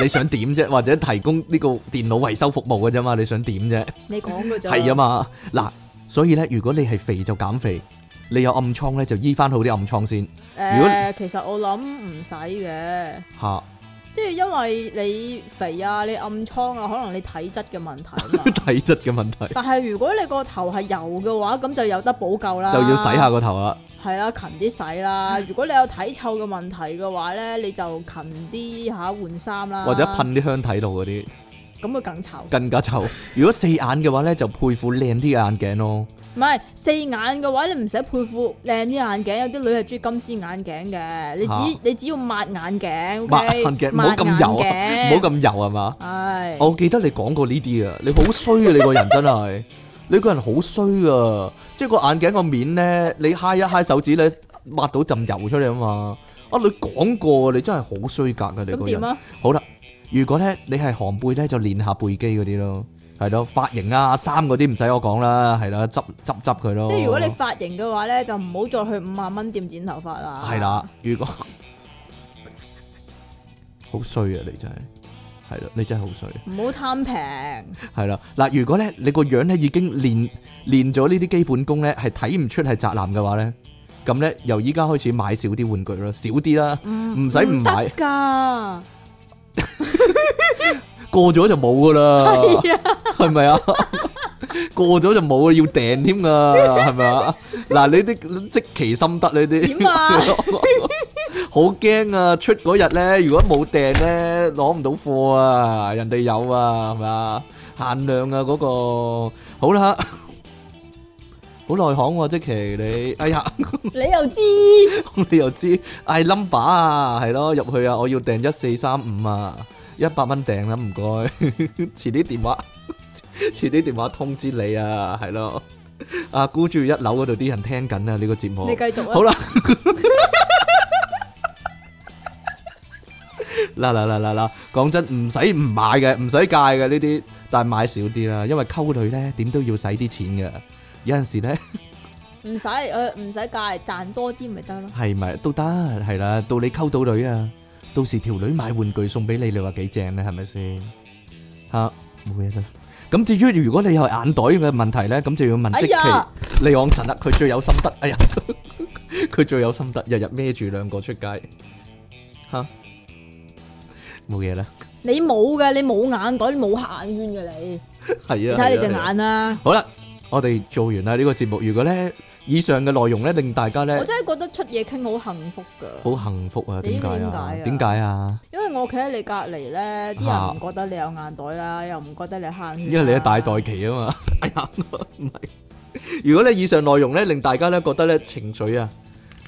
A: 你想點啫？或者提供呢個電腦維修服務嘅啫嘛？你想點啫？
B: 你講嘅咋？
A: 係啊嘛。嗱，所以咧，如果你係肥就減肥，你有暗瘡咧就醫翻好啲暗瘡先
B: 誒
A: 如果
B: 其實我諗唔使嘅，
A: 吓。。
B: 即係因為你肥啊，你暗瘡啊，可能你體質嘅問題啊嘛
A: [LAUGHS] [LAUGHS] 體質嘅問題
B: 但係如果你個頭係油嘅話，咁就有得補救啦。
A: 就要洗下。個頭啊啦。
B: 係啦，勤啲洗
A: [LAUGHS]
B: 啦。如果你有體臭嘅問題嘅話咧，你就勤啲嚇換衫啦。
A: 或者噴啲香體度嗰啲
B: 咁會更臭。
A: 更加臭。如果四眼嘅話咧，就配副靚啲嘅眼鏡咯。
B: 唔係四眼嘅話，你唔使配副靚啲眼鏡，有啲女係中意金絲眼鏡嘅。你只、
A: 嚇
B: 你只要抹眼鏡，OK？
A: 抹眼鏡唔好咁油啊，唔好
B: 抹眼鏡。
A: 咁油係嘛？
B: 唉，
A: 我記得你講過呢啲啊，你好衰啊！你個人真
B: [LAUGHS]
A: 係，你個人好衰啊！即係個眼鏡個面咧，你揩一揩手指咧，抹到浸油出嚟啊嘛！啊，你講過啊，你真係好衰格噶你個
B: 咁
A: 人
B: 點。啊？
A: 好啦，如果咧你係寒背咧，就練下背肌嗰啲咯，係咯，髮型啊、衫嗰啲唔使我講啦，係啦，執執執佢咯。
B: 即係如果你髮型嘅話咧，就唔好再去五萬蚊店剪頭髮啦。
A: 係啦，如果 [LAUGHS] 好衰啊，你真係係啦，你真係好衰。
B: 唔好貪平。
A: 系啦，嗱，如果咧你個樣咧已經練練咗呢啲基本功咧，係睇唔出係宅男嘅話咧，咁咧由依家開始買少啲玩具啦，少啲啦，
B: 嗯
A: 唔使唔買
B: 得，
A: [LAUGHS]
B: 㗎，
A: 過咗就冇噶啦，係咪啊？過咗就冇啊，要訂添噶，係咪啊？嗱，你啲即其心得你啲，
B: 點啊
A: [LAUGHS] 好驚啊！出嗰日咧，如果冇訂咧，攞唔到貨啊，人哋有啊，係咪啊？限量啊，嗰、個好啦，好內行喎、即其你，哎呀，
B: 你又知
A: [LAUGHS] 你又知嗌 number 啊，係咯，入去啊，我要訂一四三五啊，一百蚊訂啦，唔該， [LAUGHS] 遲啲電話， [LAUGHS] 遲啲電話通知你啊，係咯，啊，孤注一樓嗰度啲人聽緊啊，呢、個節目
B: 你。繼續
A: 好
B: 啊。
A: 啦， [LAUGHS] 嗱嗱嗱嗱嗱，講真唔使唔買嘅，唔使戒嘅呢啲，但係買少啲啦，因為溝女咧點都要使啲錢嘅，有陣時咧
B: 唔使誒，唔使戒，賺多啲咪得咯。
A: 係咪都得係啦，到你溝到女啊，到時條女買玩具送俾你，你話幾正咧，係咪先？吓冇嘢啦。咁至於如果你有眼袋嘅問題咧，咁就要問
B: 哎
A: 嗯即
B: 呀
A: 其利昂神啦，佢最有心得。哎呀， [LAUGHS] 佢最有心得，日日孭住兩個出街，吓冇嘢啦。 [LAUGHS]
B: 你冇嘅，你冇眼袋，你冇眼圈嘅你。
A: 係
B: 你
A: 啊，
B: 睇你隻
A: 係啊。係啊
B: 眼啦。
A: 好啦，我哋做完啦呢個節目。如果咧以上嘅內容咧令大家
B: 我
A: 咧
B: 真係覺得出嘢傾好幸福㗎，
A: 哎好幸福啊，
B: 你
A: 點
B: 知唔
A: 解
B: 知
A: 啊？點
B: 點解啊
A: 解啊？
B: 因為我企喺你隔離咧，啲人唔覺得你有眼袋啦，又唔覺得你慳血啦。
A: 因為啊你係大代期啊嘛， [LAUGHS] 哎呀，唔係。如果你以上內容咧令大家咧覺得咧情緒啊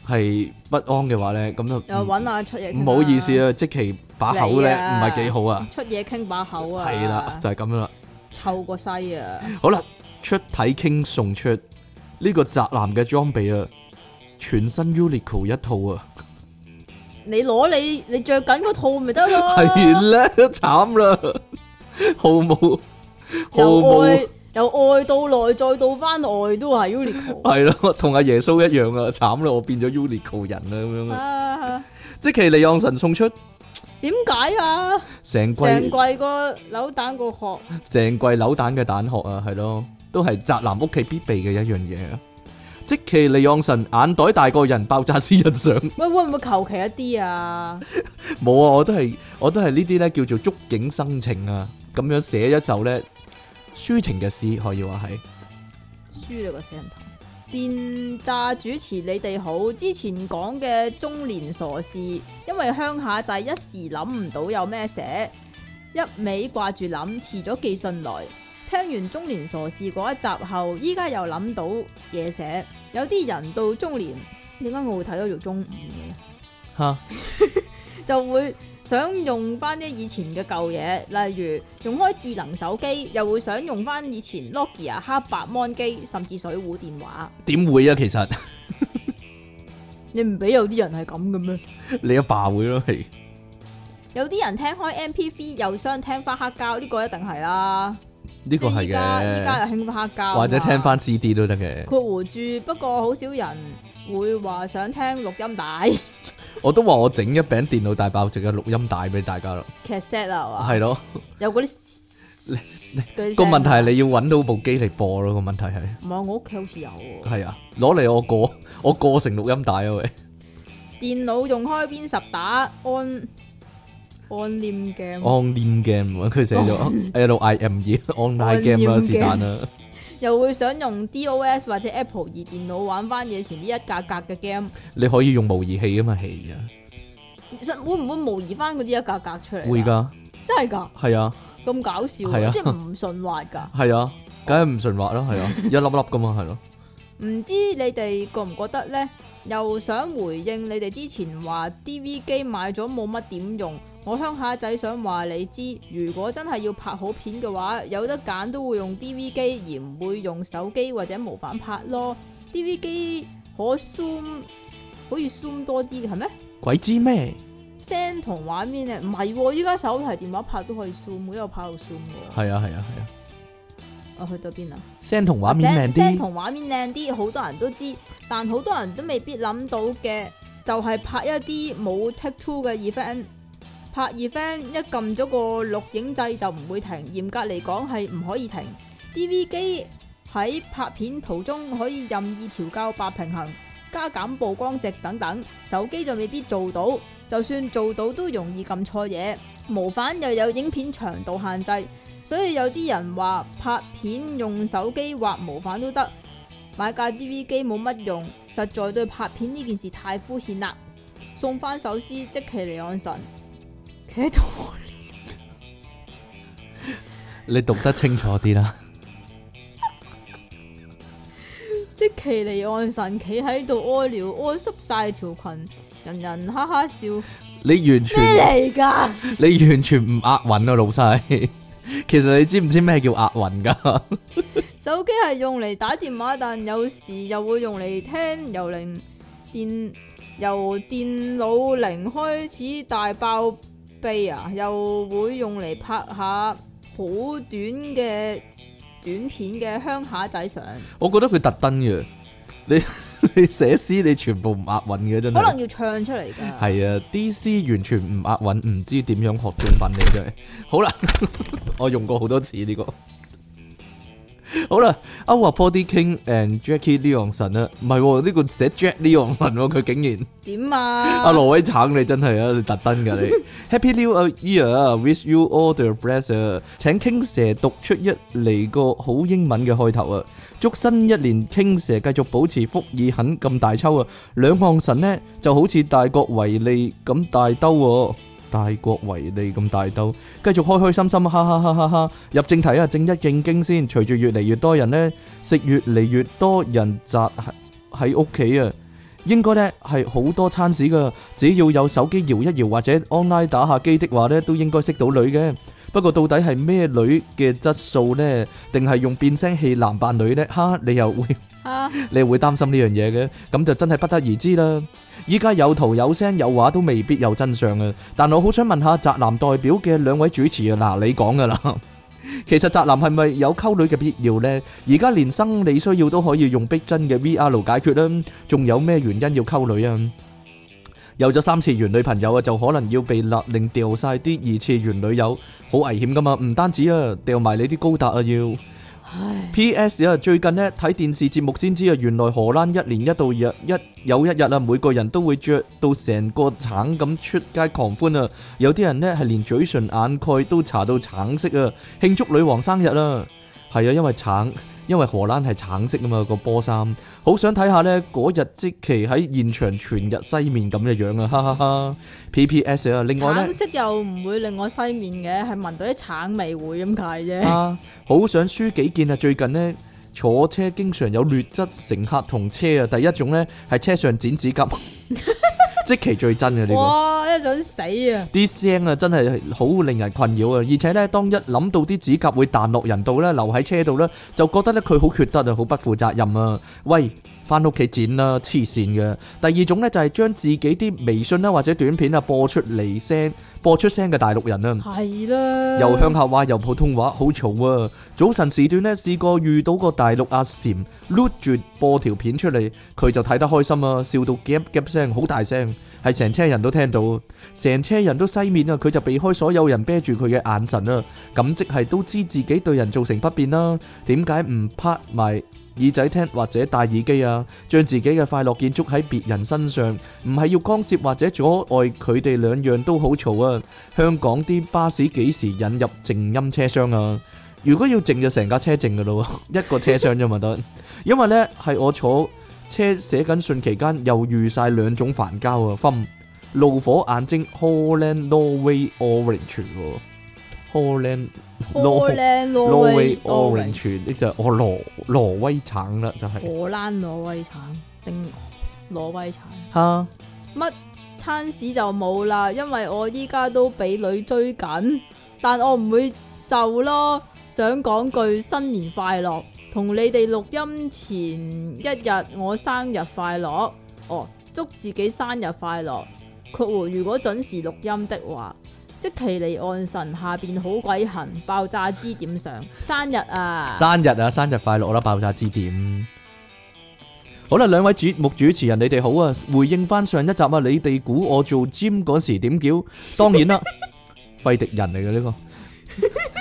A: 係不安嘅話咧，咁就
B: 又揾下出嘢傾啦。
A: 唔好意思啊，即其把口咧
B: 你
A: 唔
B: 啊
A: 係幾好啊，
B: 出嘢傾把口啊，
A: 係啦，就係咁樣啦。
B: 臭過西啊！
A: 好啦，出體傾送出呢個宅男嘅裝備啊，全新 Uniqlo 一套啊，
B: 你攞你你着緊嗰套咪得咯，
A: 係咧慘啦，毫無毫
B: 由
A: 無
B: 外由外到內再到翻外都係 Uniqlo
A: 係咯，同阿耶穌一樣啊，慘啦，我變咗 Uniqlo 人啦咁樣啊。
B: 啊！
A: 即其利昂神送出
B: 點解啊？
A: 成
B: 成
A: 季
B: 季個扭蛋個殼
A: 成季扭蛋嘅蛋殼啊，係咯，都係宅男屋企必備嘅一樣嘢啊。即其利昂神眼袋大過人，爆炸私人相
B: 喂，會唔會求其一啲啊？
A: 冇啊！我都係我都係呢啲咧叫做觸景生情啊，咁樣寫一首咧抒情嘅詩，可以話係。
B: 輸你個死人頭！電炸主持你哋好，之前講嘅中年傻事，因為鄉下仔一時諗唔到有咩寫，一味掛住諗，遲咗寄信來。聽完中年傻事嗰一集後，依家又諗到嘢寫。有啲人到中年， [LAUGHS] 點解我會睇到做中五嘅？
A: 吓
B: 就會想用翻啲以前嘅舊嘢，例如用開智能手機，又會想用翻以前 Nokia 黑白 mon 機，甚至水壺電話。
A: 點會啊？其實 [LAUGHS]
B: 你唔俾有啲人係咁嘅咩？
A: 你阿爸會咯，係
B: 有啲人聽開 MP3 又想聽翻黑膠，呢、個一定係啦。
A: 呢個係
B: 即係依家依
A: 嘅，
B: 家又興翻黑膠啊嘛，
A: 或者聽翻 CD 都得嘅。
B: 括弧住，不過好少人會話想聽錄音帶 [LAUGHS]
A: 我都話我整一餅電腦大爆炸嘅錄音帶俾大家咯，
B: cassette 啊，係嘛
A: 係咯。
B: 有嗰啲嗰啲
A: 個問題係
B: 聲啊啊
A: 你要揾到部機嚟播咯，個問題係
B: 唔係我屋企好似有喎。
A: 係啊，攞嚟我過 [LAUGHS] 我過成錄音帶啊喂，
B: 電腦用開 Win 十打安安念
A: 哦
B: game，
A: online game 啊佢寫 [LAUGHS] 咗 L I M E online game 啦，
B: Online
A: 是但啦，
B: 又會想用 DOS 或者 Apple 二電腦玩翻以前呢一格格嘅 game，
A: 你可以用模擬器啊嘛，係啊，
B: 想會唔會模擬翻嗰啲一格格出嚟啊㗎？
A: 會㗎，
B: 真係㗎，
A: 係啊，
B: 咁搞笑
A: 係啊
B: 㗎，即係唔順滑㗎。
A: 係啊，梗係唔順滑啦，係啊，一粒粒咁嘛，係咯，
B: 唔知你哋覺唔覺得呢？又想回應你哋之前話 DV 機買咗冇乜點用，我鄉下仔想話你知，如果真係要拍好片嘅話，有得揀都會用 DV 機，而唔會用手機或者模反拍咯。DV 機可 zoom 好似 zoom 多啲係咩
A: 鬼知咩？
B: ？send 同畫面咧，唔係喎，依家手提電話拍都可以 zoom，每一個拍到 zoom 嘅。
A: 係啊係啊係啊，
B: 我去到邊啊？
A: 聲同畫面靚
B: 聲
A: 啲，
B: 同畫面靚啲，好多人都知，但好多人都未必諗到嘅，就係、拍一啲冇 take two 嘅 event。拍 event 一撳咗個錄影掣就唔會停，嚴格嚟講係唔可以停。DV 機喺拍片途中可以任意調校白平衡、加減曝光值等等，手機就未必做到。就算做到都容易撳錯嘢，無反又有影片長度限制。所以有啲人話拍片用手機或模反都得，買架 DV 機冇乜用，實在對拍片呢件事太膚淺啦。送翻首詩，即其離岸神，企喺度， [LAUGHS]
A: 你讀得清楚啲啦， [LAUGHS]
B: 即其離岸神企喺度屙尿，屙濕晒條裙，人人哈哈笑，咩
A: 你完全。
B: 嚟㗎？
A: 你完全唔押韻啊，老細。 [LAUGHS] 其實你知唔知咩叫押韻噶？
B: 手機係用嚟打電話，但有時又會用嚟聽，由零電由電腦零開始大爆秘啊，又會用嚟拍下好短嘅短片嘅鄉下仔相，
A: 我覺得佢特登嘅。你 [LAUGHS] 你寫詩你全部唔押韻嘅真
B: 可
A: 係。
B: 能要唱出嚟㗎。
A: 係啊，D C 完全唔押韻，唔知點樣學中文你真係。 [LAUGHS] 好啦，我用過好多次呢、個。好啦，歐華 Body King and Jackie Leonson 啊，唔係喎，呢、個寫 Jack Leonson 喎，佢竟然。
B: 點
A: 阿
B: 啊？
A: 羅威橙你真係啊，你特登噶你。Happy New Year，wish you all the best 啊！請傾蛇讀出一嚟個好英文嘅開頭啊！祝新一年傾蛇繼續保持福爾肯咁大抽啊！兩項神呢就好似大國維利咁大兜喎、大國維利咁大兜，繼續開開心心，哈哈哈哈哈！入正題啊，正一正經先。隨住越嚟越多人呢，食越嚟越多人宅喺喺屋企啊，應該呢係好多餐市噶。只要有手機搖一搖或者 online 打下機的話呢，都應該識到女嘅。不過到底係咩女嘅質素呢？定係用變聲器男扮女呢？哈，你又會？
B: 啊，
A: [LAUGHS] 你會擔心呢樣嘢嘅，咁就真係不得而知啦。依家有圖有聲有畫都未必有真相啊！但我好想問下宅男代表嘅兩位主持啊，嗱你講噶啦， [LAUGHS] 其實宅男係咪有溝女嘅必要呢？而家連生理需要都可以用逼真嘅 VR 解決啦，仲有咩原因要溝女啊？有咗三次元女朋友啊，就可能要被勒令掉晒啲二次元女友，好危險噶嘛！唔單止啊，掉埋你啲高達啊要。
B: 唉，
A: P.S. 啊，最近呢睇電視節目先知啊，原來荷蘭一年一度日一有一日啊，每個人都會着到成個橙咁出街狂歡啊！有啲人呢係連嘴唇眼蓋都搽到橙色啊，慶祝女王生日啊！係啊，因為橙，因為荷蘭係橙色啊嘛個波衫，好想睇下呢嗰日即期喺現場全日西面咁嘅樣啊！哈哈哈！P.P.S. 啊，另外呢。
B: 橙色又唔會令我西面嘅，係聞到啲橙味會咁解啫。
A: 啊，好想輸幾件啊！最近呢，坐車經常有劣質乘客同車啊。第一種呢，係車上剪指甲，即其最真嘅呢個。
B: 哇，真係想死啊！
A: 啲聲啊，真係好令人困擾啊！而且呢，當一諗到啲指甲會彈落人度呢，留喺車度呢，就覺得呢，佢好缺德啊，好不負責任啊！喂，翻屋企剪啦，黐線嘅。第二種呢，就係將自己啲微信啦或者短片啊播出嚟聲，播出聲嘅大陸人啊。
B: 係啦，
A: 又鄉下話又普通話，好嘈啊！早晨時段呢，試過遇到個大陸阿禪碌住播條片出嚟，佢就睇得開心啊，笑到夾夾聲，好大聲，係成車人都聽到，成車人都西面啊！佢就避開所有人啤住佢嘅眼神啊，咁即係都知自己對人造成不便啦。點解唔拍埋耳仔聽或者戴耳機啊？將自己嘅快樂建築喺別人身上，唔係要干涉或者阻礙佢哋兩樣都好嘈啊！香港啲巴士幾時引入靜音車廂啊？如果要靜就成架車靜噶咯， [LAUGHS] 一個車廂啫嘛得。因為呢係我坐車寫緊信期間，又遇晒兩種煩交啊，分怒火眼睛 Holland Norway Orange 喎，Holland
B: 荷
A: Nor-
B: 蘭挪
A: Norway
B: 威 orange，
A: Orange 哦呢就係我挪挪威橙啦，就係
B: 荷蘭挪威橙定挪威橙。
A: 嚇
B: 乜餐屎就冇啦，因為我依家都俾女追緊，但我唔會受咯。想講句新年快樂，同你哋錄音前一日我生日快樂，哦，祝自己生日快樂。括弧如果準時錄音的話，即其離岸神下邊好鬼痕，爆炸支點上生日啊！
A: 生日啊，生日快樂啦！爆炸之點。好啦，兩位節目主持人，你哋好啊！回應翻上一集啊，你哋估我做 gym 嗰時點叫？當然啦，費迪人嚟嘅呢個。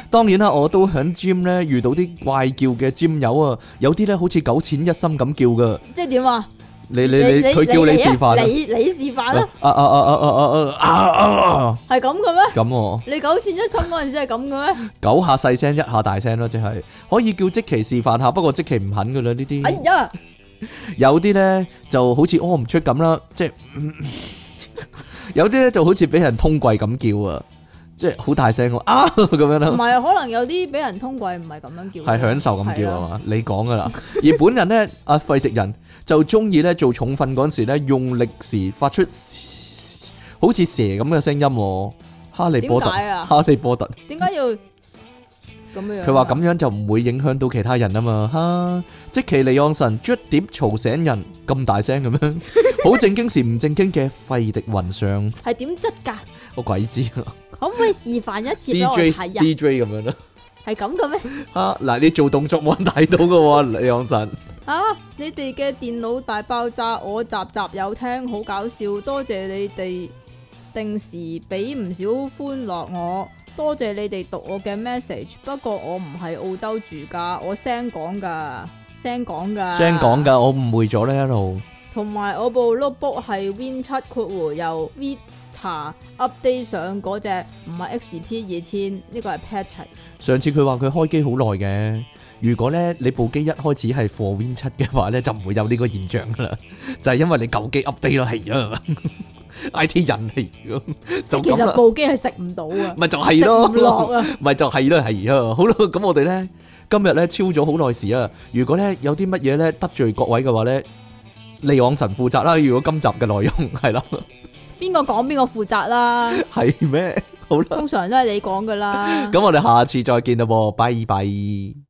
A: 當然啦，我都響 gym 咧遇到啲怪叫嘅 gym 友啊，有啲咧好似九淺一深咁叫噶。
B: 即係點啊？
A: 你你你，佢叫你示範啊
B: 你你示範啦，
A: 啊啊啊啊啊啊啊啊！
B: 係咁嘅咩？
A: 咁喎。
B: 你九千一心嗰陣時係咁嘅咩？
A: 九下細聲，一下大聲咯，即係可以叫即期示範下，不過即期唔肯噶啦呢啲。
B: 哎呀，
A: 有啲咧就好似哦屙唔出咁啦，即係 [LAUGHS] 有啲咧就好似俾人通櫃咁叫啊，即係好大聲喎啊咁樣
B: 唔
A: 啦，
B: 係啊，可能有啲俾人通櫃唔係咁樣叫，
A: 係享受咁
B: 係
A: 叫
B: 啦
A: 啊嘛？你講噶啦，而本人咧，阿費迪人就中意咧做重訓嗰陣時咧，用力時發出好似蛇咁嘅聲音喎。哈利波特，
B: 點解啊
A: 哈利波特，
B: 點解要咁樣？
A: 佢話咁樣就唔會影響到其他人啊嘛，哈！即其利昂神捽碟嘈醒人咁大聲
B: [LAUGHS]
A: 咁樣，好正經時唔正經嘅費迪雲上，
B: [LAUGHS] 係點質㗎？
A: 我鬼知啊
B: 可唔可以示範一次俾我
A: ！DJ
B: 睇啊？
A: DJ 咁樣啦，
B: 係咁嘅咩？
A: 哈！嗱你做動作冇人睇到噶
B: [LAUGHS]
A: 喎，利昂神
B: 啊！你哋嘅電腦大爆炸，我集集有聽，好搞笑。多謝你哋定時俾唔少歡樂我，多謝你哋讀我嘅 message。不過我唔係澳洲住㗎，我聲講㗎，聲講㗎，
A: 聲講噶，我誤會咗咧一路，
B: 同埋我部 notebook 係 Win 七括弧由 Vista update 上嗰只，唔係 XP 二千，呢個係 patch 嚟。
A: 上次佢話佢開機好耐嘅。如果咧你部機一開始係 Four Win 七嘅話咧，就唔會有呢個現象噶啦， [LAUGHS] 就係因為你舊機 update 咯，係啊 [LAUGHS] ，IT 人嚟㗎，
B: 即
A: 就
B: 係其
A: 咁啦
B: 實。部機係食唔到啊，
A: 咪就
B: 食
A: 係
B: 唔落
A: 咯，
B: 啊，
A: [LAUGHS] 咪就係咯，係啊，好啦，咁我哋咧今日咧超咗好耐時啊。如果咧有啲乜嘢咧得罪各位嘅話咧，利昂神負責啦。如果今集嘅內容係啦，
B: 邊個講邊個負責啦，
A: 係咩？好啦，
B: 通常都係你講噶啦。
A: [LAUGHS] 咁我哋下次再見啦，喎，拜拜。